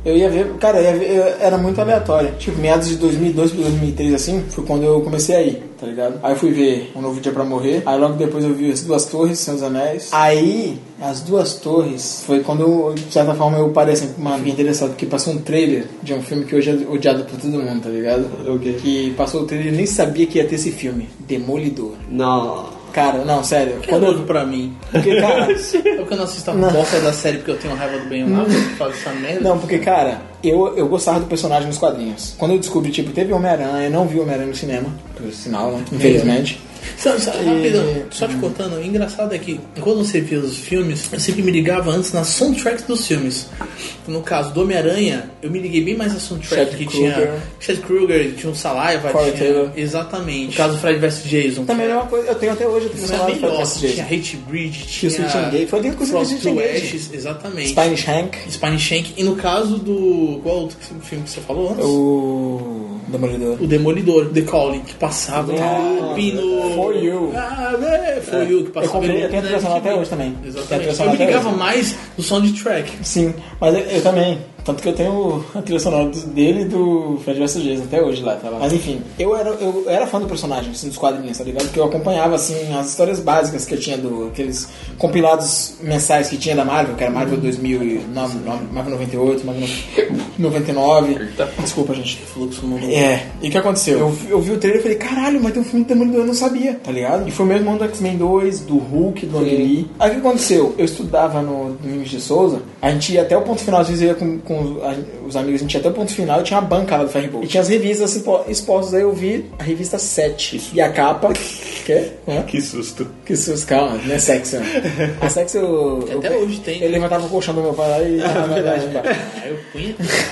S4: Eu ia ver, cara, eu ia ver- eu- era muito aleatório. Tipo, meados de 2002 pra 2003, assim, foi quando eu comecei a ir, tá ligado? Aí eu fui ver Um Novo Dia Pra Morrer. Aí logo depois eu vi As Duas Torres, Senhor dos Anéis. Aí, As Duas Torres, foi quando, eu, de certa forma, eu parei assim, mano, fiquei interessado, porque passou um trailer de um filme que hoje é odiado por todo mundo, tá ligado?
S1: Ok.
S4: Que passou o trailer e eu nem sabia que ia ter esse filme. Demolidor.
S1: Não.
S4: Cara, não, sério.
S3: Que é
S4: Quando
S3: novo
S4: eu...
S3: pra mim.
S4: Porque, cara...
S3: É porque eu não assisto a bosta da série porque eu tenho raiva do Ben Affleck que faz essa merda.
S4: Não, porque, cara, eu, eu gostava do personagem nos quadrinhos. Quando eu descobri, tipo, teve Homem-Aranha, eu não vi Homem-Aranha no cinema, por sinal, né?
S3: Uhum.
S4: Infelizmente.
S3: Sabe, sabe, rapidão,
S4: E-
S3: só te cortando, o engraçado é que quando você via os filmes, eu sempre me ligava antes nas soundtracks dos filmes. No caso do Homem-Aranha, eu me liguei bem mais na soundtrack
S4: Chad
S3: que
S4: Kroeger.
S3: tinha Chad Kruger, tinha um Saliva,
S4: Corey
S3: tinha.
S4: Taylor.
S3: Exatamente. No caso do Fred vs Jason.
S4: Também é
S3: tinha-
S4: uma coisa, eu tenho até hoje a
S3: Isso
S4: trilha
S3: é
S4: sonora do
S3: melhor.
S4: Fantastic
S3: Tinha
S4: Jason.
S3: Hate Bridge,
S4: Tinha
S3: tinha.
S4: o Switch Engage. Foi ali que eu conheci o
S3: From
S4: Switch
S3: to
S4: Engage.
S3: Ashes, exatamente.
S4: Spine Shank,
S3: Spine Shank. E no caso do. Qual outro filme que você falou antes?
S4: o Demolidor.
S3: O Demolidor, The Calling, que passava no
S4: Ah,
S3: Pino.
S4: For You.
S3: Ah, é, For You, que passava
S4: Eu comprei,
S3: no
S4: eu tenho a trilha sonora até hoje também. Tenho a trilha
S3: Exatamente. Eu
S4: sonora
S3: me
S4: até
S3: ligava
S4: hoje.
S3: mais no soundtrack.
S4: Sim, mas eu, eu também. Tanto que eu tenho a trilha sonora do- dele e do Fred vs. Jason até hoje lá, tá lá. Mas enfim, eu era, eu era fã do personagem, assim, dos quadrinhos, tá ligado? Porque eu acompanhava, assim, as histórias básicas que eu tinha do... Aqueles compilados mensais que tinha da Marvel, que era Marvel 2000 e... no- no- Marvel 98, Marvel 99... Desculpa, gente.
S3: Fluxo no
S4: É, e o que aconteceu? Eu, eu vi o trailer e falei, caralho, mas tem um filme do Demolidor, eu não sabia, tá ligado? E foi o mesmo ano do X-Men 2, do Hulk, do Anili. Aí o que aconteceu? Eu estudava no Domingos de Souza, a gente ia até o ponto final, às vezes eu ia com, com os- a- os amigos, a gente ia até o ponto final e tinha uma banca lá do Firebolt. E tinha as revistas expo- expostas, aí eu vi a revista 7 e a capa. que? é, Hã?
S2: Que susto.
S4: Que susto, calma, não é sexo. né? A sexo. eu- é-
S3: Até hoje tem.
S4: Eu levantava o colchão do meu pai lá e. tava na verdade, embaixo.
S3: Aí eu punha.
S4: é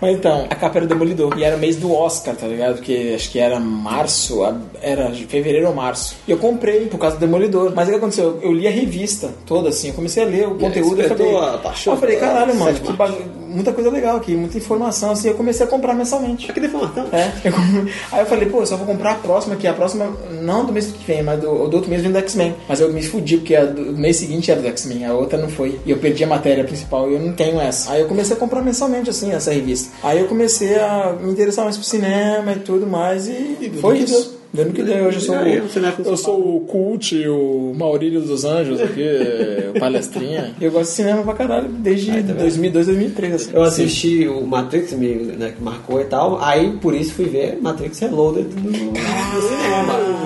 S4: Mas então, a capa era o Demolidor. E era o mês do Oscar, tá ligado? Porque acho que era março, a- era de fevereiro ou março. E eu comprei por causa do Demolidor. Mas o que aconteceu? Eu li a revista toda assim, eu comecei a ler o conteúdo. Eu
S1: despertou
S4: falei,
S1: a paixão
S4: eu falei,
S1: pela
S4: caralho, mano,
S1: sétima
S4: que bagulho. muita coisa legal aqui, muita informação, assim, eu comecei a comprar mensalmente.
S1: Aqui tem informação.
S4: É, eu come- aí eu falei, pô, eu só vou comprar a próxima, que a próxima, não do mês que vem, mas do, do outro mês vem do X-Men. Mas eu me fudi, porque a do mês seguinte era do X-Men, a outra não foi. E eu perdi a matéria principal e eu não tenho essa. Aí eu comecei a comprar mensalmente, assim, essa revista. Aí eu comecei a me interessar mais pro cinema e tudo mais, e, foi que isso. Vendo que deu, hoje eu sou.
S1: Aí, você não é com-
S8: Eu sou o Cult, o Maurílio dos Anjos aqui, o palestrinha.
S4: Eu gosto de cinema pra caralho desde 2002, 2003. assim.
S1: Eu assisti o Matrix, me né, que marcou e tal. Aí por isso fui ver Matrix Reloaded no, no cinema.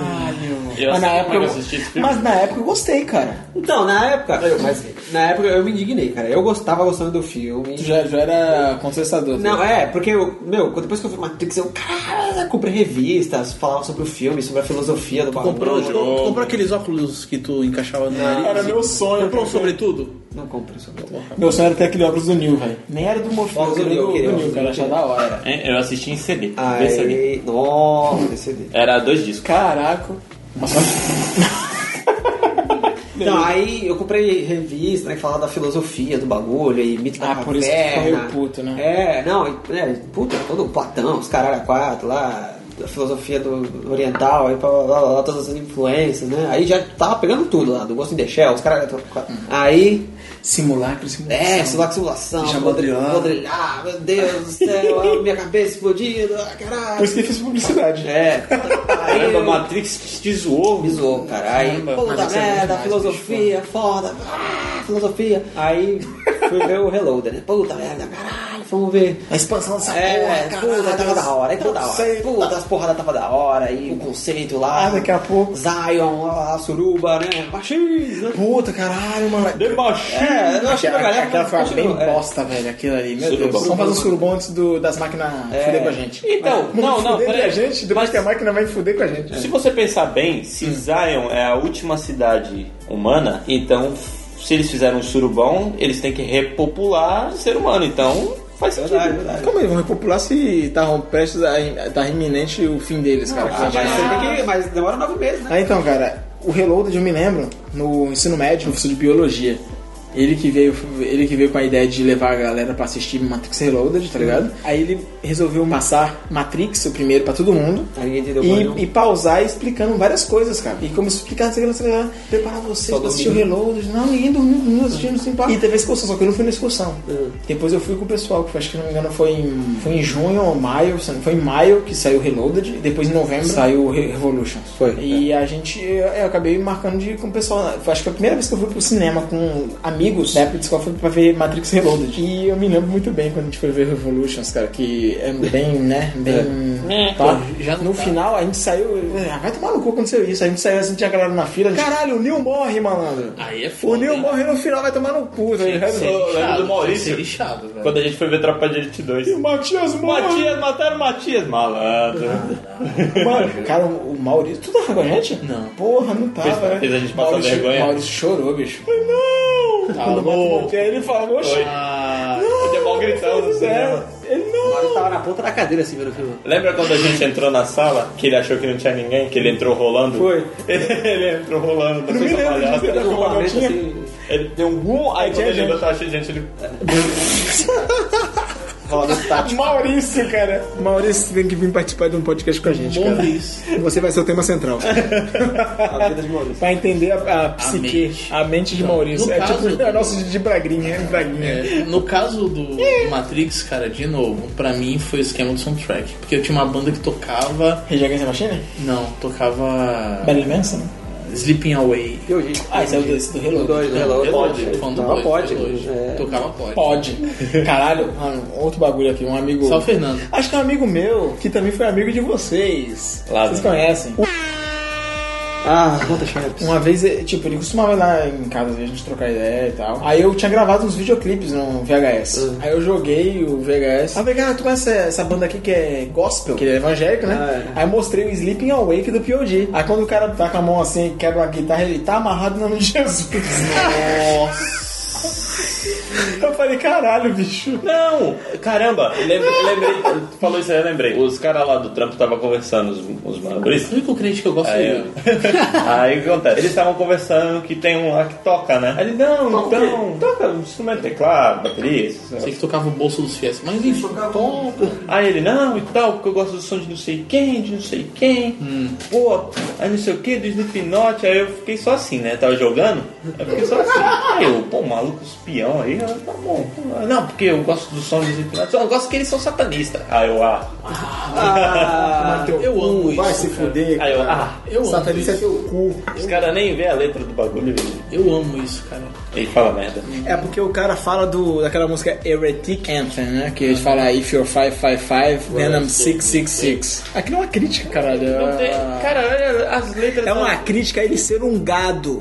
S2: Eu
S4: mas, na
S2: assisti-
S4: época, eu-
S2: eu assisti esse filme.
S4: mas na época eu gostei, cara.
S1: Então, na época, eu- mas na época eu me indignei, cara. Eu gostava gostando do filme.
S4: Tu já, já era né? contestador.
S1: Não, é, porque, eu, meu, quando- depois que eu vi Matrix, eu, caralho, comprei revistas, falava sobre o filme, sobre a filosofia do
S4: um
S1: bagulho.
S3: Comprou, tu comprou aqueles óculos que tu encaixava no nariz?
S4: Ah, Era meu sonho.
S3: Comprou um sobretudo?
S1: Não comprei sobre tudo.
S4: Meu sonho era ter aquele óculos do Nil, velho. Nem era do Morpheus,
S1: Óculos do
S4: era
S1: Neo,
S4: do,
S1: queria
S4: do Nil,
S1: óculos
S4: cara.
S1: do
S4: Achava
S1: Neo.
S4: da hora.
S2: É, Eu assisti em CD. VCD.
S1: Aí, nossa, é DCD.
S2: Era dois discos.
S4: Caraca.
S1: Então, aí eu comprei revista, né, que falava da filosofia do bagulho e mito da
S4: Ah, por isso que
S1: caverna.
S4: ficou meio puto, né?
S1: É, não, e- é, puta, todo o Platão, os caralho a quatro lá, a filosofia do oriental, aí blá, blá, blá, blá, todas as influências, né? Aí já tava pegando tudo lá, do Ghost in the Shell, os caralho a quatro.
S4: Hum.
S1: Aí,
S4: Simulacro, simulacro.
S1: é, simulação, simulação,
S4: Já
S1: bodrilhar,
S4: bodrilhar.
S1: bodrilhar, meu Deus do céu, a minha cabeça explodindo, ah, caralho.
S4: Por isso que eu fiz publicidade.
S1: É, aí
S2: Caramba,
S1: eu-
S2: Matrix que te zoou.
S1: me zoou, cara. Aí, puta merda, filosofia, foda, ah, filosofia. Aí fui ver o Reloader, né? Puta merda, caralho, vamos ver.
S4: A expansão dessa
S1: É,
S4: porra,
S1: puta,
S4: caralho.
S1: tava da hora, aí tava da hora.
S4: Conceito.
S1: Puta, as porradas tava da hora, e o conceito lá.
S4: Ah, daqui a pouco.
S1: Zion, a suruba, né? Machismo, né?
S4: Puta, caralho, mano.
S1: É, eu achei pra galera.
S4: Aquela foi bem
S1: continua, é.
S4: bosta, velho, aquilo ali. Meu
S2: Surubão.
S4: Deus. Vamos fazer um surubão antes do, das máquinas
S1: É.
S4: fuder com a gente.
S2: Então,
S4: Vamos
S2: não, não,
S4: fuder
S2: peraí.
S4: com a gente, depois
S2: Mas-
S4: que é a máquina vai fuder com a gente.
S2: Se você pensar bem, se Zion é a última cidade humana, então se eles fizeram um surubão, eles têm que repopular o ser humano. Então faz sentido.
S1: Verdade, verdade.
S4: Como eles vão repopular se tá prestes a, tá iminente o fim deles, cara?
S1: Ah, mas você tem que- Mas demora nove meses, né?
S4: Ah, então, cara, o Reloaded eu me lembro, no ensino médio, um professor de biologia. Ele que veio, ele que veio com a ideia de levar a galera pra assistir Matrix Reloaded, tá ligado? Aí ele resolveu passar Matrix, o primeiro, pra todo mundo.
S1: Aí ninguém entendeu porra nenhuma.
S4: E, e pausar explicando várias coisas, cara. E como explicar, sei lá, sei lá, preparar vocês pra assistir o Reloaded. Não, ninguém dormiu, não assistiu, não se importa. Hum. E teve a excursão, só que eu não fui na excursão. Depois eu fui com o pessoal, que foi, acho que não me engano foi em, foi em junho ou maio, se não- foi em maio que saiu o Reloaded, e depois em novembro saiu o Re- Revolutions.
S1: Foi,
S4: E a gente, eu, eu acabei marcando de ir com o pessoal. Foi, Acho que foi a primeira vez que eu fui pro cinema com amigos da época de escola foi pra ver Matrix Reloaded. E eu me lembro muito bem quando a gente foi ver Revolutions, cara, que é bem, né, bem... Pá.
S3: É, Já não
S4: No
S3: dá.
S4: final a gente saiu. Ah, vai tomar no cu aconteceu isso. A gente saiu assim, tinha galera na fila. a gente, Caralho, o Neil morre, malandro.
S3: Aí é foda.
S4: O Neil
S3: hein?
S4: morre no final, vai tomar no cu, tá ligado?
S3: Ser
S2: Eu lembro
S3: lixado,
S2: do Maurício.
S3: ser lixado, velho.
S2: Quando a gente foi ver Tropa de Elite 2.
S4: O Matias morre.
S2: Matias, mataram o Matias, malandro.
S4: Mano, cara, o o Maurício. Tu tava com a gente? Não. Porra, não tava,
S2: Fez-
S4: né?
S2: fez a gente passar
S4: Maurício,
S2: vergonha.
S4: Maurício chorou, bicho. Tá Mas não! Quando bota o Matias, ele falou, oxe.
S2: Ah, podia mal gritando no cinema.
S4: É, ele não.
S1: Agora eu tava na ponta da cadeira assim vendo o filme.
S2: Lembra quando a gente entrou na sala, que ele achou que não tinha ninguém, que ele entrou rolando?
S1: Foi.
S2: ele entrou rolando,
S4: Não
S2: passou
S4: me
S2: essa
S4: lembro de você
S2: palhaça.
S4: dar com uma
S1: Normalmente,
S4: gatinha.
S1: assim,
S2: Ele deu um gum, aí
S4: Aí
S2: quando
S4: tinha
S2: ele
S4: gente.
S2: levantou a gente, ele...
S4: Maurício, cara. Maurício tem que vir participar de um podcast com a gente, cara.
S3: Maurício.
S4: Você vai ser o tema central.
S1: a vida de Maurício.
S4: Pra entender a, a psique,
S3: mente.
S4: a mente de Maurício.
S3: no
S4: é
S3: caso
S4: tipo
S3: do-
S4: é o nosso de Bragrinha, né? Braguinha.
S3: É, no caso do do Matrix, cara, de novo, pra mim foi o esquema do soundtrack. Porque eu tinha uma banda que tocava.
S4: Rage Against the Machine?
S3: Não, tocava.
S4: Marilyn Manson?
S3: Sleeping Away.
S1: E hoje?
S4: Ah, esse é o desse do Reload.
S1: Dois, do relógio.
S3: Pode. Tô falando do
S1: Não,
S3: dois,
S1: é pode.
S3: do dois.
S1: É.
S3: Tocava pode.
S4: Pode. Caralho, mano, outro bagulho aqui, um amigo...
S3: Só o Fernando.
S4: Acho que é um amigo meu, que também foi amigo de vocês.
S2: Lá
S4: vocês
S2: vem.
S4: conhecem.
S1: Ah, conta Sharps.
S4: Uma vez, eh, tipo, ele costumava ir lá em casa às vezes, a gente trocar ideia e tal. Aí eu tinha gravado uns videoclipes no VHS. Aí eu joguei o VHS. Ah, legal, tu conhece essa, essa banda aqui que é gospel, que é evangélico, né?
S1: Ah,
S4: Aí eu mostrei o Sleeping Awake do P.O.D. Aí quando o cara tá com a mão assim, quebra a guitarra, ele tá amarrado no nome de Jesus. Nossa! Eu falei, caralho, bicho.
S2: Não! Caramba! lem- Lembrei, tu falou isso aí, eu lembrei. Os caras lá do trampo estavam conversando, os, os
S3: O
S2: manobristas.
S3: único cliente que eu gosto
S2: Aí,
S3: é
S2: eu-
S3: ele.
S2: aí o que acontece? Eles estavam conversando que tem um lá que toca, né? Aí Ele, não, então, toca um instrumento, teclado, bateria, esses negócios.
S3: Sei que tocava o bolso dos fiéis, mas enfim,
S4: um
S3: toca.
S2: Aí ele, não, e tal, porque eu gosto do som de não sei quem, de não sei quem, pô, aí não sei o que, do Slipknot, aí eu fiquei só assim, né, tava jogando, eu fiquei só assim, aí eu, pô, maluco, os peão aí, ah, tá bom, não, porque eu gosto do som do Slipknot, só não gosto que eles são satanistas, aí eu, ah,
S8: Vai teu
S3: eu
S8: cu,
S3: amo isso,
S8: Vai se
S3: cara.
S8: fuder.
S2: aí eu, ah,
S3: Eu amo
S8: Satanista é
S3: isso.
S8: teu cu.
S2: os caras nem vê a letra do bagulho,
S3: Eu amo isso, cara.
S2: ele fala merda.
S4: É porque o cara fala do, daquela música Heretic Anthem, né? Que eles falam If You're 555, then I'm 666. Aquilo é uma crítica, caralho.
S2: Não tem- Cara, olha as letras...
S4: É uma crítica a ele ser um gado.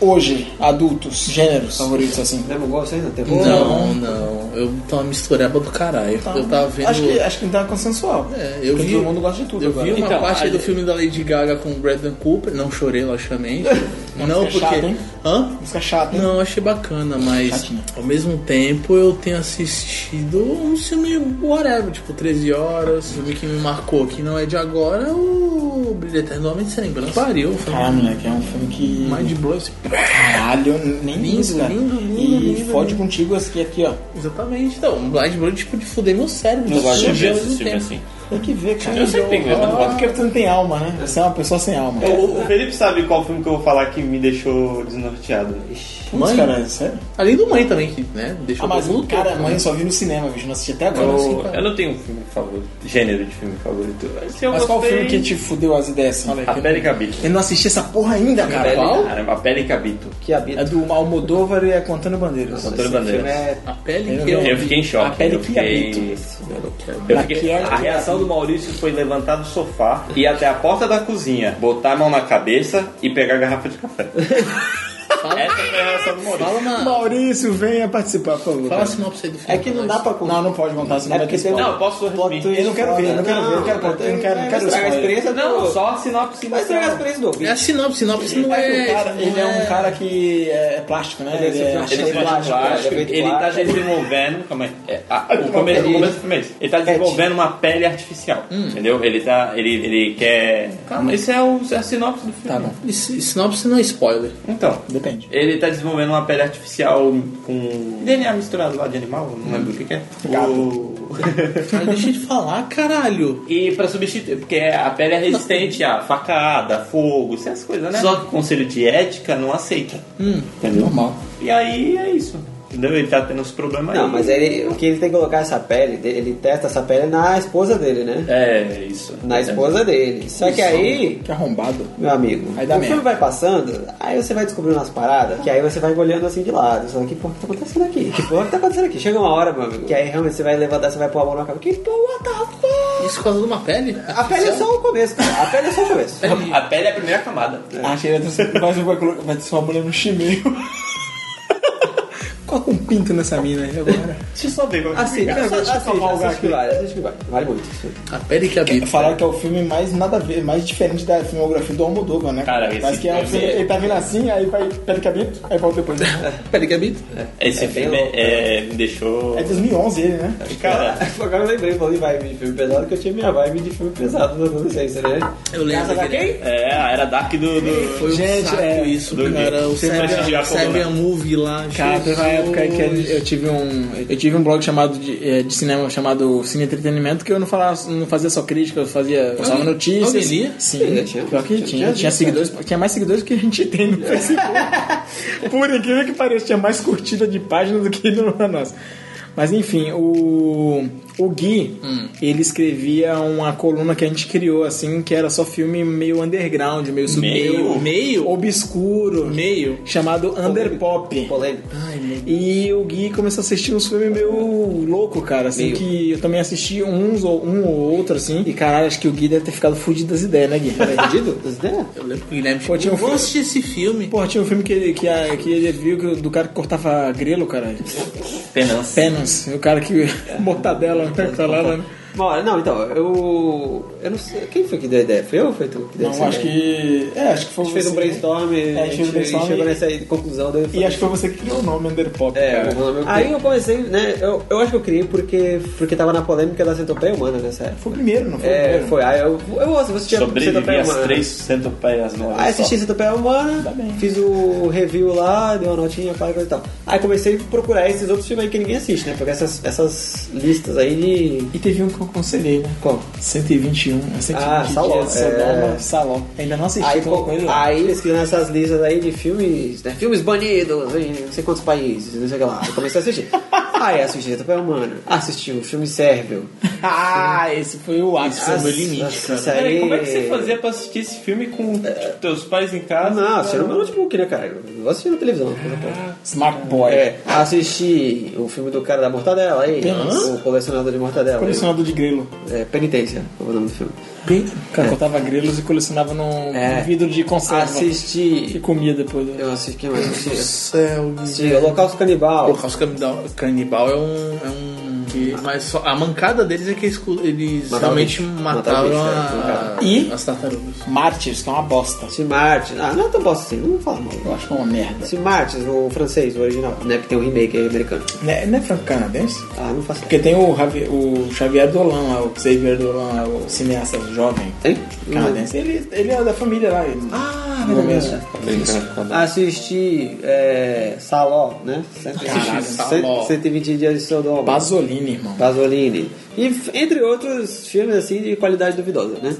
S4: Hoje, adultos, gêneros favoritos assim.
S1: Não é mongol isso aí, não? Terror?
S3: Não, não. Eu tô uma mistureba do caralho. eu tava vendo.
S4: Tá. Acho que, acho que então é consensual.
S3: É, eu
S4: Porque
S3: vi,
S4: todo mundo gosta de tudo
S3: eu
S4: agora.
S3: vi uma
S2: Então,
S3: parte
S2: a
S3: aí do
S2: gente-
S3: filme da Lady Gaga com o Brandon Cooper, não chorei, logicamente. não, porque.
S4: fica chato, hein?
S3: Hã?
S4: Música chata, hein?
S3: Não, achei bacana, mas
S4: Chatinha.
S3: ao mesmo tempo eu tenho assistido um filme whatever, tipo 13 horas, um filme que me marcou, que não é de agora, é o Brilho Eterno do Homem Sem Lembrança. Pariu, o filme.
S4: Ah, moleque, é um filme que.
S3: Mind blow, assim, esse-
S4: Caralho, nem
S3: Lindo,
S4: isso, cara.
S3: lindo, lindo,
S4: e
S3: lindo,
S4: fode
S3: lindo.
S4: contigo aqui, aqui, ó.
S3: Exatamente, então, Mind Blow tipo de fuder meu cérebro.
S4: Eu gosto de
S3: explodir
S2: ver
S3: ao
S2: esse
S3: mesmo
S2: filme
S3: tempo.
S2: assim.
S4: Tem que ver, cara.
S2: Eu sei que tem que ver, mas não
S4: Ah,
S2: pode.
S4: Porque tu não tem alma, né? Você é uma pessoa sem alma.
S2: O o Felipe sabe qual filme que eu vou falar que me deixou desnorteado.
S4: Putz,
S3: Mãe?
S4: cara, sério?
S3: Além do mãe também, que, né? Deixou
S4: Ah, mas
S3: todo mundo
S4: cara,
S3: louco,
S4: mãe,
S3: né?
S4: eu só vi no cinema, bicho. Não assisti até agora.
S2: Eu,
S4: assim,
S2: eu não tenho um filme favorito, gênero de filme favorito. Assim, eu
S4: Mas qual o
S2: gostei-
S4: filme que te fudeu as ideias assim?
S2: A Pele Cabito.
S4: Eu não assisti essa porra ainda, cara.
S2: Pele- tá
S4: Qual?
S2: Caramba, A Pele Cabito.
S1: Que habita.
S4: É do Almodóvar e é Contando Bandeiras.
S2: Antônio
S1: Esse filme é...
S2: Bandeiras.
S3: né? A pele
S4: Eu
S3: que
S2: Eu fiquei em choque.
S4: A Pele
S2: eu
S4: que
S2: fiquei- Eu fiquei-
S4: Naquele-
S2: A reação do Maurício foi levantar do sofá, ir até a porta da cozinha, botar a mão na cabeça e pegar a garrafa de café. Essa foi a reação do Maurício.
S3: Fala uma.
S4: Maurício, venha participar, por favor.
S3: Fala a
S4: cara.
S3: sinopse aí do filme.
S1: é que não dá pra contar.
S4: Não, não pode montar, senão
S1: É
S3: né?
S4: vai
S1: porque
S4: ter
S1: tem-
S4: spoiler.
S2: Não, eu posso
S1: Plot
S2: resumir.
S1: twist
S4: Eu não quero ver, eu não quero ver, eu quero
S1: Não,
S4: contar, eu não quero- não
S1: vai estragar
S4: quero
S1: a
S4: spoiler.
S1: experiência
S2: Não,
S1: do-
S2: só a sinopse.
S1: Vai estragar a experiência do ouvinte.
S3: É a sinopse, sinopse não
S4: É que
S3: é.
S4: o cara, ele é um
S3: é-
S4: cara que é plástico, né?
S1: Ele é
S4: Ele é
S1: sempre-
S2: Ele,
S1: Achei
S2: se
S1: plástico,
S2: plástico,
S1: achei
S2: ele tá
S1: plástico.
S2: desenvolvendo. Calma aí. É, a- o começo, o começo do filme é esse. Ele tá desenvolvendo uma pele artificial. Entendeu? Ele tá. Ele, ele quer. Calma, esse é, o, é a sinopse do filme.
S3: Tá bom. E si- Sinopse não é spoiler.
S2: Então.
S4: Depende.
S2: Ele tá desenvolvendo uma pele artificial com DNA misturado lá de animal, não lembro o que, que é. O-
S3: Cara, deixa de falar, caralho.
S2: E pra substituir, porque a pele é resistente a facada, fogo, essas coisas, né? Só que o conselho de ética não aceita. Entendeu?
S3: Normal.
S2: E aí é isso. Entendeu? Ele tá tendo uns problemas
S1: Não,
S2: aí.
S1: mas ele, o que ele tem que colocar essa pele, de- ele testa essa pele na esposa dele, né?
S2: É, isso.
S1: Na esposa dele. Só que aí,
S4: Que arrombado.
S1: meu amigo,
S4: Aí dá
S1: o
S4: merda.
S1: filme vai passando, aí você vai descobrindo umas paradas, que aí você vai olhando assim de lado. Só que porra que tá acontecendo aqui? Que porra que tá acontecendo aqui? Chega uma hora, meu amigo, que aí realmente você vai levantar, você vai pôr a mão na cabeça. Que porra tá
S3: Isso por causa de uma pele?
S1: A pele é só o começo, cara. A pele é só o começo.
S2: A pele é a primeira camada.
S4: Acho que ele vai, vai, vai, colo- vai ter sua mulher no chimeio. Coloca um pinto nessa mina aí agora.
S2: Deixa eu só ver. como é que
S1: Assim,
S2: fica.
S1: assiste,
S4: cavalgar
S1: assiste que
S4: aqui.
S1: vale, assiste que vale. Vale muito. isso.
S3: A pele que habita.
S4: Falaram que é o filme mais nada a ver, mais diferente da filmografia do Almodóvar, né?
S2: Cara, esse
S4: Parece que é,
S2: filme-
S4: ele tá vindo assim, aí vai, pera que habito, aí volta depois. né? É
S3: A pele que habita.
S2: Esse
S1: É bem
S2: filme
S1: louco,
S2: é, me deixou.
S4: É 2011 ele, né?
S2: Cara,
S1: Agora eu lembrei, falei vibe de filme pesado, que eu tinha minha vibe de filme pesado na adolescência, né?
S3: Eu lembro.
S1: Casa
S3: que ele-
S2: é, a era Dark do. do-
S3: Foi um
S4: Gente,
S3: saco
S4: é,
S3: isso,
S2: do-
S3: cara. O
S2: Você vai xingar a
S3: Cyber-
S2: coluna.
S3: Cyber Movie lá.
S4: Cara, teve uma
S3: Jesus.
S4: época que eu tive um. Eu tive um blog chamado de, eh, de cinema chamado Cine Entretenimento que eu não falava, não fazia só crítica, eu fazia. Postava
S3: Alguém-
S4: notícias.
S3: alguém lia?
S4: Sim,
S1: Sim, tinha-
S4: pior que
S1: tinha- tinha
S4: tinha. Tinha,
S3: né?
S1: disso,
S4: seguidores, tinha mais seguidores que a gente tem no Facebook. Por incrível que pareça, tinha mais curtida de página do que no- na nossa. Mas enfim, o. O Gui,
S3: Hum.
S4: ele escrevia uma coluna que a gente criou, assim, que era só filme meio underground, meio sub
S2: Meio?
S3: Meio?
S4: obscuro,
S3: Meio?
S4: chamado Underpop.
S1: Polêmico.
S3: Ai, meu
S4: E o Gui começou a assistir uns filmes meio louco, cara. Assim,
S1: Meio.
S4: que eu também assisti uns ou um ou outro, assim. E caralho, acho que o Gui deve ter ficado fudido das ideias, né, Gui?
S1: Perdido? Das ideias?
S3: Eu lembro que o Guilherme
S4: Pô, tinha um
S3: chegou.
S4: filme-
S3: Eu vou assistir esse filme.
S4: Porra, tinha um filme que ele, que, a- que ele viu que- do cara que cortava grelo, cara.
S2: Penança.
S4: Penance. O cara que. Mortadela, né? Falava, né?
S1: Bom, não, então, eu. Eu não sei. Quem foi que deu a ideia? Foi eu ou foi tu que deu essa
S4: Não, acho
S1: ideia?
S4: que. É, acho que foi
S1: A gente fez
S4: você.
S1: um brainstorm,
S4: É,
S1: a gente,
S4: brainstorm
S1: chegou
S4: e-
S1: nessa aí conclusão do
S4: E acho que foi você que criou o nome Under Pop.
S1: É,
S4: cara.
S1: o nome eu Aí eu comecei, né? Eu, eu acho que eu criei porque, porque tava na polêmica da centopeia humana nessa época.
S4: Foi o primeiro, não foi? o
S1: É,
S4: primeiro?
S1: foi. Aí eu, eu, eu assisti a
S2: Sobrevivi
S1: centopeia
S2: às
S1: humana.
S2: três centopeias novas.
S1: Aí assisti Centopeia Humana, fiz o review lá, dei uma notinha, pá, coisa e tal. Aí comecei a procurar esses outros filmes aí que ninguém assiste, né? Porque essas, essas listas aí de.
S4: E teve um que eu aconselhei, né?
S1: Qual?
S4: 121, né? 121
S1: Ah,
S4: dias de
S1: Saló,
S4: Sodoma,
S1: é.
S4: Saló. Ainda não assisti,
S1: Aí,
S4: tô
S1: co-
S4: com ele lá.
S1: aí pesquisando essas listas aí de filmes, né? Filmes banidos em não sei quantos países, não sei o que lá. Eu comecei a assistir. aí assisti Centopeia Humana, assisti o filme Sérvio.
S4: Ah, esse foi é o ápice.
S3: é
S1: Nossa,
S4: do meu limite,
S1: nossa,
S4: cara.
S1: isso aí-
S2: Peraí, como é que você fazia pra assistir esse filme com tipo, teus pais em
S1: Ah,
S2: casa?
S1: não, assisti no meu notebook, né, cara? Eu vou assistir na televisão.
S4: Ah,
S1: né?
S4: Smart Boy.
S1: É, assisti o filme do cara da mortadela aí,
S4: Pensa.
S1: o colecionador de mortadela.
S4: Colecionador de grelo.
S1: É, Penitência, é o nome do filme.
S4: Cara, contava grelos e colecionava num
S1: É.
S4: vidro de conserva. Que
S1: Assisti.
S4: comia depois. né?
S1: Eu assisti que mais? Assisti,
S3: Céu,
S1: assisti Holocausto Canibal.
S3: Holocausto Canibal, Canibal é um. É um que- mas só- a mancada deles é que eles, cu- eles
S1: Mataram
S3: realmente
S1: bicho.
S3: mataram
S1: Mataram
S3: a-
S4: bicho, é,
S3: as tartarugas.
S4: Martyrs, que é uma bosta.
S1: Assisti Martins. Ah, não é tão bosta assim, não vou falar mal.
S4: Eu acho que é uma merda.
S1: Assisti Martins, o francês, o original, né? Que tem um remake aí americano.
S4: Né- Não é franco-canadense?
S1: Ah, não faço ideia.
S4: Porque tem o, Javi- o Xavier Dolan, lá, o Xavier Dolan, lá, o cineasta jovem
S1: Tem?
S4: canadense. Ele, ele é da família lá. Ele...
S1: Ah,
S4: Não é
S1: beleza.
S4: mesmo?
S1: Assisti é, Saló, né?
S4: Caralho, Saló.
S1: 120 dias de Sodoma.
S4: Pasolini, irmão.
S1: Pasolini. E f- entre outros filmes assim de qualidade duvidosa, né?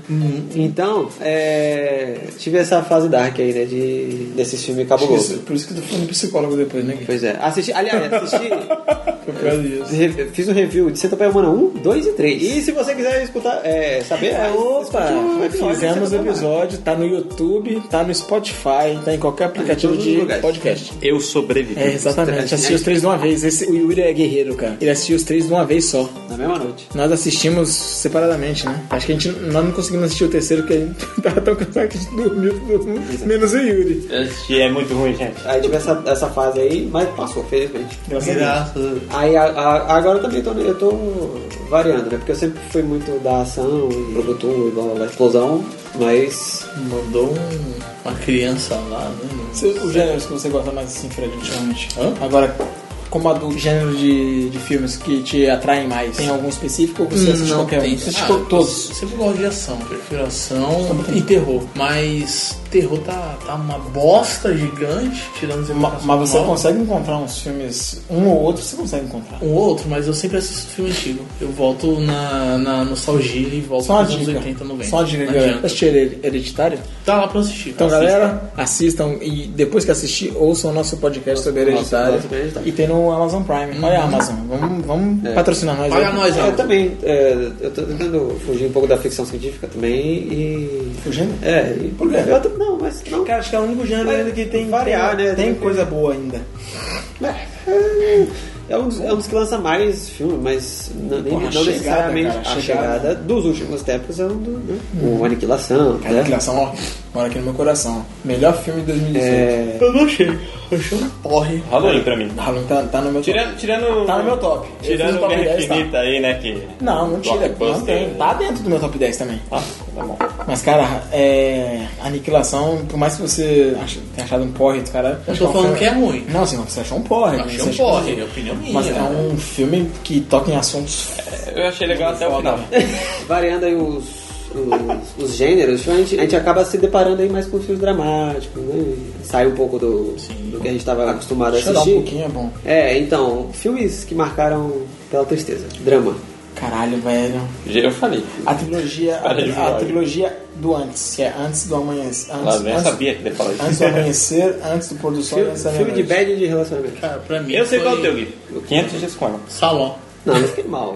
S1: Então, é, tive essa fase dark aí, né? De, desses filmes cabuloso.
S4: Isso, por isso que tu foi no psicólogo depois, né?
S1: Pois é. Assisti, aliás, assisti.
S4: Por causa disso.
S1: re- Fiz um review de Centopeia Humana 1, 2 um, e 3. E se você quiser escutar, é, saber, é,
S4: Opa,
S1: escute o episódio de
S4: fizemos
S1: Centopeia Humana.
S4: episódio, tá no YouTube, tá no Spotify, tá em qualquer aplicativo
S1: Em todos
S4: de
S1: os lugares.
S4: podcast.
S2: Eu sobrevivi.
S4: É, exatamente. Assistiu os três de uma vez. Esse, o Yuri é guerreiro, cara. Ele assistiu os três de uma vez só.
S1: Na mesma noite.
S4: Nós assistimos separadamente, né? Acho que a gente nós não conseguimos assistir o terceiro porque a gente tava tão cansado que a gente dormiu, todo mundo, menos o Yuri.
S2: Eu assisti, é muito ruim, gente.
S1: Aí tive essa, essa fase aí, mas passou, felizmente.
S4: Graças a Deus.
S1: Aí a- a- agora eu também tô, eu tô variando, né? Porque eu sempre fui muito da ação e brucutu e blá, blá, blá, explosão, mas
S3: Mandou um- uma criança lá, né?
S4: Seu- Os gêneros que você gosta mais assim, Fred, ultimamente. Agora, como adulto, gênero de, de filmes que te atraem mais? Tem algum específico ou você assiste qualquer um? Você assiste
S3: Ah,
S4: to- todos.
S3: Eu sempre gosto de ação, prefiro ação e terror. Mas terror tá, tá uma bosta gigante, tirando os
S4: Ma- Mas você
S3: Invocação do Mal.
S4: consegue encontrar uns filmes, um ou outro, você consegue encontrar.
S3: um outro, mas eu sempre assisto filme antigo. Eu volto na, na nostalgia e volto
S4: Só uma
S3: nos anos
S4: dica.
S3: 80, 90.
S4: Só uma dica.
S3: Não
S4: galera.
S3: adianta.
S4: Assistir Here- Hereditário?
S3: Tá lá pra assistir.
S4: Então,
S3: assista.
S4: galera, assistam e depois que assistir, ouçam o nosso podcast sobre Hereditário.
S1: nosso Hereditário.
S4: E tem no Amazon Prime. Olha a Amazon. Vamos, vamos patrocinar nós. né?
S3: Paga
S4: aí.
S3: nós,
S1: eu
S3: ó.
S1: também é, eu tô tentando fugir um pouco da ficção científica também e.
S4: Fugindo?
S1: É, e por
S4: quê?
S1: Eu, tô- não, mas não.
S4: Cara, acho que é o único gênero
S1: Vai
S4: ainda que tem.
S1: variar,
S4: tem,
S1: né?
S4: Tem coisa boa ainda.
S1: É um, dos, é um dos que lança mais filme, mas não, nem-
S4: Porra,
S1: não
S4: a Chegada,
S1: necessariamente
S4: cara, a
S1: a
S4: Chegada. Hum.
S1: chegada, dos últimos tempos é um do. Né? O Aniquilação, né?
S4: Aniquilação, ó. Mora aqui no meu coração. Melhor filme de 2018.
S1: É,
S3: Eu não achei. Eu achei um porre.
S2: Halloween pra mim.
S4: Halloween tá, tá no meu
S2: Tirando, tirando.
S4: Tá no meu top. Eu fiz
S2: Tirando
S4: o
S2: o
S4: top
S2: Guerra
S4: 10, tá.
S2: Infinita aí, né? Que.
S4: top. Não, não tira. Não
S2: Blockbuster.
S4: tem. Tá dentro do meu top 10 também.
S2: Ah, tá bom.
S4: Mas, cara, é. Aniquilação, por mais que você ach- tenha achado um porre do cara.
S3: Eu tô falando que é ruim.
S4: Não, assim, você achou um porre. né?
S3: Eu achei
S4: Você
S3: um
S4: achou-
S3: porre, é opinião minha.
S4: Mas é um filme que toca em assuntos.
S2: Eu achei legal até o final.
S1: variando aí os, os, os gêneros, a gente, a gente acaba se deparando aí mais com filmes dramáticos, né? Sai um pouco do, do que a gente estava acostumado a
S4: Chorar um
S1: assistir.
S4: pouquinho é bom.
S1: é, então, filmes que marcaram pela tristeza. Drama.
S4: Caralho, velho.
S2: Eu falei.
S4: A trilogia. A,
S2: Para de
S4: a
S2: jogar.
S4: trilogia do antes, que é antes do amanhecer.
S2: Lá
S4: Antes,
S2: vem, eu
S4: antes,
S2: sabia que ele falou
S4: antes
S2: isso.
S4: do amanhecer, antes do pôr do sol.
S1: Fil-
S4: antes da
S1: filme de
S4: meia-noite.
S1: bad e de relacionamento.
S3: Cara, pra mim.
S2: Eu sei
S3: foi
S2: qual é o teu, Gui. 500 dias com ela.
S3: Saló.
S1: Não, não fiquei mal.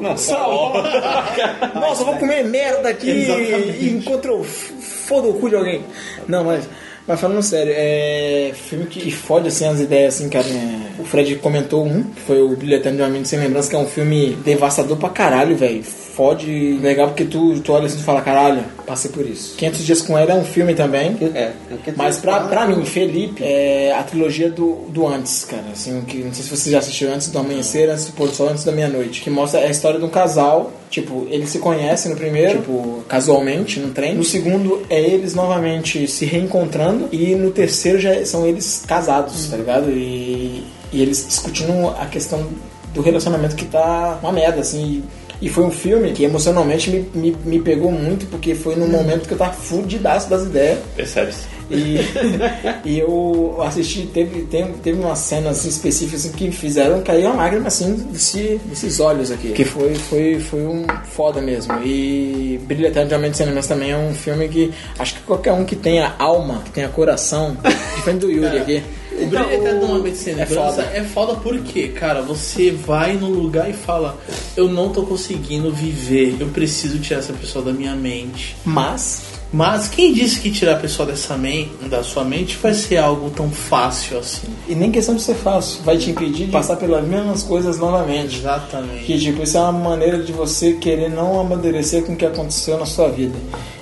S4: Nossa, eu vou comer merda aqui e encontro o f- foda o cu de alguém. Não, mas, mas falando sério, é filme que fode assim as ideias, assim, cara. é, o Fred comentou um, que foi o Brilho Eterno de uma Mente Sem Lembrança, que é um filme devastador pra caralho, velho. Fode legal porque tu, tu olha assim e fala, caralho, passei por isso. 500 Dias com Ela é um filme também.
S1: É, é o que
S4: Mas pra, pra mim, Felipe, é a trilogia do, do antes, cara. Assim, que, não sei se você já assistiu antes do amanhecer, antes do pôr do sol, antes da meia-noite. Que mostra a história de um casal Tipo, eles se conhecem no primeiro, tipo, casualmente, no trem. No segundo, é eles novamente se reencontrando. E no terceiro, já são eles casados, tá ligado? E, e eles discutindo a questão do relacionamento que tá uma merda, assim. E e foi um filme que emocionalmente me, me, me pegou muito, porque foi num momento que eu tava fudidaço das ideias.
S2: Percebe-se.
S4: E, e eu assisti, teve, teve, teve uma cena assim, específica assim, que me fizeram cair uma lágrima assim desse, desses olhos aqui. Que foi, foi, foi um foda mesmo. E Brilha Eternamente Sem Lembrança também é um filme que acho que qualquer um que tenha alma, que tenha coração, diferente do Yuri aqui.
S3: O brilho até de uma medicina
S4: Então, é
S3: é foda.
S4: foda.
S3: é foda porque, cara, você vai num lugar e fala: Eu não tô conseguindo viver, eu preciso tirar essa pessoa da minha mente.
S4: Mas
S3: Mas quem disse que tirar a pessoa dessa men da sua mente vai ser algo tão fácil assim?
S4: E nem questão de ser fácil, vai te impedir de passar pelas mesmas coisas novamente.
S3: Exatamente.
S4: Que tipo, isso é uma maneira de você querer não amadurecer com o que aconteceu na sua vida.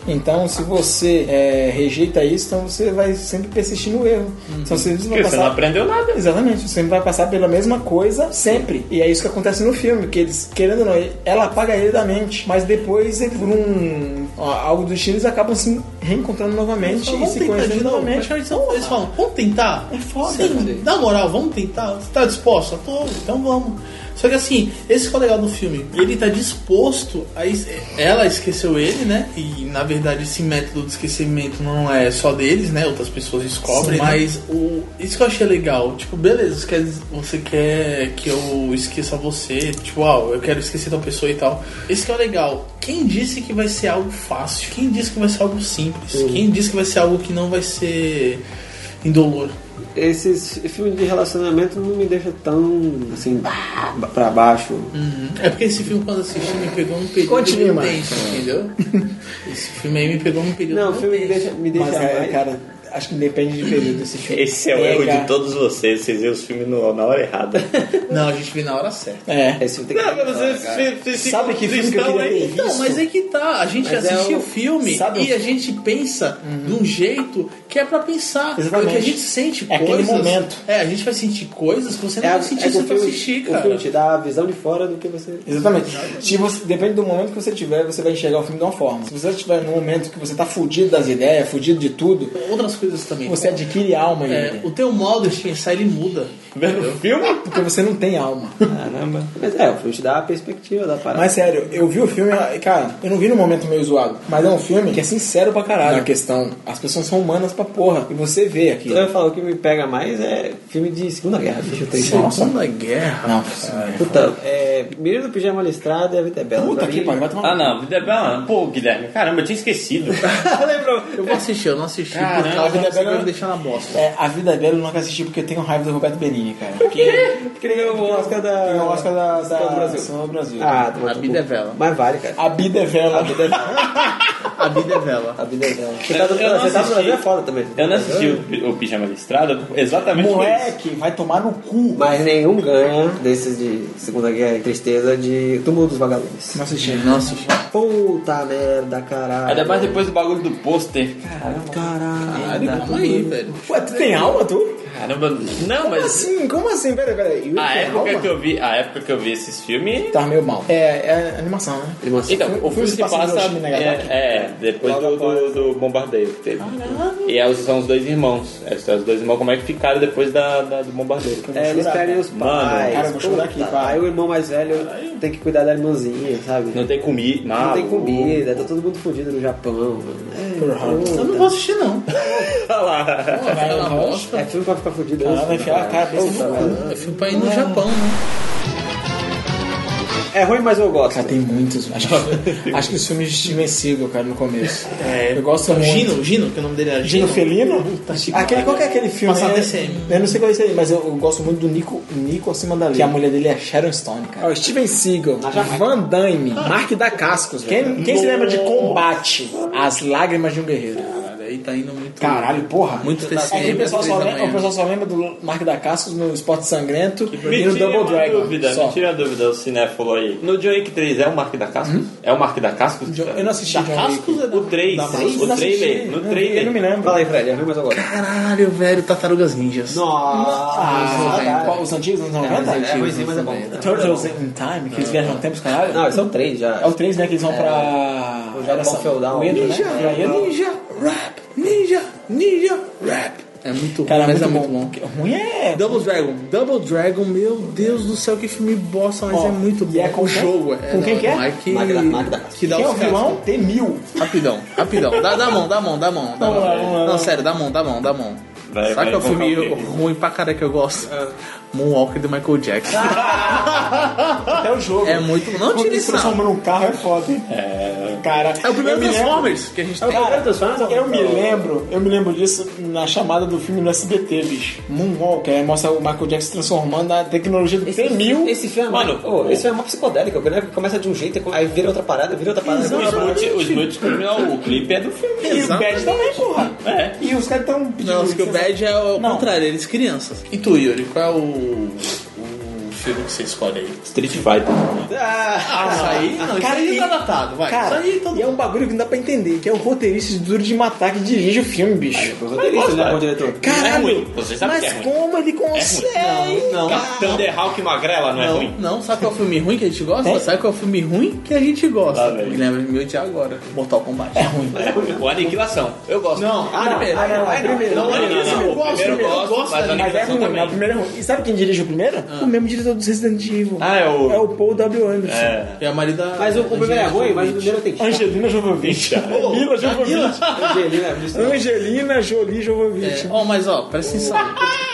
S4: Então, se você é, rejeita isso, então você vai sempre persistir no erro. Então, você vai
S2: Uhum. Porque você não
S4: passar...
S2: aprendeu nada.
S4: Exatamente, você sempre vai passar pela mesma coisa sempre. E é isso que acontece no filme, que eles, querendo ou não, ela apaga ele da mente, mas depois, ele- por um ó, algo do estilo, eles acabam se reencontrando novamente e
S3: Vamos
S4: se
S3: tentar de
S4: conhecendo
S3: novo.
S4: novamente.
S3: Eles falam, eles falam, vamos tentar? É
S4: foda, velho.
S3: Na moral, vamos tentar? Você tá disposto? Eu tô, então vamos. Só que assim, esse que é o legal do filme. Ele tá disposto a. es- Ela esqueceu ele, né? E na verdade esse método de esquecimento não é só deles, né? Outras pessoas descobrem.
S4: Sim.
S3: Mas o... isso que eu achei legal. Tipo, beleza, você quer, você quer que eu esqueça você. Tipo, ah, eu quero esquecer tal pessoa e tal. Esse que é o legal. Quem disse que vai ser algo fácil? Quem disse que vai ser algo simples? Quem disse que vai ser algo que não vai ser indolor?
S1: Esses filmes de relacionamento não me deixam tão, assim, pra baixo.
S3: É porque esse filme, quando eu assisti, me pegou num período
S4: Continue, Marcos.
S3: intenso, entendeu? Esse filme aí me pegou num período
S1: Não, o filme me
S3: intenso.
S1: deixa, me deixa
S4: Mas, é,
S1: mais-
S4: cara, acho que depende de período esse filme.
S2: Esse é o
S4: Pega.
S2: erro de todos vocês. Vocês veem os filmes no- na hora errada.
S3: Não, a gente viu na hora certa.
S4: É.
S1: Esse filme tem que...
S4: Sabe que filme que eu queria ter visto?
S3: Não, mas é que tá. A gente
S4: Mas é
S3: assiste
S4: o-
S3: o filme
S4: sabe
S3: e
S4: o-
S3: a gente pensa de um jeito que é pra pensar.
S4: Exatamente.
S3: Porque a gente sente
S4: É aquele
S3: coisas.
S4: momento.
S3: É, a gente vai sentir coisas que você não
S1: É, a-
S3: vai
S1: é
S3: sentir
S1: que
S3: se
S1: o
S3: você
S1: filme,
S3: assistir,
S1: o filme
S3: cara.
S1: te dá a visão de fora do que você...
S4: Exatamente. Se você- depende do momento que você tiver, você vai enxergar o filme de uma forma. Se você estiver num momento que você tá fudido das ideias, fudido de tudo,
S3: Outras coisas também.
S4: você é adquire alma ainda.
S3: É, o teu modo de pensar, ele muda.
S2: Vendo o filme?
S4: Porque você não tem alma.
S1: Caramba. Mas é, o filme te dá a perspectiva da parada.
S4: Mas sério, eu vi o filme, cara, eu não vi no momento meio zoado, mas é um filme que é sincero pra caralho. Na questão, as pessoas são humanas pra porra. E você vê aqui.
S1: então, Eu falo, o que me pega mais é filme de Segunda Guerra, bicho. Eu tenho
S3: Segunda guerra.
S4: Não,
S1: Puta, é. Menino do Pijama Listrado e a Vida é Bela.
S4: puta
S1: Pra
S4: que
S1: mim-
S4: pariu, vai tomar.
S2: Ah, não. Vida é Bela. Pô, Guilherme. Caramba, eu tinha esquecido.
S3: Eu vou assistir, eu não assisti
S4: Caramba,
S3: por causa
S4: você
S3: que vai
S4: vai-
S3: me deixar na bosta.
S4: É, a vida é bela eu nunca assisti porque eu tenho raiva do Roberto Benigni, cara. Porque
S1: Porque ele ganhou o Oscar da.
S4: é o Oscar da, da,
S1: do Brasil.
S4: Sessão do Brasil.
S1: Ah, tomar
S3: A
S1: no
S3: Vida
S1: cu.
S3: é Bela.
S1: Mas vale, cara.
S4: A vida é bela.
S3: A vida é vela.
S1: A Vida é Bela. Você
S2: Eu-
S1: tá do
S2: eu não
S1: você tá do
S2: assisti.
S1: Brasil é foda também.
S2: Eu não assisti o, pi- o Pijama Listrado exatamente por isso.
S4: Moleque, vai tomar no cu.
S1: Mas nenhum ganha desses de Segunda Guerra e Tristeza de Túmulo dos Vagalumes.
S4: Não assisti.
S3: Nossa,
S1: Puta merda, caralho.
S2: Ainda mais depois do bagulho do pôster.
S1: Caralho.
S3: Caralho, calma aí, velho.
S4: Ué, tu tem alma, tu?
S2: Caramba. Não,
S4: Como
S2: mas
S4: assim? Como assim? Pera, pera. Yuri
S2: a
S4: tem
S2: época
S4: alma?
S2: que eu vi, a época que eu vi esses filmes.
S4: Tá meio mal. É, é animação, né?
S2: Então,
S4: Foi-
S2: o
S4: foi
S2: filme se passa
S4: Hiroshima e Nagasaki?
S2: é, é, depois do, do, do bombardeio que teve. E aí são os dois irmãos. É, são os dois irmãos como é que ficaram depois da, da- do bombardeio.
S1: É, eles perdem os
S2: tá Mano,
S1: pais.
S4: cara, eu vou chorar aqui,
S1: puta,
S4: pá.
S1: Aí o irmão mais velho tem que cuidar da irmãzinha, sabe?
S2: Não tem comida.
S1: Não tem comida, tá todo mundo fudido no Japão. mano. É,
S3: Eu não
S1: puta.
S3: vou assistir, não. Tá
S2: Olha lá.
S3: Pô, vai na
S1: É
S3: bosta.
S1: filme pra ficar fudido.
S4: Ela vai enfiar a cara pensa
S1: Puta,
S4: no cu.
S1: velho.
S3: Eu fui pra ir no Japão, né?
S1: É ruim, mas eu gosto.
S4: Cara, tem muitos. Acho, que- acho que os filmes de Steven Seagal, cara, no começo.
S3: É,
S4: eu gosto muito.
S3: Gino, Gino, que o nome dele era
S4: Gino
S3: Gino.
S4: Felino?
S3: que
S4: Aquele, qual que é aquele filme?
S3: Passava
S4: Eu-
S3: TCM.
S4: Eu não sei qual é esse aí, mas eu, eu gosto muito do Nico, Nico acima da lei. Que a mulher dele é Sharon Stone, cara. Ah, Ó, Steven Seagal, Van Damme, Mark da Cascos. Quem, quem se lembra de Combate? As Lágrimas de um Guerreiro.
S3: Aí tá indo muito.
S4: Caralho, porra.
S3: Muito TCM.
S4: É que o pessoal,
S3: às
S4: só
S3: três da
S4: lembra, o
S3: manhã.
S4: pessoal só lembra do Mark da Cascos no Esporte Sangrento
S2: Me
S4: e no
S2: tira
S4: Double
S2: uma
S4: Dragon.
S2: dúvida,
S4: só.
S2: me tira a dúvida, o cinéfalo aí. No John Wick 3 é o Mark da Cascos? É o Mark da Cascos?
S4: Eu não assisti John Wick.
S3: Cascos é da-
S2: O 3,
S3: da
S4: Três?
S2: o
S4: Não assisti.
S2: trailer, no
S4: Eu-
S2: trailer.
S4: Eu não me lembro.
S1: Fala aí, Fred, é arruma mais agora.
S3: Caralho, velho, Tartarugas Ninjas.
S1: Nossa!
S4: Ah,
S3: noventa.
S4: qual- os antigos, anos 90?
S1: é ruimzinho, mas é bom.
S4: Turtles in Time, que eles viajam no tempo, os caralho.
S1: Não, são três já.
S4: É o 3, né? Que eles vão
S3: Ah,
S4: pra.
S1: O Japão
S4: essa-
S1: feudal.
S4: o Edo, né?
S1: Ninja,
S4: Pra Edo.
S3: Ninja Rap, Ninja, Ninja Rap. É muito ruim,
S4: Cara, é
S3: mas
S4: muito,
S3: é muito
S4: bom.
S3: bom.
S4: Ruim é.
S3: Double Dragon, Double Dragon, meu Deus do céu, que filme bosta, mas
S4: Ó,
S3: é muito bom.
S4: e é com
S3: o
S4: quem?
S3: jogo, é.
S4: Com quem
S3: não,
S4: que é?
S3: não que,
S1: Magda- Magda.
S3: que dá
S4: Quem é o
S3: os cascos.
S4: vilão? T-1000.
S3: Rapidão, rapidão. Dá, dá a mão, dá a mão, dá a mão. Dá a
S4: Vamos lá,
S3: mão.
S4: vamos lá,
S3: Não,
S4: vamos.
S3: sério, dá a mão, dá a mão, dá a mão.
S2: Vai,
S3: Sabe
S2: vai,
S3: que é o filme
S2: vamos lá, ok.
S3: ruim pra caralho que eu gosto?
S4: Ah.
S3: Moonwalker do Michael Jackson.
S4: Até o jogo.
S3: É muito. Não
S4: Quando
S3: tira
S4: eles
S3: isso, não.
S4: transformam num carro é foda, hein? É. Cara,
S3: É o primeiro
S4: eu me lembro-
S3: Transformers que a gente tá.
S4: Cara,
S1: É um
S4: eu me lembro, eu me lembro disso na chamada do filme no SBT, bicho. Moonwalker, aí mostra o Michael Jackson se transformando na tecnologia do T-1000.
S1: Esse filme, mano, esse filme é uma psicodélica, né? Porque começa de um jeito, aí vira outra parada, vira outra parada. um
S2: O
S1: vira outra parada.
S2: Smooth- O Smooth Criminal, o clipe é do filme.
S4: E o Bad também, porra.
S2: É.
S4: E os caras tão pedindo
S3: Não, acho que o
S4: licença.
S3: Bad é o
S4: Não.
S3: contrário, eles crianças. E tu, Yuri, qual é o, o filme que você escolhe aí?
S2: Street Fighter.
S3: Ah, isso aí não, isso
S4: cara,
S3: aí
S4: e-
S3: tá datado, vai.
S4: Cara,
S3: isso aí todo
S4: e é um bagulho que não dá pra entender, que é o roteirista de Duro de Matar que dirige o filme, bicho.
S1: Os roteiristas, né, com o diretor.
S2: Não é
S4: Caralho,
S2: ruim, você sabe
S4: mas
S2: que é ruim.
S4: como ele consegue?
S3: não,
S2: Thunderhawk Magrela não é
S3: não,
S2: ruim?
S3: não, sabe qual é o filme ruim que a gente gosta? Sabe qual é o filme ruim que a gente gosta?
S2: Lá
S3: Me
S2: vem.
S3: lembra de meu dia agora. Mortal Kombat. É ruim.
S2: É ruim. O Aniquilação. Eu gosto.
S3: Não, ah,
S1: é,
S3: primeiro.
S4: Ah, né? não, primeiro,
S2: Não,
S4: não,
S2: não, não, não.
S4: não,
S2: O primeiro eu
S3: eu
S2: gosto,
S3: gosto
S2: mas a
S4: Mas é
S2: Aniquilação
S4: ruim, né? O
S2: também.
S4: primeiro é ruim. E sabe quem dirige o primeiro?
S3: Ah.
S4: O mesmo diretor dos Resident Evil.
S2: Ah, é o-
S4: É o Paul W. Anderson.
S2: É.
S3: É a marida.
S1: Mas o, o primeiro é ruim, mas o primeiro tem chance.
S4: Angelina Jovovich. Mila Jovovich.
S1: Angelina, Mr.
S4: Angelina Jolie Jovovich.
S3: Ó, mas ó, presta atenção.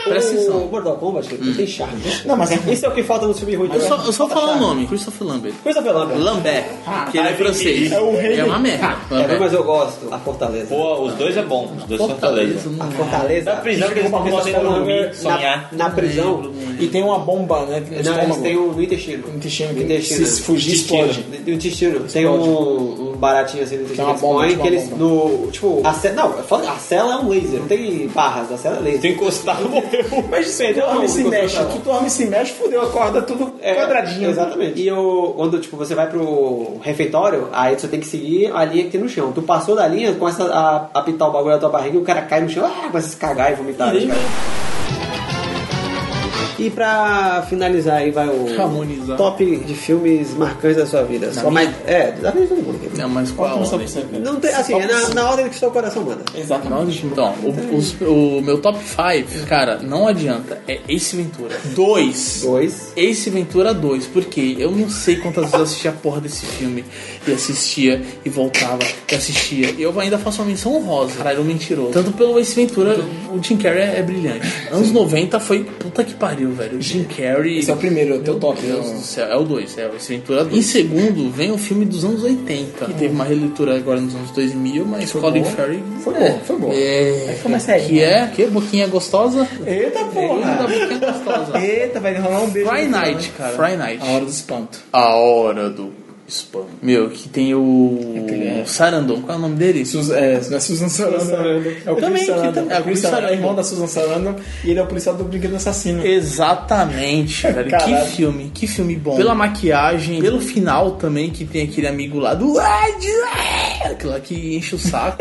S3: Presta
S1: O
S3: atenção.
S1: Mortal Kombat ele tem charme.
S4: Não, mas é ruim.
S1: Isso é o que falta no filme ruim.
S3: Eu só, eu só falar o nome: Christopher Lambert.
S1: Coisa pelada.
S3: Lambert, que ele é francês.
S4: É o rei
S3: É uma merda.
S1: É,
S3: Lambert.
S1: mas eu gosto. A Fortaleza.
S2: Pô, os dois é bom. Os dois são
S3: Fortaleza,
S2: Fortaleza.
S1: A
S3: não.
S1: Fortaleza.
S2: Da prisão que eles não podem dormir, sonhar.
S1: Na, na prisão.
S4: E tem uma bomba, né? No
S1: Não, eles
S4: estômago.
S1: têm o no intestino.
S4: No Um intestino, que
S1: Intestino.
S4: se fugir,
S1: Intestino.
S4: explode.
S1: No intestino. Tem um, um baratinho assim no intestino.
S4: uma
S1: que
S4: bomba,
S1: expõe
S4: tem uma
S1: que eles
S4: bomba.
S1: no. Tipo, a cela. Não, eu falo- a cela é um laser. Não tem barras, a cela é laser.
S2: Se encostar, morreu.
S4: Mas se tu dorme e se
S1: não,
S4: mexe,
S1: não.
S4: tu dorme e se mexe, fudeu, acorda tudo
S1: É,
S4: quadradinho.
S1: Exatamente. E o, quando tipo, você vai pro refeitório, aí você tem que seguir a linha que tem no chão. Tu passou da linha, começa a a apitar o bagulho da tua barriga e o cara cai no chão, ah, começa a se cagar e vomitar. né, cara? E pra finalizar aí vai o
S3: Harmonizar.
S1: top de filmes marcantes da sua vida. Só mais, é, da vida de todo mundo.
S3: Não, mas qual a
S4: Começa
S3: ordem?
S4: você, cara.
S1: Não tem, assim, é na, na ordem que o seu coração manda.
S4: Exatamente.
S3: Então, o, os- o meu top 5, cara, não adianta. É Ace Ventura. 2.
S1: Dois.
S3: Ace Ventura 2, porque eu não sei quantas vezes eu assisti a porra desse filme e assistia e voltava e assistia. E eu ainda faço uma menção honrosa, caralho, um mentiroso. Tanto pelo Ace Ventura, o Jim Carrey é, é brilhante. Anos 90 foi puta que pariu, velho. O Jim Carrey.
S4: Esse é o primeiro, é o teu top.
S3: Meu Deus do céu, é o 2, é o Ace Ventura 2. Em segundo, vem o filme dos anos 80, que teve uma releitura agora nos anos 2000, mas Colin Farrell.
S4: Foi
S3: é,
S4: bom, foi bom.
S3: É,
S4: foi mais sério,
S3: que
S4: né?
S3: é, tá que boquinha gostosa.
S4: Eita
S3: Eita,
S4: porra!
S3: boquinha gostosa.
S4: Eita, vai rolar um beijo.
S3: Friday
S4: no final,
S3: Night,
S4: né?
S3: cara. Friday Night.
S4: A hora do espanto.
S3: A hora do spam. Meu, que tem o.
S4: é.
S3: o Sarandon, qual é o nome dele?
S4: Sus- é, não é Susan Sarandon. É o
S3: Também,
S4: Chris
S3: que
S4: Sarandon.
S3: também-
S4: É o Chris Sarandon,
S3: Sarandon.
S4: irmão da Susan Sarandon. E ele é o policial do Brinquedo Assassino.
S3: Exatamente, velho.
S4: Caralho.
S3: Que filme, que filme bom. Pela maquiagem, pelo final também, que tem aquele amigo lá do. é, Aquilo lá que enche o saco.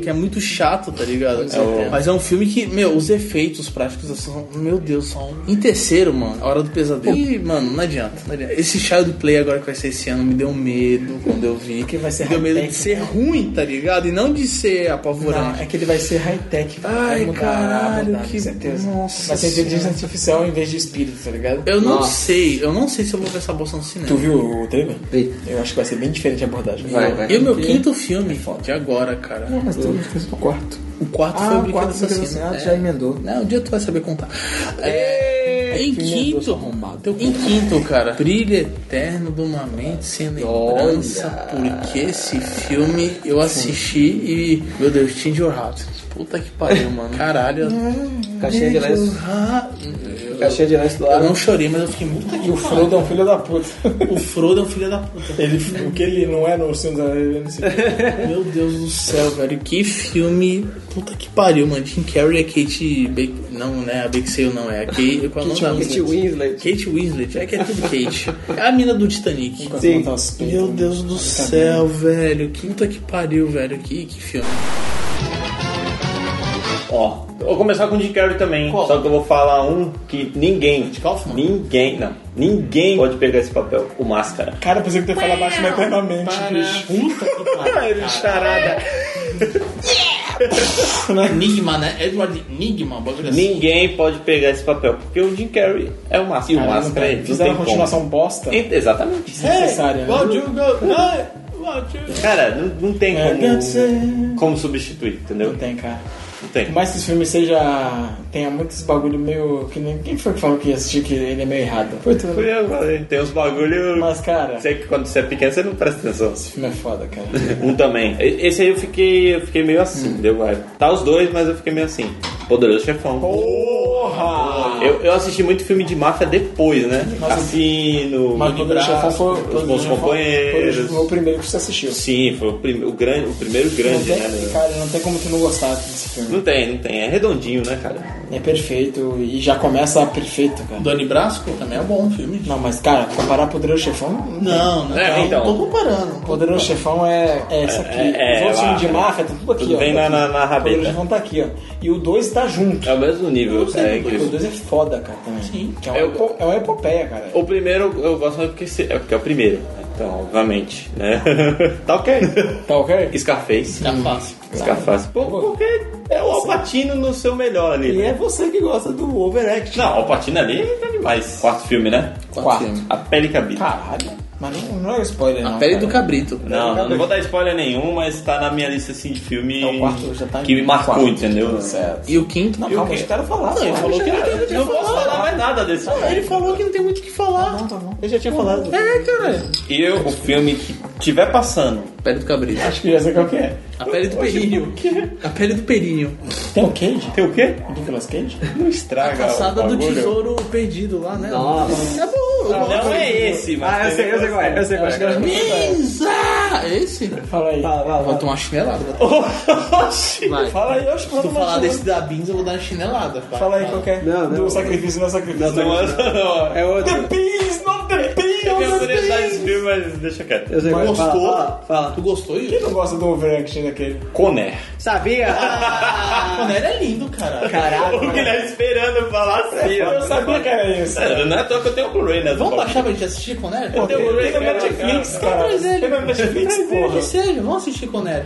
S3: que é muito chato, tá ligado? É o- Mas é um filme que, meu, os efeitos práticos assim, são. Meu Deus, são. Em terceiro, mano, a hora do pesadelo. E, mano, não adianta, não adianta. Esse Child Play agora que vai ser esse ano me deu medo quando eu vi.
S4: Porque vai ser
S3: Me deu medo de
S4: high-tech,
S3: ser ruim, tá ligado? E não de ser
S4: Não,
S3: apavorante.
S4: é que ele vai ser high-tech. cara.
S3: Ai,
S4: vai
S3: caralho,
S4: vai
S3: que-
S4: com certeza.
S3: nossa
S4: vai ser inteligência
S3: senhora.
S4: artificial em vez de espírito, tá ligado?
S3: Eu não
S1: Nossa.
S3: sei, eu não sei se eu vou ver essa bolsa no cinema.
S4: Tu viu o trailer?
S1: Vi.
S4: Eu acho que vai ser bem diferente a abordagem.
S1: Vai, vai.
S3: E o meu quinto filme, de agora, cara.
S4: Não, mas tu não fez o quarto.
S3: O quarto foi É. Ah, o Brinquedo Assassino.
S4: já emendou.
S3: Não, um dia tu vai saber contar. É, em quinto, arrombado. Em quinto, cara, Brilho Eterno de uma Mente Sem Lembrança, porque esse filme eu assisti e, meu Deus, Change Your Heart. Puta que pariu, mano. É. Caralho.
S1: Caixinha de lenço.
S3: Ah,
S1: Caixinha de lenço do
S3: eu
S1: lado.
S3: não chorei, mas eu fiquei muito
S4: E o Frodo é um filho da puta.
S3: O Frodo é um filho da puta.
S4: Ele, o que ele não é no filme da ele não sei.
S3: Meu Deus do céu, velho. Que filme. Puta que pariu, mano. Tim Carrey e a Kate. Bake... Não, né? A Bixale não é. A Kate. Qual é o nome da
S1: Kate
S3: Winslet?
S1: Winslet.
S3: Kate Winslet. É que é tudo Kate. É a mina do Titanic.
S1: Sim.
S4: Contar os peitos,
S3: Meu
S4: né?
S3: Deus do céu, velho. Que Puta que pariu, velho. Que, que filme.
S2: Ó, vou começar com o Jim Carrey também.
S3: Qual?
S2: Só que eu vou falar um que ninguém.
S3: Kaufman?
S2: Ninguém, não. Ninguém pode pegar esse papel. O Máscara.
S4: Cara, eu pensei que tu ia falar Batman eternamente, bicho.
S3: Puta que pariu.
S2: Ah, Ele é charada.
S3: Enigma, né? Edward Enigma, bagulho assim.
S2: Ninguém pode pegar esse papel, porque o Jim Carrey é o Máscara. E o
S4: Caralho,
S2: Máscara é
S4: cara,
S2: ele, não
S4: Fizeram
S2: tem
S4: uma
S2: como.
S4: continuação bosta.
S2: Ent- Exatamente.
S4: Desnecessária. né?
S3: Won't you go- Hey, won't you-
S2: Cara, não, não tem
S4: É, deve
S2: como,
S4: ser.
S2: como substituir, entendeu?
S4: Não tem, cara.
S2: Não tem.
S4: Por mais que esse filme seja. tenha muitos bagulho meio. que nem. Quem foi que falou que ia assistir que ele é meio errado? Foi tu. né?
S2: Fui eu, falei. Tem uns bagulho.
S4: Mas, cara, esse
S2: Sei que quando você é pequeno você não presta atenção.
S4: filme é foda, cara.
S2: Um também. E- Esse aí eu fiquei, eu fiquei meio assim,
S4: Hum.
S2: deu vai. Tá os dois, mas eu fiquei meio assim. Poderoso chefão.
S4: Porra!
S2: Eu, eu assisti muito filme de máfia depois, né?
S4: Nossa,
S2: Cassino,
S4: Mas o
S2: Mini
S4: Poderoso Chefão
S2: Brás,
S4: foi.
S2: Os
S4: Poderoso
S2: Bons
S4: Chefão
S2: Companheiros.
S4: Foi o primeiro que você assistiu.
S2: Sim, foi o, prime- o, grande, o primeiro
S4: Não
S2: grande, né?
S4: tem, cara, não tem como tu não gostar desse filme.
S2: Não tem, não tem. É redondinho, né, cara?
S4: É perfeito e já começa perfeito, cara.
S3: Doni Brasco também é um bom filme.
S4: Não, mas, cara, comparar Poderoso Chefão. não-
S3: Não, não.
S2: É, então.
S3: Não tô comparando.
S4: Poderoso Chefão é, é isso aqui.
S2: é,
S4: Os outros
S2: lá.
S4: filmes de máfia estão tudo aqui,
S2: Tudo
S4: ó.
S2: bem
S4: tá
S2: na-
S4: aqui.
S2: na- na rabeta.
S4: Poderoso Chefão tá aqui, ó. E o 2 tá junto.
S2: É o mesmo nível, é
S4: O
S2: incrível.
S4: 2 é foda, cara, também. Sim. Que é, uma,
S2: Eu-
S4: epo- é uma epopeia, cara.
S2: O primeiro eu gosto mais porque, se- é porque é o primeiro. Então, obviamente, né? tá ok.
S4: Tá ok?
S2: Scarface.
S3: Tá fácil.
S2: Scarface. Pô, porque é o Alpatino no seu melhor ali.
S4: Tá E
S2: né?
S4: é você que gosta do overact.
S2: Não, Alpatino ali tá demais. Quarto filme, né?
S4: Quarto.
S2: A Pele Cabida.
S4: Caralho. Mas não, não é spoiler, não.
S3: A pele
S4: cara.
S3: do cabrito.
S2: Não, não, não vou dar spoiler nenhum, mas tá na minha lista assim de filme
S4: Então, o quarto já tá em
S2: que me marcou,
S4: quarto.
S2: entendeu?
S4: Certo.
S3: E o quinto?
S4: Não, calma, deixa o cara falar.
S3: Não, ele
S4: cara.
S3: falou que não tem muito
S2: Eu
S3: o
S2: não
S3: que
S2: posso
S3: falar.
S2: falar mais nada desse
S4: é
S2: filme.
S3: Ele falou que não tem muito o que falar.
S4: Tá bom.
S1: Eu já tinha falado.
S3: É, cara.
S2: E eu, o filme que tiver passando,
S3: Pele do cabrito.
S4: Acho que já sei qual que é.
S3: A pele do períneo. A pele do períneo.
S4: Tem o Cage?
S2: tem o quê?
S4: O Nicolas Cage?
S2: Não estraga.
S3: A
S2: o
S3: caçada do
S2: bagulho.
S3: tesouro perdido lá, né?
S1: Nossa.
S3: É bom. eu gosto.
S2: Não é esse, mas.
S1: Ah, eu sei, eu sei qual é. Eu sei qual é. Acho que era-
S3: Misa! É esse?
S4: Fala aí.
S1: Fala, fala,
S3: Vou
S1: fala.
S3: tomar uma chinelada. Vai.
S4: Fala aí, eu acho que
S3: Se tu
S4: eu não
S3: falar
S4: imagino.
S3: desse da Beans, eu vou dar uma chinelada. Vai,
S4: Fala aí
S3: vai.
S4: qual que é.
S1: Não, não.
S4: Do sacrifício, não é sacrifício.
S2: Não, essa não.
S1: É outro.
S4: Peace, not the
S2: Eu queria
S4: peace.
S2: dar esse filme, mas deixa quieto.
S1: Eu sei qual é. Fala,
S3: Gostou?
S1: Fala, fala.
S3: Tu gostou,
S4: Quem
S3: Yuri?
S4: não gosta do overaction daquele?
S2: Conner.
S1: Sabia?
S3: Mano, ele é lindo, cara.
S1: Caralho.
S2: O Guilherme esperando eu falar assim.
S4: Eu sabia que era isso.
S2: Sério, não é à toa que eu tenho o Blu-ray, né?
S3: Vamos baixar pra gente assistir Conner?
S2: Eu tenho o Blu-ray
S4: Tem
S2: cara,
S4: na Netflix,
S2: cara.
S4: cara.
S3: Traz ele.
S4: Tem na Netflix, porra.
S3: Que seja, vamos assistir Conner.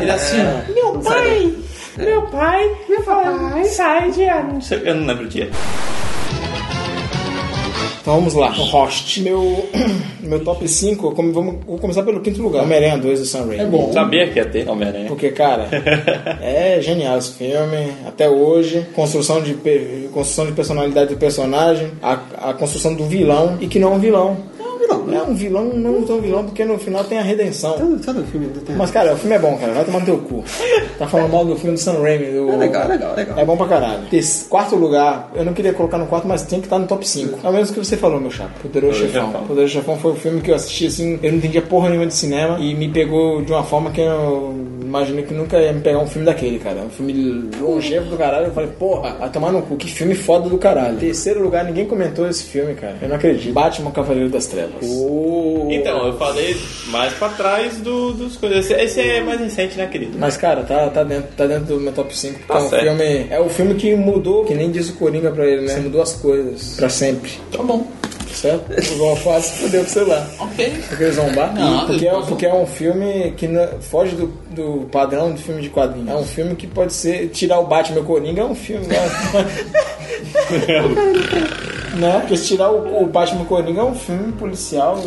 S3: Ele assim, meu pai!
S2: Meu pai me falou, sai de ano. Eu não lembro o dia.
S4: Então vamos lá. Host. Meu, meu top 5, como, vamos, vou começar pelo quinto lugar. Homem-Aranha 2 do Sam Raimi.
S3: É bom.
S2: Sabia que ia ter Homem-Aranha.
S4: Porque, cara, é genial esse filme, até hoje. Construção de, pe- construção de personalidade do personagem, a, a construção do vilão, e que não é um vilão. É um vilão. É um vilão, não tão vilão, porque no final tem a redenção.
S1: Todo todo filme do tempo.
S4: Mas, cara, o filme é bom, cara. Vai tomar no teu cu. Tá falando mal do filme do Sam Raimi. Do... É
S1: legal, é legal, é legal.
S4: É bom pra caralho. Esse quarto lugar, eu não queria colocar no quarto, mas tem que estar no top 5. Ao menos que você falou, meu chapa. Poderoso Chefão.
S2: Chefão.
S4: Poderoso Chefão foi o filme que eu assisti, assim, eu não entendia porra nenhuma de cinema e me pegou de uma forma que eu imaginei que nunca ia me pegar um filme daquele, cara. Um filme longevo do caralho. Eu falei, porra, vai tomar no cu. Que filme foda do caralho. Terceiro lugar, ninguém comentou esse filme, cara. Eu não acredito. Batman, Cavaleiro das Trevas.
S2: Então, eu falei mais pra trás do, dos coisas. Esse, esse é mais recente, né, querido?
S4: Mas, cara, tá, tá, dentro, tá dentro do meu top 5.
S2: Tá
S4: Tá um
S2: certo.
S4: filme, é o filme que mudou, que nem diz o Coringa pra ele, né? Você mudou as coisas. Pra sempre.
S3: Tá bom.
S4: Certo? O alface fodeu com o celular.
S3: Ok.
S4: Porque eles zombar?
S3: Não,
S4: porque, é,
S3: depois-
S4: porque é um filme que na- foge do, do padrão do filme de quadrinhos. É um filme que pode ser. Tirar o Batman e o Coringa é um filme. né? Né? Porque se tirar o, o Batman Coringa é um filme policial,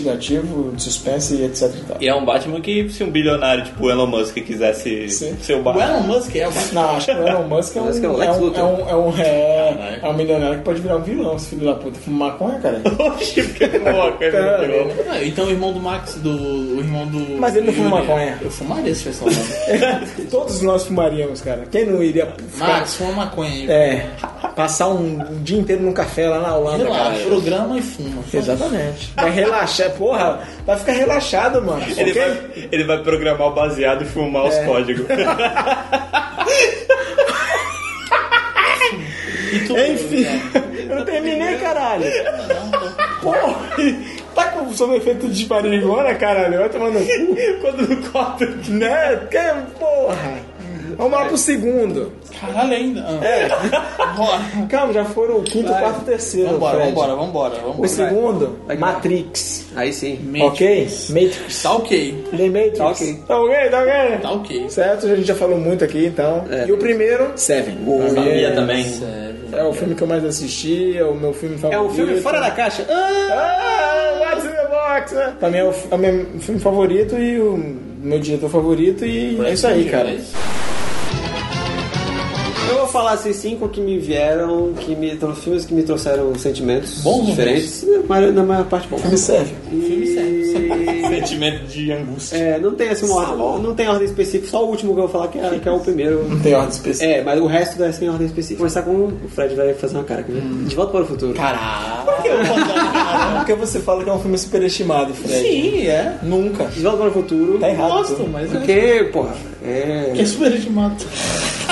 S4: investigativo, de suspense e etc. e tal.
S2: E é um Batman que, se um bilionário tipo Elon Musk quisesse
S4: Sim.
S2: ser o
S3: O
S2: Batman.
S3: Elon Musk é o Batman.
S4: Não, acho que o Elon Musk é um,
S1: Parece que é o
S4: é
S1: Lex
S4: um,
S1: Luthor.
S4: é um, é um, é,
S2: Caralho.
S4: é um milionário que pode virar um vilão, esse filho da puta. Fuma maconha, cara.
S2: Oxi, porque boa, cara,
S4: Cara,
S2: muito bom.
S3: Ah, então o irmão do Max, do. O irmão do.
S4: Mas ele não fuma
S3: Júnior.
S4: maconha.
S3: Eu fumaria se tivesse maconha.
S4: Todos nós fumaríamos, cara. Quem não iria ficar,
S3: Max, fuma maconha aí.
S4: é, passar um, um dia inteiro num café lá na Holanda, cara?
S3: Relaxa, programa e fuma.
S4: Exatamente. Vai relaxar, porra. Vai ficar relaxado, mano.
S2: Ele
S4: ok?
S2: vai, ele vai programar o baseado e filmar
S4: É.
S2: os códigos.
S3: E tu,
S4: Enfim, eu não terminei, caralho. Porra, tá com sob efeito de marihuana, caralho? Vai tomar no cu.
S2: Quando não corta.
S4: Né? Que porra. Vamos lá pro segundo.
S3: Caralho, ainda. Ah. É. Bora.
S4: Calma, já foram o quinto, quarto e terceiro.
S3: Vambora,
S4: Fred.
S3: vambora, vambora,
S4: O
S3: vambora.
S4: segundo, Matrix.
S1: Aí sim.
S4: Ok? Matrix.
S3: Tá ok,
S4: The Matrix.
S1: Tá ok.
S4: Tá ok, tá ok.
S3: tá ok.
S4: Certo, a gente já falou muito aqui, então.
S1: É.
S4: E o primeiro? Seven.
S2: Sabia também.
S3: Sério.
S4: É o filme que eu mais assisti, é o meu filme
S1: É
S4: favorito.
S1: um filme fora da caixa. Ah!
S4: Ah, What's in the Box, né? Pra mim é o, f- é o meu filme favorito e o meu diretor favorito e é isso aí, cara.
S1: Eu vou falar assim cinco que me vieram, que me trouxeram filmes que me trouxeram sentimentos
S3: Bons
S1: diferentes, na maior, na maior parte bom.
S4: Me serve.
S1: Filme
S2: Sentimento de angústia.
S1: É, não tem assim uma ordem, não tem ordem específica, só o último que eu vou falar que é, que é o primeiro.
S4: Não tem ordem específica.
S1: É, mas o resto é sem ordem específica. Vou começar com o Fred vai fazer uma cara aqui. né? De volta para o futuro.
S4: Porque você fala que é um filme superestimado, Fred.
S3: Sim, é.
S4: Nunca.
S1: De volta para o futuro.
S4: Tá errado.
S3: Gosto,
S4: tu.
S3: mas é.
S1: Porque, porra, é.
S3: Que é superestimado.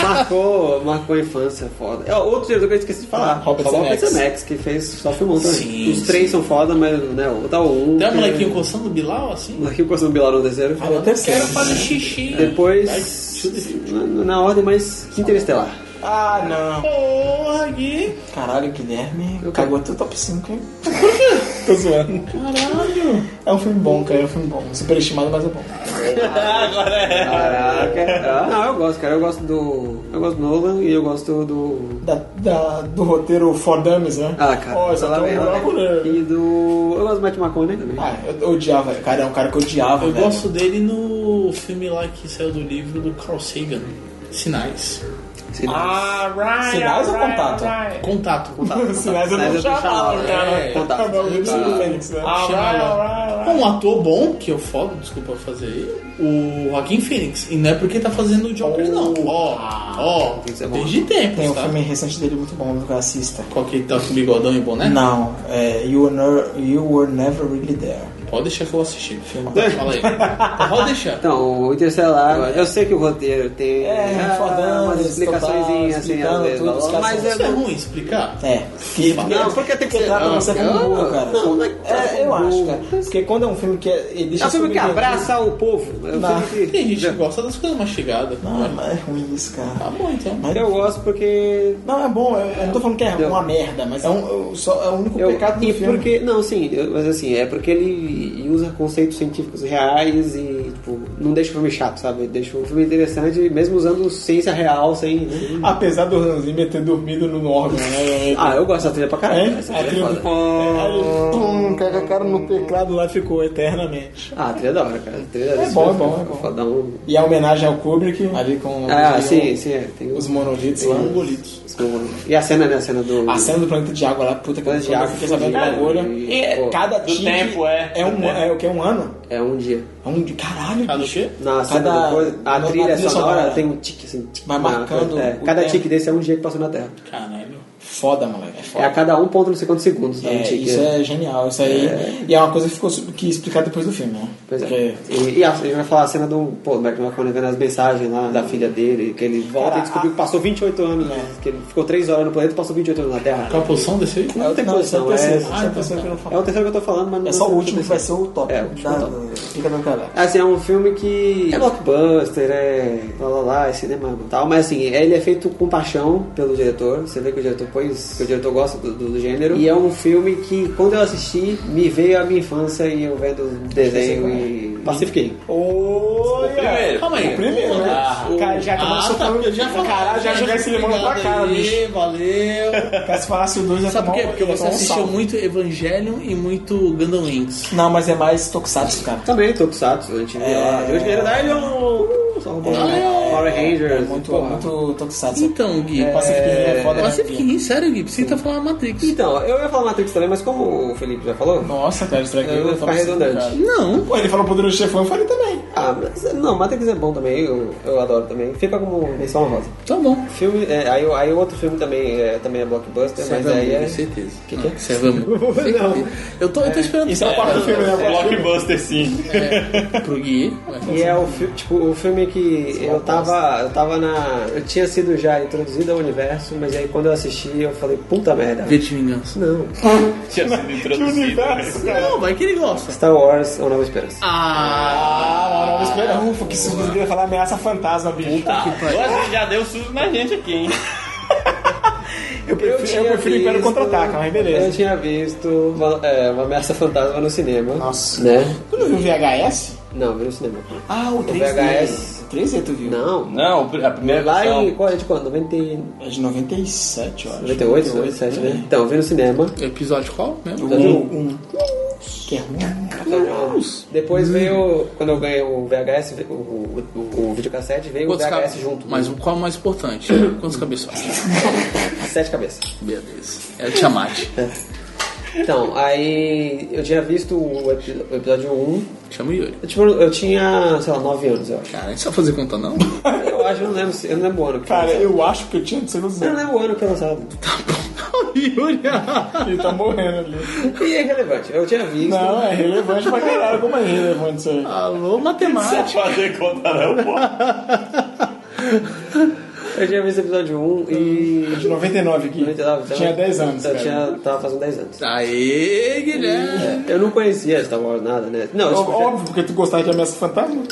S1: Marcou, marcou a infância, foda. É, outro diretor que eu esqueci de falar.
S4: Robert
S1: Robert
S4: Zemeckis.
S1: Zemeckis, que fez só filmão também.
S3: Sim,
S1: Os três são foda, mas né, o tal um.
S3: Tem um
S1: que-
S3: molequinho coçando o Bilal assim?
S1: Aqui o Costa do Bilar no terceiro.
S4: É o terceiro.
S3: Quero fazer xixi.
S1: Depois. Na, na ordem, mas. Interestelar.
S4: Ah, não.
S3: Porra, Gui.
S4: Caralho, Guilherme.
S1: Eu
S4: Cagou teu top 5, hein? Tô zoando.
S3: Caralho.
S4: É um filme bom, cara. É um filme bom. Superestimado, mas é bom. É.
S1: Caraca. Ah, não, eu gosto, cara. Eu gosto do. Eu gosto do Nolan e eu gosto do.
S4: Da, da- do roteiro For Dummies, né?
S1: Ah, cara.
S4: Ó, essa
S1: Lá
S4: tem
S1: vem,
S4: um
S1: lá vem.
S4: buraco nele.
S1: E do. Eu gosto do Matt McConaughey também.
S4: Ah, eu, eu odiava. Cara, é um cara que eu odiava,
S3: Eu
S4: velho.
S3: gosto dele no filme lá que saiu do livro do Carl Sagan. Sinais.
S1: Sei lá.
S4: Ah, Sinais ou contato?
S3: Contato. Contato.
S4: Sinais eu
S1: Mas
S4: não
S1: eu tô
S4: chamava,
S1: chamando,
S4: cara.
S1: é, contato.
S4: É o nome do Fênix, né?
S3: Chamava. Um ator bom, que eu foda, desculpa fazer aí, o Joaquim Phoenix. E não é porque tá fazendo o Joker, não. Ó, ó,
S1: Isso é bom.
S3: desde tempo,
S4: Tem um
S3: tá?
S4: filme recente dele muito bom, que eu assista.
S3: Qual que ele tá com bigodão e boné?
S4: Não, é you were, Ner- You Were Never Really There.
S3: Pode deixar que eu vou assistir. Filma. Fala aí. Pode deixar.
S1: Então, o Interstellar, eu sei que o roteiro tem
S4: É,
S1: ah,
S4: fodão,
S1: umas
S4: eles
S1: explicações assim,
S4: explicando
S1: às vezes,
S4: tudo, os caras
S1: mas
S4: são
S1: eu
S3: Isso é
S1: não...
S3: ruim explicar?
S4: É. Que, tá
S1: Não, porque tem que ser...
S4: trata
S1: não,
S4: você como
S1: não,
S4: burro, cara.
S1: Não, não é que trata
S4: é, eu
S1: como
S4: acho,
S1: burro.
S4: cara. Porque quando é um filme que é, ele
S1: É
S4: deixa
S1: um filme que
S4: subjetivo-
S1: abraça o povo. É um
S4: Não.
S1: filme que-
S3: Tem gente que gosta das coisas mastigadas.
S4: Não, é, mas é ruim isso, cara.
S3: Tá bom, então.
S4: Mas-
S1: Eu gosto porque...
S4: Não, é bom. Eu, eu não tô falando que é
S1: Entendeu?
S4: uma merda, mas é, um, eu só, é o único
S1: Eu,
S4: pecado do
S1: e
S4: filme.
S1: porque não sim eu- mas assim é porque ele usa conceitos científicos reais e tipo não deixa o filme chato sabe deixa o filme interessante mesmo usando ciência real sem né?
S4: Apesar do Hans Zimmer ter dormido no órgão, né?
S1: ah eu gosto da trilha pra caralho
S4: É?
S1: essa
S4: A
S1: trilha é
S4: trilha
S1: foda.
S4: do... Aí ele, pum, caga a cara no teclado lá ficou eternamente.
S1: ah a trilha é da hora cara a trilha desse
S4: bom,
S1: filme
S4: é bom,
S1: fica
S4: é bom.
S1: fodão.
S4: E a homenagem ao Kubrick, ali com
S1: ah
S4: os-
S1: sim sim é. tem
S4: os
S1: os
S4: monolitos lá.
S3: Mongolitos.
S1: e a cena né a cena do
S4: A cena do planeta de água lá, puta que
S1: Planeta de
S4: eu
S1: água,
S4: fiquei sabendo do
S1: cara,
S4: bagulho.
S1: e-
S4: E
S1: pô,
S4: cada
S2: do
S4: tique
S2: tempo, é.
S4: É, um,
S2: Do
S4: é o que? Um ano?
S1: é um dia
S4: É um de caralho,
S3: Sabe o
S4: bicho.
S3: Tá quê?
S1: na cena
S4: Cada-
S1: do coisa, a
S4: na-
S1: trilha
S4: na trilha
S1: sonora
S4: sonora.
S1: tem um tique assim tique,
S4: Vai
S1: na-
S4: marcando
S1: é,
S4: o
S1: cada
S4: tempo.
S1: tique desse é um dia que passou na Terra
S3: Caralho.
S4: Foda, moleque. É foda.
S1: é a cada um ponto não sei quantos segundos dá um
S4: É,
S1: tique.
S4: isso é genial, isso aí. E é uma coisa que ficou su- que explicar depois do filme, né?
S1: Pois é.
S4: Porque-
S1: E, e a, ele vai falar a cena do pô, do Mark McConaughey vendo as mensagens lá da filha dele, que ele volta
S4: Cara,
S1: e descobriu que passou 28 anos, né?
S4: É.
S1: Que ele ficou 3 horas no planeta e passou 28 anos na Terra.
S3: Qual a posição desse aí?
S1: Não tem
S4: esse é o
S1: posição, é,
S4: terceiro, esse é o
S3: ah,
S4: terceiro
S3: então tá.
S4: que eu não
S1: é
S4: falo.
S1: o terceiro que eu tô falando, mas não
S4: É só o
S1: sei
S4: último que vai ser o top.
S1: É, o último
S4: da-
S1: top.
S4: Fica do caralho.
S1: Assim, é um filme que é blockbuster, é lá lá lá, é cinema e tal, mas assim, ele é feito com paixão pelo diretor, você vê que o diretor depois, que o diretor gosta do, do- do gênero. E é um filme que, quando eu assisti, me veio a minha infância e eu é. vendo um desenho e. Pacifiquei.
S4: Olha!
S2: primeiro.
S3: Calma aí.
S4: primeiro, né? Cara, já começou
S3: ah, tá,
S4: falando-
S3: eu já falei.
S4: Caralho, já joguei esse limão na tua cara,
S3: aí,
S4: bicho.
S3: Valeu.
S4: Cara, se falasse o 2, ia
S3: Sabe por quê?
S4: tomar um-
S3: Porque
S4: ia
S3: você
S4: tomar um
S3: assistiu
S4: salto.
S3: muito Evangelion e muito Gundam Wings.
S4: Não, mas é mais Tokusatsu, cara.
S1: Também, Tokusatsu, a gente via lá. Grande Guerreiro da Ilha, É. uh, só roubou
S3: É.
S1: Power Rangers.
S4: Muito,
S1: porra.
S4: muito Tokusatsu.
S3: Então, Gui.
S4: É, Pacific Rim é foda, né?
S3: Pacific Rim, sério, Gui. Precisa falar Matrix.
S1: Então, eu ia falar Matrix também, mas como o Felipe já falou,
S4: Nossa, cara, isso daqui
S1: eu ia ficar redundante.
S3: Não.
S4: assim, Pô, ele falou poderoso chefão, eu falei também.
S1: Ah, mas não, Matrix é bom também, eu, eu adoro também. Fica como menção honrosa.
S3: Tá bom.
S1: Filme, é, aí, aí outro filme também é, também é blockbuster, mas aí é.
S3: certeza. O que, é? Eu tô, eu tô esperando
S4: Isso é o quarto filme, né?
S2: Um Blockbuster, sim.
S3: pro Gui.
S1: E é o, fi- tipo, o filme que
S4: é
S1: eu tava, eu tava na. Eu tinha sido já introduzido ao universo, mas aí quando eu assisti eu falei, puta
S4: é.
S1: merda.
S3: V de Vingança.
S1: Não.
S2: Tinha sido introduzido.
S3: Não, vai que ele gosta.
S1: Star Wars Uma Nova Esperança.
S3: Ah,
S4: Ah, não, não, espera. Ufa, que susto, eu ia falar ameaça fantasma, bicho.
S2: Agora você já deu susto na gente aqui, hein?
S4: Eu prefiro, eu prefiro Império Contra-Ataca, mas
S1: Eu
S4: beleza.
S1: tinha visto uma, é, uma ameaça fantasma no cinema.
S4: Nossa.
S1: Né?
S4: Tu não viu o VHS?
S1: Não, vi no cinema.
S4: Ah, o 3D.
S1: VHS.
S4: 3D tu viu?
S1: Não.
S2: Não, a primeira
S1: Lá
S2: versão.
S1: em. Qual é de quando? 90, e-
S4: É de 97, eu acho.
S1: 98, 97, né? Então, eu vi no cinema.
S3: um episódio qual mesmo?
S4: Um. um. Que é ruim.
S1: Depois veio, quando eu ganhei o VHS, o, o, o, o videocassete, veio o VHS
S3: cabeças
S1: junto.
S3: Mas
S4: um.
S3: o qual é o mais importante? Quantos cabeçotes?
S1: Sete cabeças.
S3: Beleza. É o Tiamat.
S1: Então, aí eu tinha visto o, epi- o episódio 1.
S3: Chama o Yuri.
S1: Eu, tipo, eu tinha, sei lá, 9 anos, eu acho.
S3: Cara, a gente só fazer conta não?
S1: Eu acho, eu não lembro, se- eu não lembro o ano. Que foi
S4: Cara,
S1: lançado.
S4: eu acho que eu tinha um de ser
S1: eu não
S4: usado.
S1: lembro o ano que foi lançado.
S3: Yuri!
S4: Ele tá morrendo ali.
S1: E é relevante, eu tinha visto.
S4: Não, é relevante pra caralho. Como é relevante isso aí?
S3: Alô, matemática.
S2: Fazer conta né? não, pô.
S1: Eu tinha visto o episódio 1 e.
S4: De 99 aqui.
S1: 99, então,
S4: Tinha 10 anos,
S1: Eu
S4: cara.
S1: tinha, tava fazendo 10 anos.
S3: Aê, Guilherme!
S1: É, eu não conhecia Star Wars nada, né? Não,
S4: Ó-
S1: tipo, eu já-
S4: Óbvio, porque tu gostava de Ameaça Fantasma.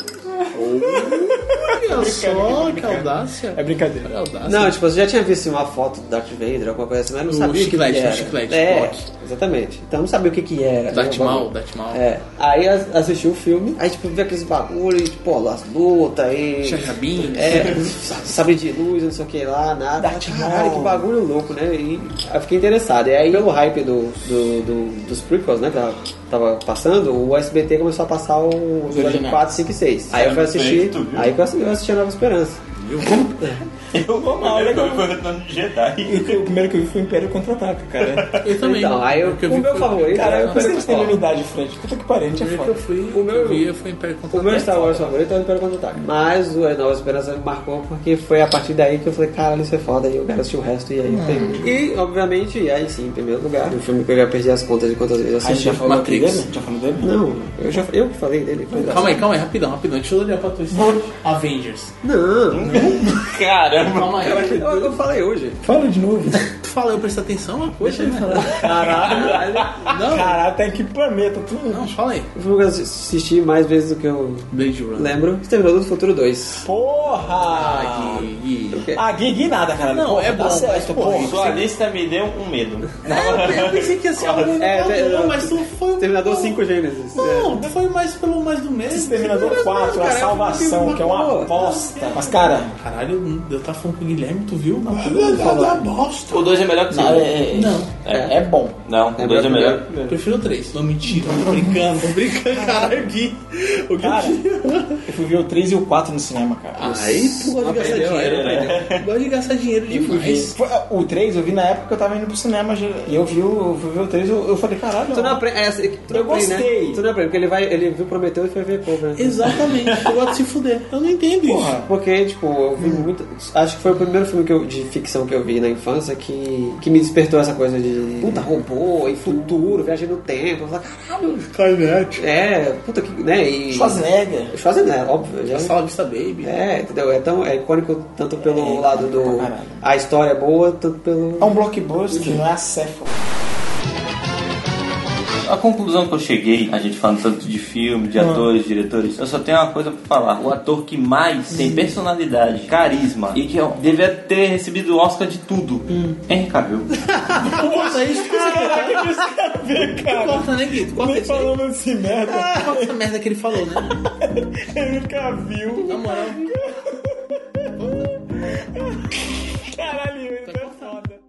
S3: Olha só, que audácia.
S4: É brincadeira.
S3: Que audácia.
S1: Não, tipo, você já tinha visto assim, uma foto do Darth Vader, alguma coisa assim, mas eu não
S3: O
S1: sabia o que,
S3: chiclete,
S1: que era.
S3: o chiclete,
S1: é,
S3: toque.
S1: exatamente. Então eu não sabia o que que era.
S3: Darth
S1: né?
S3: Maul, Darth Maul.
S1: É. Aí as- assisti o filme, aí tipo, vi aqueles bagulho, e, tipo, ó, as lutas aí...
S3: Chachabinho.
S1: É, sabe de luz, não sei o que lá, nada.
S4: Darth
S1: Caralho,
S4: Maul.
S1: que bagulho louco, né? E eu fiquei interessado. E aí, pelo hype do, do- do- dos prequels, né, que tava, tava passando, o SBT começou a passar o episódio
S4: originais.
S1: 4, 5 e 6. Aí eu fui assistir, aí que eu assisti, eu assisti a Nova Esperança.
S4: Eu vou mal,
S2: Agora
S4: legal.
S2: foi o retorno de Jedi.
S4: O primeiro que eu vi foi Império Contra-Ataca, cara.
S3: Eu também.
S1: Então, aí eu-
S3: Porque eu
S1: o
S3: vi
S1: meu
S3: foi-
S1: favorito
S4: Cara,
S1: era
S4: eu
S1: o
S4: pensei que
S1: Império
S4: você tem a
S1: Contra-Ataque.
S4: mesma idade, Fred. Puta que pariu, a gente é
S3: Primeiro que eu
S4: foda.
S3: fui,
S1: O meu-
S3: eu via foi Império Contra
S1: O meu Star Wars favorito é o Império Contra-Ataque. Mas o A Nova Esperança me marcou porque foi a partir daí que eu falei, caralho, isso é foda, e eu quero assistir o resto, e aí eu peguei. E, obviamente, e aí sim, em primeiro lugar, o filme que eu já perdi as contas de quantas vezes eu
S4: A gente
S1: assisti.
S4: já falou
S3: Matrix.
S4: dele? Já falou dele?
S1: Não, eu já eu que falei dele. foi engraçado.
S3: Calma aí, calma aí, rapidão, rapidão. Deixa eu olhar pra tua história. Avengers.
S1: assim. Não,
S2: Caramba.
S3: Calma aí.
S1: eu, eu falei hoje.
S4: Fala de novo.
S3: Tu fala, eu prestei atenção uma coisa, né?
S1: Caralho.
S3: Não,
S4: Caralho, tá em que planeta? Tu...
S3: não, fala aí.
S1: O filme que eu assisti mais vezes do que eu
S3: Blade Runner.
S1: lembro. Exterminador do Futuro 2.
S4: Porra!
S3: Ah, Gui, Gui.
S4: Ah, Gui, Gui nada, cara.
S3: Não,
S4: Porra,
S3: é
S4: tá
S3: bom,
S4: certo,
S3: mas, porra,
S4: porra.
S2: Sua lista me deu um medo.
S3: É, eu pensei que ia ser algo
S1: É,
S3: inovador,
S1: é,
S3: mas tu foi... um
S1: Exterminador 5 Gênesis. É.
S3: Não, tu foi mais pelo mais do mesmo.
S4: Exterminador
S3: Pelo mais
S4: 4,
S3: do
S4: a
S3: mesmo, cara.
S4: salvação, que é uma aposta. Mas, cara,
S3: Caralho, eu tava falando com o Guilherme, tu viu? Não, da bosta.
S2: O 2 é melhor que o
S4: não, é,
S2: 5.
S4: é,
S3: Não,
S4: é, é bom.
S2: Não, o 2 é melhor.
S3: eu prefiro o 3. Não, mentira, tô brincando, tô brincando. Caralho, Gui. O Gui...
S4: Cara, eu fui ver o 3 e o 4 no cinema, cara.
S3: Aí tu gosta de gastar dinheiro, velho. Gosta de gastar dinheiro demais.
S4: Foi- O 3 eu vi na época que eu tava indo pro cinema e eu vi o, eu fui ver o 3 eu, eu falei, caralho,
S1: Tu não
S4: mano.
S1: aprende. É, assim, tu não
S4: Eu
S1: aprende,
S4: gostei.
S1: Né? Tu não aprende, porque ele, vai, ele viu Prometeu e foi ver Cobra. né?
S3: Exatamente, eu gosto de se fuder. Eu não entendo
S4: Porra.
S1: Porque, tipo, eu vi muito. Acho que foi o primeiro filme que eu- de ficção que eu vi na infância que, que me despertou essa coisa de puta, robô e futuro, viagem no tempo. Eu falei, caralho. Skynet. É, puta que. né? E.
S4: Schwarzenegger.
S1: Schwarzenegger, óbvio. já-
S3: isso. Sala Vista Baby.
S1: É, entendeu? É, tão, é icônico tanto pelo
S4: É,
S1: lado do.
S4: pra caralho.
S1: A história é boa, tanto pelo.
S4: É um blockbuster, não é acéfalo.
S2: A conclusão que eu cheguei, a gente falando tanto de filme, de atores, diretores, eu só tenho uma coisa pra falar. O ator que mais tem personalidade, carisma e que ó, devia ter recebido o Oscar de tudo. Henry Cavill.
S3: Corta isso, cara. Corta, né, Guido? Corta isso. aí.
S4: Falando assim, merda,
S3: Corta essa merda que ele falou, né?
S4: ele nunca viu.
S3: Na moral.
S4: Caralho, ele é foda.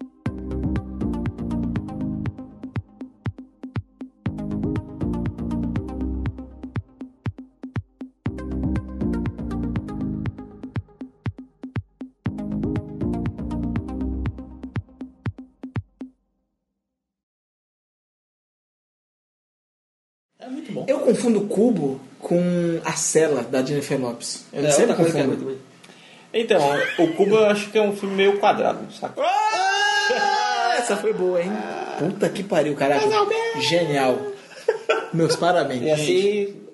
S3: É muito bom.
S4: Eu confundo cubo com a cela da Jennifer Lopes. Eu
S1: É
S4: sempre
S1: outra coisa que é
S4: confundo.
S1: muito bem.
S2: Então, o Cuba eu acho que é um filme meio quadrado, saca?
S4: Ah, Essa foi boa, hein? Puta que pariu, caraca. Genial. Meus parabéns.
S1: E assim,